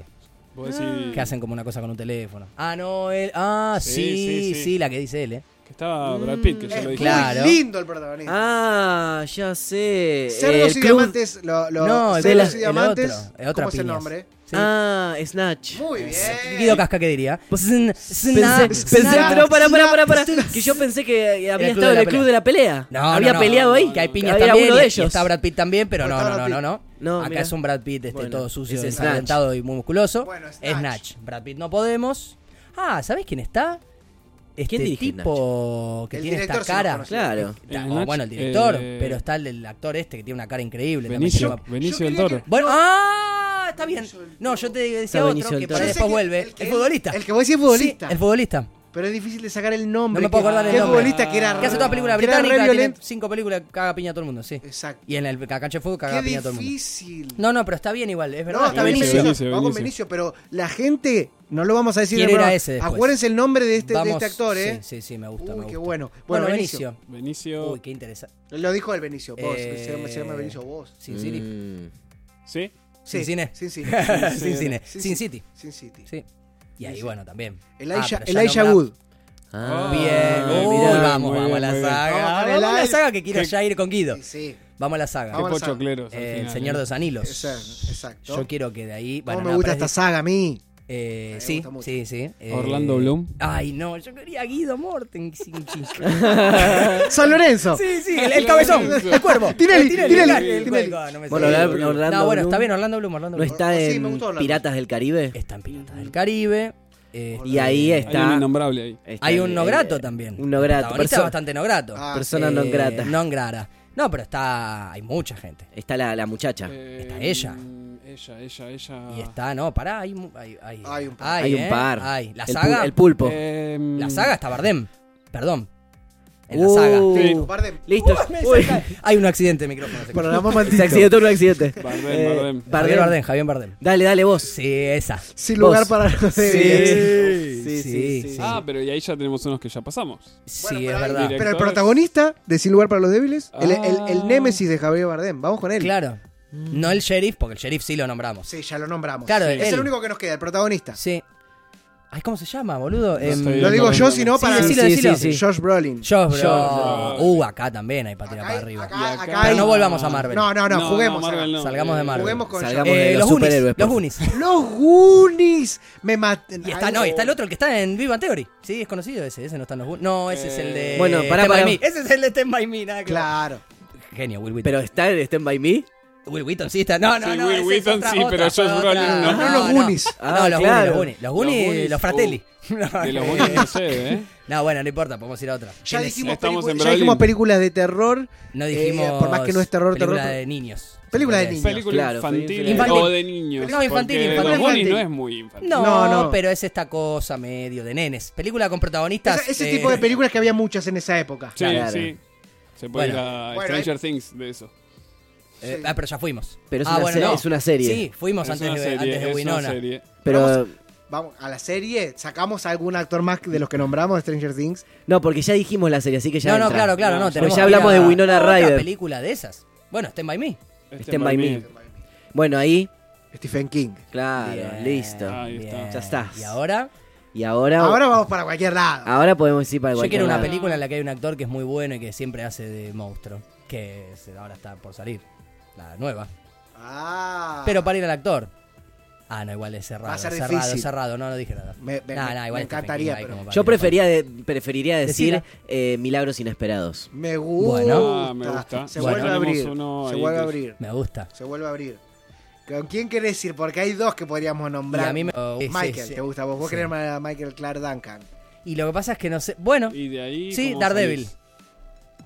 S6: Vos decís
S2: Que hacen como una cosa con un teléfono. Ah, no, él. Ah, sí,
S6: Sí,
S2: sí,
S6: sí, sí.
S2: la que dice él, ¿eh?
S6: que estaba Brad Pitt, que
S1: Es
S6: yo lo
S1: muy
S6: dije.
S2: Claro.
S1: lindo el protagonista. Eh,
S3: Ah, ya sé.
S1: Cerdos
S3: El
S1: y
S3: club-
S1: diamantes. Lo, lo-
S2: no, el,
S1: Cerdos y
S2: el
S1: diamantes.
S2: otro. el otra
S1: ¿Cómo es el
S2: piñas.
S1: nombre? eh.
S2: Sí.
S3: Ah, Snatch.
S1: Muy bien.
S2: Guido Casca, ¿qué diría? Pues Sn-
S3: Pensé,
S2: snack,
S3: pensé-
S2: snack.
S3: no, para, para, para, para. Que yo pensé que había
S2: El club
S3: estado
S2: de
S3: en
S2: la
S3: el club
S2: pelea.
S3: de la pelea.
S2: No,
S3: había
S2: no, no,
S3: peleado ahí.
S2: Que hay piñas
S3: había
S2: también.
S3: uno
S2: y-
S3: de
S2: y
S3: ellos.
S2: está Brad Pitt también, pero no,
S1: Está
S2: no, no,
S1: Brad
S2: no, no.
S3: No,
S2: Acá
S3: mira.
S2: es un Brad Pitt este,
S3: Bueno,
S2: todo sucio,
S3: es Snatch.
S2: ensangrentado y muy musculoso.
S1: Bueno, Snatch.
S2: es Snatch. Brad Pitt no podemos. Ah, ¿sabes quién está? Este
S3: ¿Quién dirige
S2: tipo que
S1: El
S2: tiene esta
S1: director se lo
S2: cara.
S1: conoce.
S3: Claro.
S2: Está-
S6: El
S2: o
S6: Snatch,
S2: bueno, el director,
S6: eh,
S2: pero está el, el actor este que tiene una cara increíble. también se
S6: Benicio,
S2: llama-
S6: Benicio
S1: Yo
S6: del
S1: quería
S6: Toro.
S1: que-
S2: Bueno, ah, está bien.
S1: Benicio del
S2: No, yo te
S3: Está
S2: decía otro
S3: Benicio
S2: que
S3: del
S2: por
S1: Yo
S2: ahí
S3: Toro.
S1: sé
S2: después
S1: que
S2: vuelve. El,
S1: el que-
S2: futbolista.
S1: El que vos decís es futbolista.
S2: Sí, el futbolista.
S1: Pero es difícil de sacar el nombre.
S2: No me puedo
S1: que-
S2: acordar el
S1: que
S2: nombre.
S1: futbolista que era
S2: Que hace todas películas
S1: que era re
S2: británicas, tiene
S1: violento.
S2: cinco películas, caga piña a todo el mundo, sí.
S1: Exacto.
S2: Y en el cancha de fútbol caga
S1: Qué
S2: piña a todo el mundo.
S1: difícil.
S2: No, no, pero está bien igual, es verdad.
S1: No, está
S6: Benicio,
S1: Benicio.
S6: Benicio,
S1: Vamos con Benicio,
S6: Benicio.
S1: pero la gente, no lo vamos a decir.
S2: Quiero
S1: en el
S2: ir a
S1: programa.
S2: ese después.
S1: Acuérdense el nombre de este, de
S2: Vamos-
S1: este actor, ¿eh?
S2: Sí, sí, sí, me gusta.
S1: Uy,
S2: me
S1: qué
S2: gusta.
S1: bueno. Bueno,
S2: Bueno,
S1: Benicio.
S2: Benicio.
S6: Benicio.
S2: Uy, qué interesante.
S1: Lo dijo el Benicio, vos.
S2: Eh,
S1: Se, llama, se llama Benicio vos.
S2: Sin City.
S3: Mm.
S6: ¿Sí?
S2: Sin
S1: Sí,
S2: cine.
S1: Sin cine.
S2: Sin cine.
S1: Sin
S2: Sin
S1: cine.
S2: City.
S1: Sin City.
S2: Sí. Y ahí, bueno, también.
S1: Elijah,
S2: Ah, pero ya
S1: Elijah
S2: nombrá-
S1: Wood.
S3: Ah,
S2: Bien.
S6: Ah,
S2: Uy,
S6: mirá,
S2: vamos, vamos
S6: muy
S2: a la
S6: bien, muy bien.
S1: Vamos
S2: saga.
S1: con
S2: Vamos a la
S1: Elijah.
S2: saga que quiero ya ir con Guido.
S1: Sí, sí.
S2: Vamos a la saga.
S6: Qué
S1: Vamos a la saga.
S6: pochocleros. al
S2: Eh, El
S6: final,
S2: Señor de los Anilos.
S1: Exacto. exacto.
S2: Yo quiero que de ahí.
S1: ¿Cómo
S2: bueno,
S1: me
S2: no,
S1: gusta
S2: pero
S1: esta
S2: es-
S1: saga a mí?
S2: eh,
S1: me
S2: sí,
S1: gusta mucho.
S2: sí, sí, eh,
S6: Orlando Bloom.
S2: Ay, no, yo quería a Guido Mortensen. chico.
S1: San Lorenzo.
S2: sí, sí, el, el cabezón, el cuervo.
S1: Tinelli,
S2: el
S1: Tinelli,
S2: el- el
S1: Tinelli.
S2: cuervo, ah, no me
S3: Bueno,
S2: sale.
S3: Orlando
S2: No, bueno,
S3: Bloom
S2: está bien, Orlando Bloom, Orlando Este,
S3: ¿No
S2: Bloom.
S3: está
S1: Sí, me
S3: en
S1: gustó Orlando.
S3: Piratas del Caribe?
S2: Está en Piratas del Caribe. eh,
S3: Y ahí
S6: Hay un
S3: está.
S6: innombrable ahí.
S3: está
S2: hay
S3: el-
S2: un
S3: el-
S2: nograto también.
S3: Un nograto.
S2: Protagonista
S3: Perso-
S2: bastante eh, nograto.
S1: Ah,
S3: Persona non grata.
S2: Non grata. No, pero está. Hay mucha gente.
S3: Está la, la muchacha.
S6: Eh,
S2: Está ella.
S6: mm, Ella, ella, ella.
S2: Y está, no, pará, hay. mu- Hay, hay,
S1: Hay un par.
S3: Hay un
S2: eh,
S3: par.
S2: hay. La
S3: El pu-
S2: saga.
S3: El pulpo.
S6: Eh,
S2: La
S6: mm,
S2: saga está Bardem. Perdón. En la
S3: Uh,
S2: saga.
S6: Sí.
S1: Guarden.
S3: Listo. Uy,
S2: Hay un accidente de micrófono. se-
S1: Programamos
S3: se
S1: maldito.
S3: accidentó en un accidente.
S6: Bardem,
S3: Eh,
S6: Bardem.
S2: Javier Bardem, Javier Bardem.
S3: Dale, dale vos.
S2: Sí, esa.
S1: Sin lugar
S3: Vos.
S1: para los débiles.
S3: Sí,
S2: Sí,
S3: sí,
S2: sí,
S3: sí.
S2: sí.
S6: Ah, pero y ahí ya tenemos unos que ya pasamos.
S1: Bueno,
S2: sí,
S1: pero
S2: es
S1: hay-
S2: verdad.
S1: Pero el
S6: Directores.
S1: protagonista de Sin lugar para los débiles, el, el,
S6: Ah.
S1: el némesis de Javier Bardem. Vamos con él.
S2: Claro.
S3: Mm.
S2: No el sheriff, porque el sheriff sí lo nombramos.
S1: Sí, ya lo nombramos.
S2: Claro,
S1: es
S2: él.
S1: el único que nos queda, el protagonista.
S2: Sí. Ay, ¿cómo se llama, boludo? Em,
S6: estoy-
S1: Lo digo
S6: no,
S1: yo,
S6: no,
S1: si
S6: no.
S1: no, para.
S2: decilo,
S1: Sí,
S2: decilo.
S1: sí, sí. Josh Brolin.
S2: Josh, bro.
S6: Josh, bro.
S2: Uh, acá también hay para tirar
S1: Acá hay-
S2: para arriba. Eh,
S1: Ah, acá-
S6: Y acá-
S2: Pero no
S1: hay-
S2: volvamos a Marvel.
S1: No, no, no, juguemos.
S6: Marvel
S1: acá.
S6: no.
S2: Salgamos de Marvel.
S1: Juguemos con
S3: Salgamos
S1: Josh.
S3: de
S2: Eh,
S3: los
S2: los Unis.
S3: superhéroes, pues.
S2: Los
S3: por
S2: Unis.
S1: Los Goonies. Me maten.
S2: Y está,
S1: Ay,
S2: no, y está el otro, el que está en Viva Theory. Sí, es conocido ese. Ese no está en los Goonies. No, ese es el de.
S3: Bueno, pará,
S2: Stand by
S3: pará.
S2: Me. Ese es el de Stand By Me, nada que ver.
S1: Claro.
S2: Genio, Will Wheaton.
S3: Pero está en Stand By Me.
S2: Will Wheaton sí está. No, no,
S6: Sí,
S2: no.
S6: Will
S2: ese es
S6: Wheaton
S2: otra-
S6: sí,
S2: otra-
S6: pero Josh
S2: otra-
S6: Brolin no.
S1: No, los Goonies.
S2: No,
S3: Ah,
S2: los
S3: claro.
S2: Goonies, los
S6: Los
S2: Goonies. Los Goonies,
S6: Goonies, uh,
S2: los Fratelli.
S6: De los buenos no sé, ¿eh?
S2: No, bueno, no importa, podemos ir a otra.
S1: Ya
S2: ¿Quién es?
S1: dijimos,
S6: Estamos
S1: pelicu-
S6: en
S1: ya
S6: Berlín.
S1: dijimos películas de terror.
S2: No
S1: eh,
S2: dijimos.
S1: por más que no es terror,
S2: película
S1: terror.
S2: de niños.
S1: Película de
S2: Sí,
S1: niños.
S6: Película
S3: Claro,
S6: infantil,
S2: película
S6: o
S2: infantil.
S6: de niños.
S2: No, infantil,
S6: porque
S2: infantil.
S6: Los Goonies no
S1: Infantil.
S6: es muy infantil.
S2: No,
S1: No, no.
S2: pero es esta cosa medio de nenes. Película con
S1: Esa-
S2: protagonistas.
S1: ese
S2: eh,
S1: tipo de películas que había muchas en esa época.
S6: Sí,
S3: Claro.
S6: sí. Se puede
S2: Bueno.
S6: ir a
S1: Bueno,
S6: Stranger Things de eso.
S2: eh, ah, pero ya fuimos.
S3: Pero es
S2: Ah,
S3: una
S2: bueno,
S3: se-
S2: no.
S3: es una serie.
S2: Sí, fuimos
S6: Es
S2: antes
S6: una
S2: de,
S6: serie,
S2: antes de
S6: es una
S2: Winona.
S6: serie.
S3: Pero
S1: Vamos a la serie. Sacamos a algún actor más de los que nombramos de Stranger Things.
S3: no, porque ya dijimos la serie, así que ya
S2: no, no,
S3: entra.
S2: claro, claro, no.
S6: Porque
S1: Pues
S2: Tenemos
S3: ya hablamos
S2: que ir a-
S3: de Winona
S2: otra
S3: Ryder.
S2: película de esas. Bueno, Stand By Me.
S6: Este
S3: Stand by me. Bueno, ahí,
S1: Stephen King.
S3: claro,
S2: Bien,
S3: listo.
S6: Ahí está.
S3: Ya estás.
S2: Y ahora,
S3: Y ahora ahora,
S1: Ahora vamos para cualquier
S2: Ah.
S1: lado.
S3: podemos ir para
S2: yo
S3: cualquier
S2: quiero una
S3: lado.
S2: película en la que hay un actor que es muy bueno y que siempre hace de monstruo. Que es- ahora está por salir. La nueva.
S1: Ah.
S2: Pero para ir al actor. Ah, no, igual es cerrado.
S1: Va a ser
S2: cerrado,
S1: difícil.
S2: cerrado. No, no dije nada.
S1: Me- me-
S2: Nah, nah,
S1: me
S2: igual Stephen King
S1: encantaría,
S2: va ahí
S1: pero-
S2: como para
S3: Yo
S2: ir al-
S3: preferiría de- preferiría decir
S2: Decila.
S3: eh, Milagros Inesperados.
S1: Me gusta.
S2: Bueno.
S6: Ah, me gusta.
S1: Se
S2: Bueno,
S1: vuelve a abrir.
S6: tenemos uno
S1: Se
S6: ahí
S1: vuelve a
S6: que-
S1: abrir.
S2: Me gusta.
S1: Se vuelve a abrir. ¿Con quién querés ir? Porque hay dos que podríamos
S2: Y
S1: nombrar.
S2: a mí me- oh, sí,
S1: Michael,
S2: sí, sí.
S1: ¿te gusta? ¿Vos, vos
S2: Sí.
S1: querés a Michael Clark Duncan?
S2: Y lo que pasa es que no sé. Bueno,
S6: Y de ahí.
S2: sí,
S6: ¿cómo
S2: Daredevil.
S6: salís?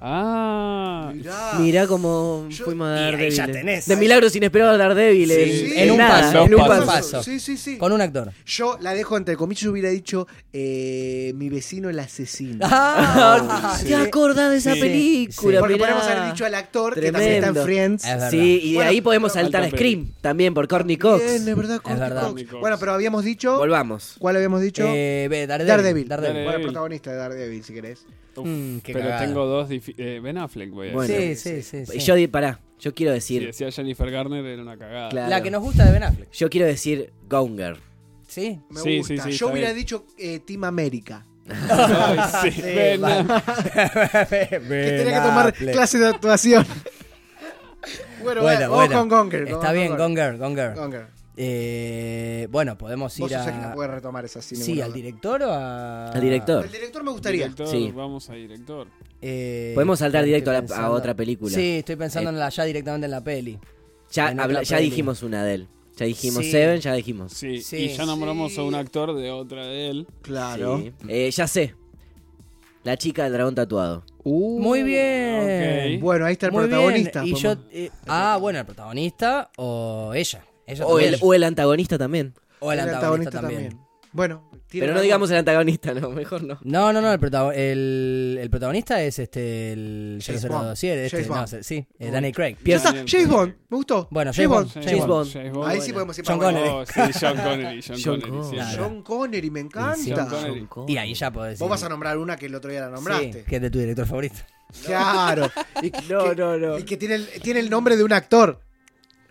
S6: Ah,
S1: Mirá.
S3: Mirá cómo
S1: Yo-
S3: fuimos a
S2: Y ahí
S3: Daredevil.
S2: ya tenés.
S3: De milagros inesperados Daredevil. eh.
S2: Sí,
S3: en-
S2: sí. en un
S3: nada,
S2: paso,
S3: En un
S6: dos
S3: paso.
S6: pasos.
S1: Sí, sí, sí.
S2: Con un actor.
S1: Yo la dejo entre comillas, yo hubiera dicho eh, mi vecino el asesino.
S2: Ah,
S3: ¿Te
S6: Eh,
S3: acordás de esa
S6: Sí.
S3: película?
S1: Porque
S3: Mirá.
S1: podemos haber dicho al actor que también está en
S3: Tremendo.
S1: Friends.
S2: Es verdad.
S3: Sí, y de
S1: Bueno,
S3: ahí podemos saltar a
S6: Alta
S3: Scream también por Corny Cox.
S1: Bien, es verdad, Courtney
S2: verdad.
S1: Cox.
S6: Courtney Cox.
S1: Bueno, pero habíamos dicho.
S3: Volvamos.
S1: ¿Cuál habíamos dicho?
S2: Eh, ve,
S1: Daredevil.
S2: Daredevil. Daredevil.
S1: Bueno, el
S6: Daredevil.
S1: protagonista de Daredevil, si querés.
S2: Mm, qué
S6: pero
S2: cagada.
S6: tengo dos difí- eh, Ben Affleck, voy a
S3: Bueno.
S6: decir.
S2: sí, sí, sí, sí.
S3: Y Yo di, pará, yo quiero
S6: Si
S3: decir.
S6: decía Jennifer Garner, era una cagada.
S3: Claro.
S2: La que nos gusta de Ben Affleck.
S3: Yo quiero decir Gonger.
S2: Sí.
S1: Me
S6: Sí,
S1: gusta.
S6: sí,
S1: yo
S6: sí, está
S1: hubiera
S6: bien.
S1: dicho eh, Team América.
S6: Ay, sí, Ben
S2: va.
S6: Affleck.
S1: Que
S6: Eh,
S1: tenía que tomar clases de actuación. bueno, bueno, vamos con Gonger.
S2: Está
S1: vamos
S2: bien,
S1: con
S2: Gonger, Gonger.
S1: Gonger.
S2: Eh, bueno, podemos ir
S1: Vos sos el que
S2: a...
S1: la puede retomar esa sin
S2: Sí,
S1: ninguna
S2: al
S1: duda.
S2: director o a...
S3: Al director.
S1: El director me gustaría.
S6: Director,
S3: Sí.
S6: Vamos a director.
S2: Eh,
S3: Podemos saltar
S2: estoy
S3: directo a, la- a
S2: pensando-
S3: otra película. Eh.
S2: Sí, estoy pensando en la ya directamente en la peli.
S3: Ya,
S2: en otra
S3: habla- ya
S2: peli.
S3: dijimos una de él. Ya dijimos
S2: Sí.
S3: Seven, ya dijimos.
S6: Sí.
S2: Sí.
S6: Y ya nombramos a un
S1: Sí.
S6: actor de otra de él.
S1: Claro.
S3: Sí. Eh, ya sé. La chica del dragón tatuado.
S1: Uh,
S2: Muy bien.
S6: ok.
S1: Bueno, ahí está el
S2: Muy bien.
S1: protagonista.
S2: Y yo,
S1: podemos-
S2: eh, ah, bueno, el protagonista o ella. Ella
S3: O el,
S2: también.
S3: o el antagonista también.
S2: O el antagonista también.
S1: Bueno, tiene
S3: Pero no
S1: algo-
S3: digamos el antagonista, no, mejor no.
S2: No, no, no, el, protago- el, el protagonista es este, el
S1: James
S2: 002, sí, este,
S1: James
S2: no,
S1: Bond.
S2: se- sí, eh,
S1: Bond.
S2: Danny Craig.
S1: Ya está,
S6: Bien.
S1: James Bond, me gustó.
S2: Bueno,
S1: James Bond.
S2: James
S3: James Bond.
S6: James
S1: Ahí sí podemos ir
S2: John
S1: para
S2: Connery.
S6: Oh, sí, John
S3: John
S6: Connery. John, Connery. sí,
S2: Connery.
S6: John-
S1: John Connery, me encanta.
S6: John Connery.
S2: Y ahí ya podés
S1: Vos
S2: ir.
S1: vas a nombrar una que el otro día la nombraste.
S2: Sí, que es de tu director favorito.
S1: Claro. Y que,
S3: No, no, no.
S1: y que tiene, el, tiene el nombre de un actor.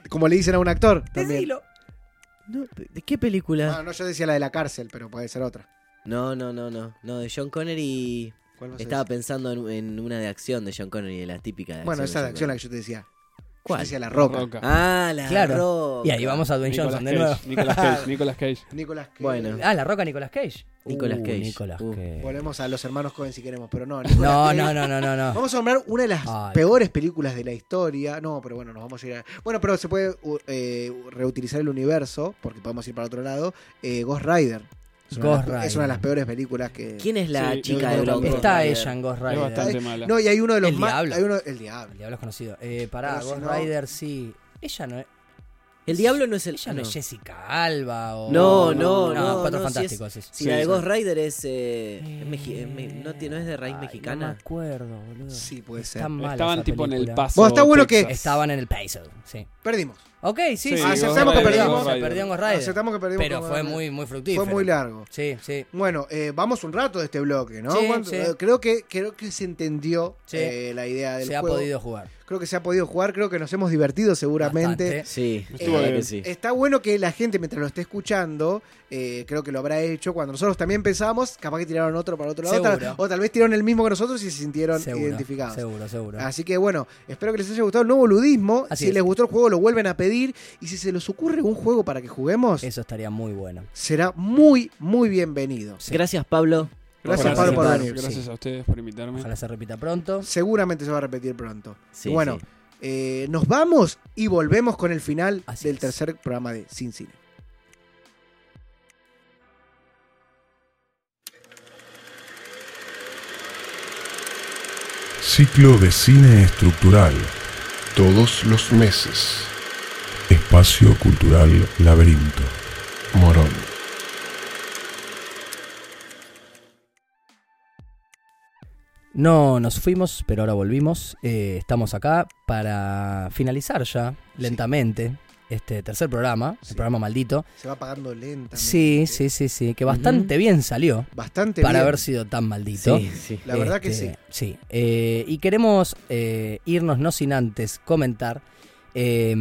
S1: Como le dicen a un actor. También.
S2: Decilo.
S3: No, ¿De qué película?
S1: Ah, no, yo decía la de la cárcel, pero puede ser otra.
S3: No, no, no, no. No, de John Connery.
S1: ¿Cuál vas a
S3: Estaba
S1: decir?
S3: pensando en, en una de acción de John Connery, de las típicas. de
S1: Bueno, esa es la acción
S3: de
S1: la que yo te decía.
S3: ¿Cuál?
S1: Yo decía la roca.
S6: Roca.
S3: Ah, la
S2: Claro.
S3: Roca.
S2: Y ahí vamos a Dwayne
S6: Nicolas
S2: Johnson de
S6: Cage,
S2: nuevo.
S6: Nicolas Cage. Nicolas Cage.
S1: Nicolás Cage.
S3: Bueno.
S2: Ah, la roca Nicolas Cage.
S3: Nicolas
S2: Uh,
S3: Cage.
S2: Nicolas
S3: Uh.
S2: Cage.
S1: Volvemos a los hermanos Cohen si queremos, pero no. Nicolas
S2: No,
S1: Cage.
S2: no,
S3: eh,
S2: no, no, no, no.
S1: Vamos a nombrar una de las
S2: Ay.
S1: peores películas de la historia. No, pero bueno, nos vamos a ir a... Bueno, pero se puede uh, eh, reutilizar el universo, porque podemos ir para otro lado. Eh, Ghost Rider. Es una, de
S2: Ghost
S1: las-
S2: Rider.
S1: es una de las peores películas que... ¿eh?
S3: ¿Quién es la
S6: Sí,
S3: chica
S6: no,
S3: de
S6: no,
S3: Bronco?
S2: Está
S3: Rider?
S2: ella en Ghost
S6: Es
S2: Rider.
S6: bastante mala.
S1: No, y hay uno de los
S2: El
S1: más...
S2: diablo.
S1: Hay uno... El diablo.
S2: El diablo es conocido. Eh, pará,
S1: Pero si
S2: Ghost
S1: no-
S2: Rider sí. Ella no es,
S3: El diablo no es el.
S2: ella no
S3: no.
S2: es Jessica Alba o...
S3: No, no, no,
S2: Cuatro
S3: no, sí
S2: Fantásticos es.
S3: Si
S6: Sí,
S3: la de
S6: sí.
S3: Ghost Rider es. eh, es meji- es me- no, ti- no es de raíz
S2: Ay, No
S3: mexicana.
S2: me acuerdo, boludo.
S1: Sí, puede ser.
S2: Está mala
S6: Estaban
S2: esa
S6: tipo en el
S2: película.
S6: paso.
S1: Bueno, está bueno que-
S6: Texas.
S2: Estaban en el peso, sí.
S1: Perdimos.
S2: Ok, sí,
S6: Sí,
S2: sí.
S1: aceptamos
S2: Ghost
S1: que
S2: Rider,
S1: perdimos.
S2: se perdió en Ghost Rider.
S1: Aceptamos que perdimos
S2: Pero
S1: con
S2: fue
S1: Ghost Rider.
S2: muy, muy fructífero.
S1: Fue muy largo.
S2: Sí, sí.
S1: Bueno, eh, vamos un rato de este bloque, ¿no?
S2: Sí,
S1: ¿Cuánto-
S2: sí.
S1: eh, Creo, que, creo que se entendió
S2: Sí.
S1: eh, la idea del
S2: Se ha
S1: juego.
S2: podido jugar.
S1: Creo que se ha podido jugar, creo que nos hemos divertido seguramente. Eh,
S2: Bastante.
S3: Sí, la
S6: Estuvo
S3: verdad
S6: bien.
S3: que sí.
S1: Está bueno que la gente, mientras lo esté escuchando, eh, creo que lo habrá hecho. Cuando nosotros también pensamos, capaz que tiraron otro para otro lado.
S2: Seguro.
S1: tal- o tal vez tiraron el mismo que nosotros y se sintieron
S2: Seguro,
S1: identificados.
S2: Seguro, seguro.
S1: Así que bueno, espero que les haya gustado el nuevo ludismo.
S2: Así
S1: si
S2: es.
S1: les gustó el juego, lo vuelven a pedir. Y si se les ocurre un juego para que juguemos,
S2: Eso estaría muy bueno.
S1: será muy, muy bienvenido.
S3: Gracias, Pablo.
S1: Gracias,
S6: Por
S1: Pablo, por
S6: participar.
S1: venir.
S6: Gracias a ustedes por invitarme.
S2: Ojalá se repita pronto.
S1: Seguramente se va a repetir pronto.
S3: Sí,
S1: Y bueno,
S3: sí.
S1: eh, nos vamos y volvemos con el final
S2: Así
S1: del
S2: es.
S1: tercer programa de Sin Cine.
S5: Ciclo de cine estructural.
S7: todos los meses.
S5: Espacio Cultural Laberinto.
S7: Morón.
S2: No nos fuimos, pero ahora volvimos. Eh, estamos acá para finalizar ya, lentamente, este tercer programa,
S1: Sí.
S2: el programa maldito.
S1: Se va pagando lentamente.
S2: Sí, sí, sí, sí. Que bastante bien salió
S1: Bastante
S2: para
S1: bien.
S2: haber sido tan maldito.
S3: Sí, sí.
S1: La verdad que
S2: Este,
S1: sí.
S2: Sí. Eh, y queremos eh, irnos no sin antes comentar eh,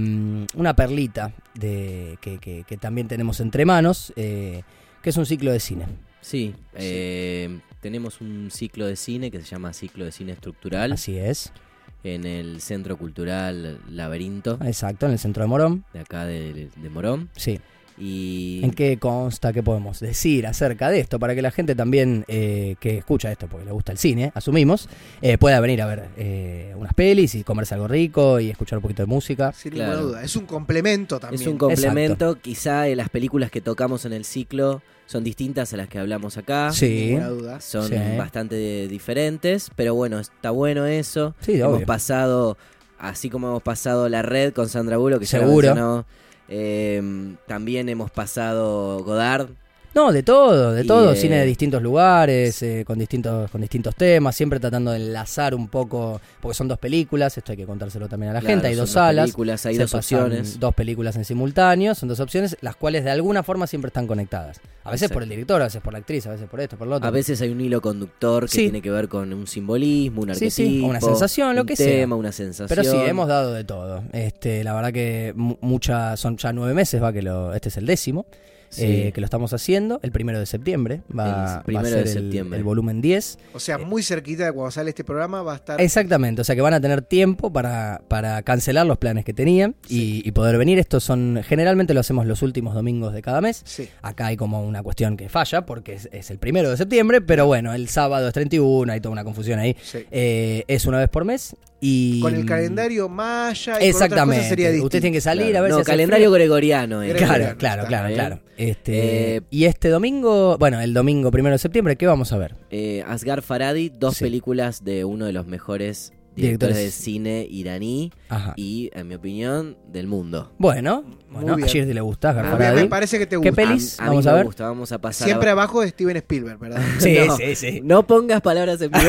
S2: una perlita de, que, que- que también tenemos entre manos, eh, que es un ciclo de cine.
S3: Sí, eh, tenemos un ciclo de cine que se llama Ciclo de Cine Estructural
S2: Así es.
S3: en el Centro Cultural Laberinto
S2: Exacto, en el centro de Morón.
S3: de acá de, de Morón.
S2: Sí.
S3: Y
S2: ¿En qué consta? ¿Qué podemos decir acerca de esto? Para que la gente también eh, que escucha esto, porque le gusta el cine, asumimos, eh, pueda venir a ver eh, unas pelis y comerse algo rico y escuchar un poquito de música.
S1: Sin
S3: Claro.
S1: ninguna duda. Es un complemento también.
S3: es un complemento. Quizá eh, las películas que tocamos en el ciclo son distintas a las que hablamos acá.
S1: Sin
S2: Sí.
S1: ninguna duda.
S3: Son
S2: Sí.
S3: bastante diferentes, pero bueno, está bueno eso.
S2: Sí,
S3: hemos
S2: obvio.
S3: pasado, así como hemos pasado La Red con Sandra Bullock, que ya la
S2: Seguro.
S3: mencionó, eh, también hemos pasado Godard.
S2: No, de todo, de
S3: Y,
S2: todo,
S3: eh,
S2: cine de distintos lugares, eh, con distintos con distintos temas, siempre tratando de enlazar un poco, porque son dos películas, esto hay que contárselo también a la
S3: Claro,
S2: gente, hay
S3: son
S2: dos salas,
S3: películas, hay
S2: se
S3: dos
S2: pasan
S3: opciones.
S2: Dos películas en simultáneo, son dos opciones, las cuales de alguna forma siempre están conectadas. A veces por el
S3: Exacto.
S2: director, a veces por la actriz, a veces por esto, por lo otro.
S3: A veces hay un hilo conductor que
S2: Sí.
S3: tiene que ver con un simbolismo, un
S2: Sí,
S3: arquetipo,
S2: sí, o una sensación, lo
S3: un
S2: que sea.
S3: tema, una sensación.
S2: Pero sí, hemos dado de todo. Este, la verdad que mu- mucha, son ya nueve meses, va que lo, este es el décimo,
S3: Sí.
S2: eh, que lo estamos haciendo. El primero de septiembre va,
S3: El primero
S2: va a ser
S3: de
S2: el-
S3: septiembre.
S2: El, volumen 10.
S1: O sea, muy cerquita de cuando sale este programa va a estar.
S2: Exactamente, o sea que van a tener tiempo para, para cancelar los planes que tenían y, y poder venir. Estos son, generalmente lo hacemos los últimos domingos de cada mes.
S1: Sí.
S2: Acá hay como una cuestión que falla porque es, es el primero de septiembre, pero bueno, el sábado es 31, hay toda una confusión ahí.
S1: Sí.
S2: Eh, es una vez por mes y...
S1: con el calendario maya y con otras
S2: Exactamente.
S1: cosas sería distinto.
S2: Ustedes tienen que salir
S3: Claro.
S2: a ver
S3: no,
S2: si hace
S3: calendario
S2: frío.
S3: gregoriano. eh.
S2: Claro,
S1: gregoriano,
S2: claro,
S1: está
S2: claro,
S3: bien.
S2: claro. Este,
S3: Eh,
S2: y este domingo, bueno, el domingo primero de septiembre, ¿qué vamos a ver?
S3: Eh, Asghar Faradi, dos
S2: Sí.
S3: películas de uno de los mejores directores,
S2: Directores.
S3: de cine iraní
S2: Ajá.
S3: y, en mi opinión, del mundo.
S2: Bueno,
S1: Muy
S2: bueno, a
S1: bien.
S2: Shirley le gusta,
S1: A mí
S2: Garfaradi.
S1: me parece que te
S2: ¿eh? ¿Qué
S1: gusta.
S2: peli? Pelis,
S3: A- a mí
S2: vamos
S3: me
S2: a ver.
S3: gusta, vamos a pasar.
S1: Siempre
S3: a-
S1: abajo de Steven Spielberg, ¿verdad?
S2: Sí,
S3: No.
S2: sí, sí.
S3: No pongas palabras en mi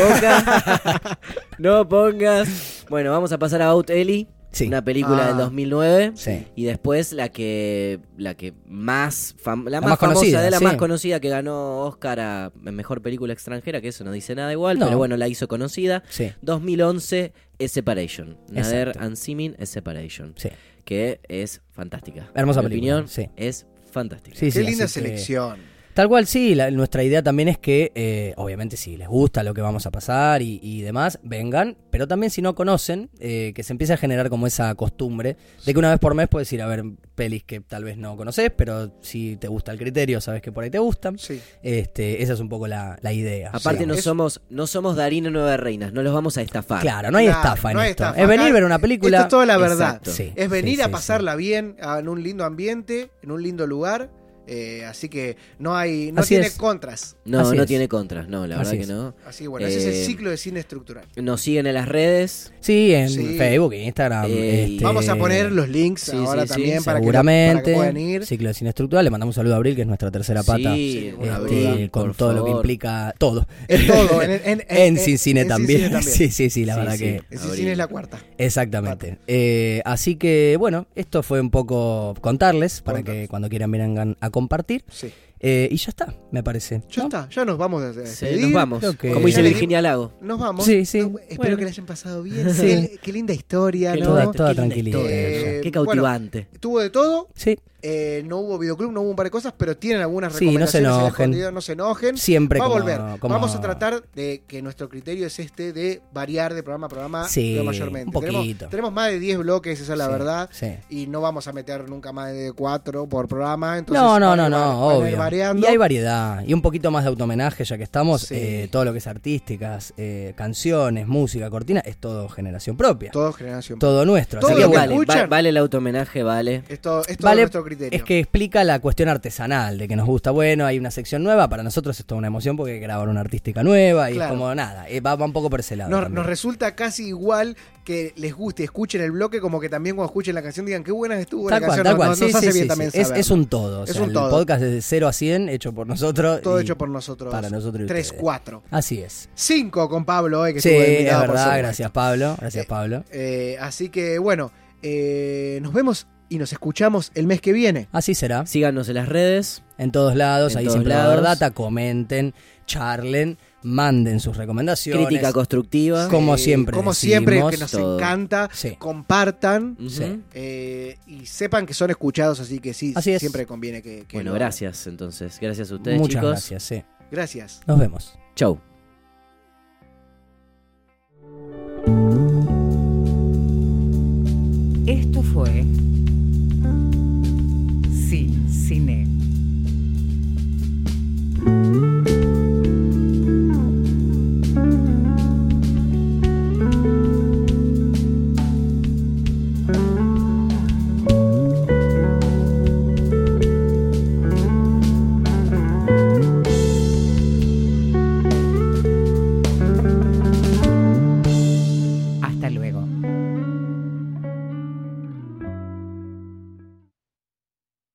S3: boca. no pongas. Bueno, vamos a pasar a Out Ellie,
S2: Sí.
S3: una película
S1: Ah.
S3: del 2009.
S2: Sí.
S3: Y después la que la que más fam- la,
S2: La
S3: más,
S2: más
S3: famosa
S2: conocida,
S3: de la
S2: sí.
S3: más conocida que ganó Oscar a mejor película extranjera, que eso no dice nada igual,
S2: No.
S3: pero bueno, la hizo conocida.
S2: Sí,
S3: 2011 es Separation. Nader
S2: Exacto.
S3: Ansimin es Separation.
S2: sí.
S3: Que es fantástica.
S2: Hermosa
S3: En mi
S2: película,
S3: opinión,
S2: sí.
S3: es fantástica.
S2: Sí,
S1: Qué
S2: sí,
S1: linda
S2: así que-
S1: selección.
S2: Tal cual, sí. la- nuestra idea también es que, eh, obviamente, si les gusta lo que vamos a pasar y, y demás, vengan. Pero también, si no conocen, eh, que se empiece a generar como esa costumbre de que una vez por mes puedes ir a ver pelis que tal vez no conoces, pero si te gusta el criterio, sabes que por ahí te gustan.
S1: Sí.
S2: Este, esa es un poco la, la idea.
S3: Aparte no
S1: Es-
S3: somos no somos Darín o Nueve Reinas, no los vamos a estafar.
S2: Claro, no hay
S1: Claro,
S2: estafa en
S1: no hay
S2: esto.
S1: estafa.
S2: Es venir,
S1: Acá-
S2: ver una película.
S1: Esto es toda la verdad.
S3: Exacto.
S2: Sí,
S1: Es venir
S2: sí,
S1: a
S2: sí,
S1: pasarla bien a- en un lindo ambiente, en un lindo lugar. eh, así que no hay, no
S2: Así
S1: tiene
S2: es.
S1: contras.
S3: No,
S2: Así
S3: no
S2: es.
S3: tiene contras, no, la
S2: Así
S3: verdad
S2: es.
S3: que no.
S1: Así que bueno, ese es
S3: Eh,
S1: el ciclo de cine estructural.
S3: Nos siguen en las redes.
S2: sí. Sí, en
S1: Sí.
S2: Facebook, Instagram.
S3: Eh,
S2: este,
S1: Vamos a poner los links
S3: sí,
S1: ahora
S3: sí, sí,
S1: también para, que, lo- para
S2: seguramente
S1: que puedan ir.
S2: ciclo de cine estructural le mandamos un saludo a Abril que es nuestra tercera pata
S3: Sí,
S1: una
S2: este,
S1: Abril,
S2: con
S3: por
S2: todo lo que
S3: favor.
S2: implica todo
S1: En todo, en, en, en-
S2: en
S1: en-
S2: Sin Cine
S1: Eh, en
S2: también.
S1: Cine
S2: sí sí sí la
S3: Sí,
S2: verdad
S3: sí.
S2: que
S1: En Sin
S3: Abril.
S1: Cine es la cuarta.
S2: exactamente Eh, así que bueno esto fue un poco contarles para que
S1: Contarles.
S2: cuando quieran vengan a compartir
S1: Sí.
S2: Eh, y ya está me parece
S1: Ya
S2: ¿no?
S1: está, ya nos vamos a
S3: Sí,
S1: despedir.
S3: nos vamos.
S2: creo que-
S3: Como dice
S1: Ya le di-
S3: Virginia Lago.
S1: Nos vamos.
S2: Sí, sí.
S1: No, espero
S2: Bueno.
S1: que la hayan pasado bien.
S2: Sí.
S1: Qué, qué linda historia,
S3: Qué
S1: ¿no?
S2: toda,
S3: lindo,
S2: toda
S3: qué linda
S2: tranquilidad
S1: historia. Eh,
S3: Qué
S1: bueno.
S3: cautivante.
S1: Tuvo de todo.
S2: sí
S1: eh, no hubo videoclub, no hubo un par de cosas, pero tienen algunas
S2: Sí, no
S1: recomendaciones.
S2: se
S1: en el
S2: enojen.
S1: contenido, no se enojen.
S2: siempre
S1: Em, Va a
S2: como-
S1: volver.
S2: como-
S1: Vamos a tratar de que nuestro criterio es este de variar de programa a programa
S2: Sí,
S1: pero mayormente.
S2: un poquito.
S1: Tenemos, tenemos más de 10 bloques, esa es la
S2: Sí,
S1: verdad.
S2: sí.
S1: Y no vamos a meter nunca más de 4 por programa. Entonces
S2: No, no,
S1: van a
S2: no,
S1: ir-
S2: no,
S1: van a ir
S2: obvio.
S1: variando.
S2: Y hay variedad. Y un poquito más de automenaje, ya que estamos.
S1: Sí.
S2: eh, todo lo que es artísticas, eh, canciones, música, cortina, es todo generación propia. Todo,
S1: Todo generación.
S2: nuestro.
S1: Todo
S2: Así que
S1: lo que
S2: bueno,
S3: vale,
S1: escuchan.
S3: va- vale el automenaje, vale.
S1: Esto, esto
S2: Vale,
S1: es nuestro criterio.
S2: es que explica la cuestión artesanal, de que nos gusta, bueno, hay una sección nueva, para nosotros es toda una emoción porque hay que grabar una artística nueva y
S1: Claro.
S2: es como nada, eh, va, va un poco por ese lado.
S1: Nos,
S2: también.
S1: nos resulta casi igual que les guste, escuchen el bloque, como que también cuando escuchen la canción digan qué buena estuvo
S2: Tal
S1: la
S2: cual,
S1: canción.
S2: tal
S1: No-
S2: cual.
S1: no-
S2: Sí,
S1: nos
S2: sí,
S1: hace
S2: sí,
S1: bien
S2: sí.
S1: también
S2: Es,
S1: saberlo.
S2: es un todo. o
S1: Es
S2: sea,
S1: un todo.
S2: El podcast es de 0 a 100, hecho por nosotros.
S1: Todo
S2: y
S1: hecho por nosotros.
S2: Para nosotros. y
S1: 3,
S2: ustedes.
S1: 4.
S2: Así es.
S1: 5 con Pablo, eh, que
S2: Sí,
S1: estuvo
S2: es
S1: invitado, por
S2: verdad,
S1: supuesto.
S2: gracias Pablo, gracias
S1: Eh,
S2: Pablo.
S1: Eh, así que bueno, eh, nos vemos y nos escuchamos el mes que viene.
S2: Así será.
S3: Síganos en las redes.
S2: En todos lados,
S3: En
S2: ahí
S3: todos
S2: siempre va a haber
S3: lados.
S2: data, comenten, charlen, manden sus recomendaciones.
S3: Crítica constructiva.
S2: Como
S1: Eh,
S2: siempre
S1: Como
S2: decimos,
S1: siempre, que nos
S3: todo.
S1: encanta.
S2: Sí.
S1: Compartan.
S3: Ujú.
S2: Sí.
S1: eh, y sepan que son escuchados, así que sí,
S2: Así es.
S1: siempre conviene que, que
S3: Bueno,
S1: lo hagan.
S3: gracias entonces. Gracias a ustedes,
S2: Muchas
S3: chicos.
S2: gracias, sí.
S1: Gracias.
S2: Nos vemos.
S3: Chau.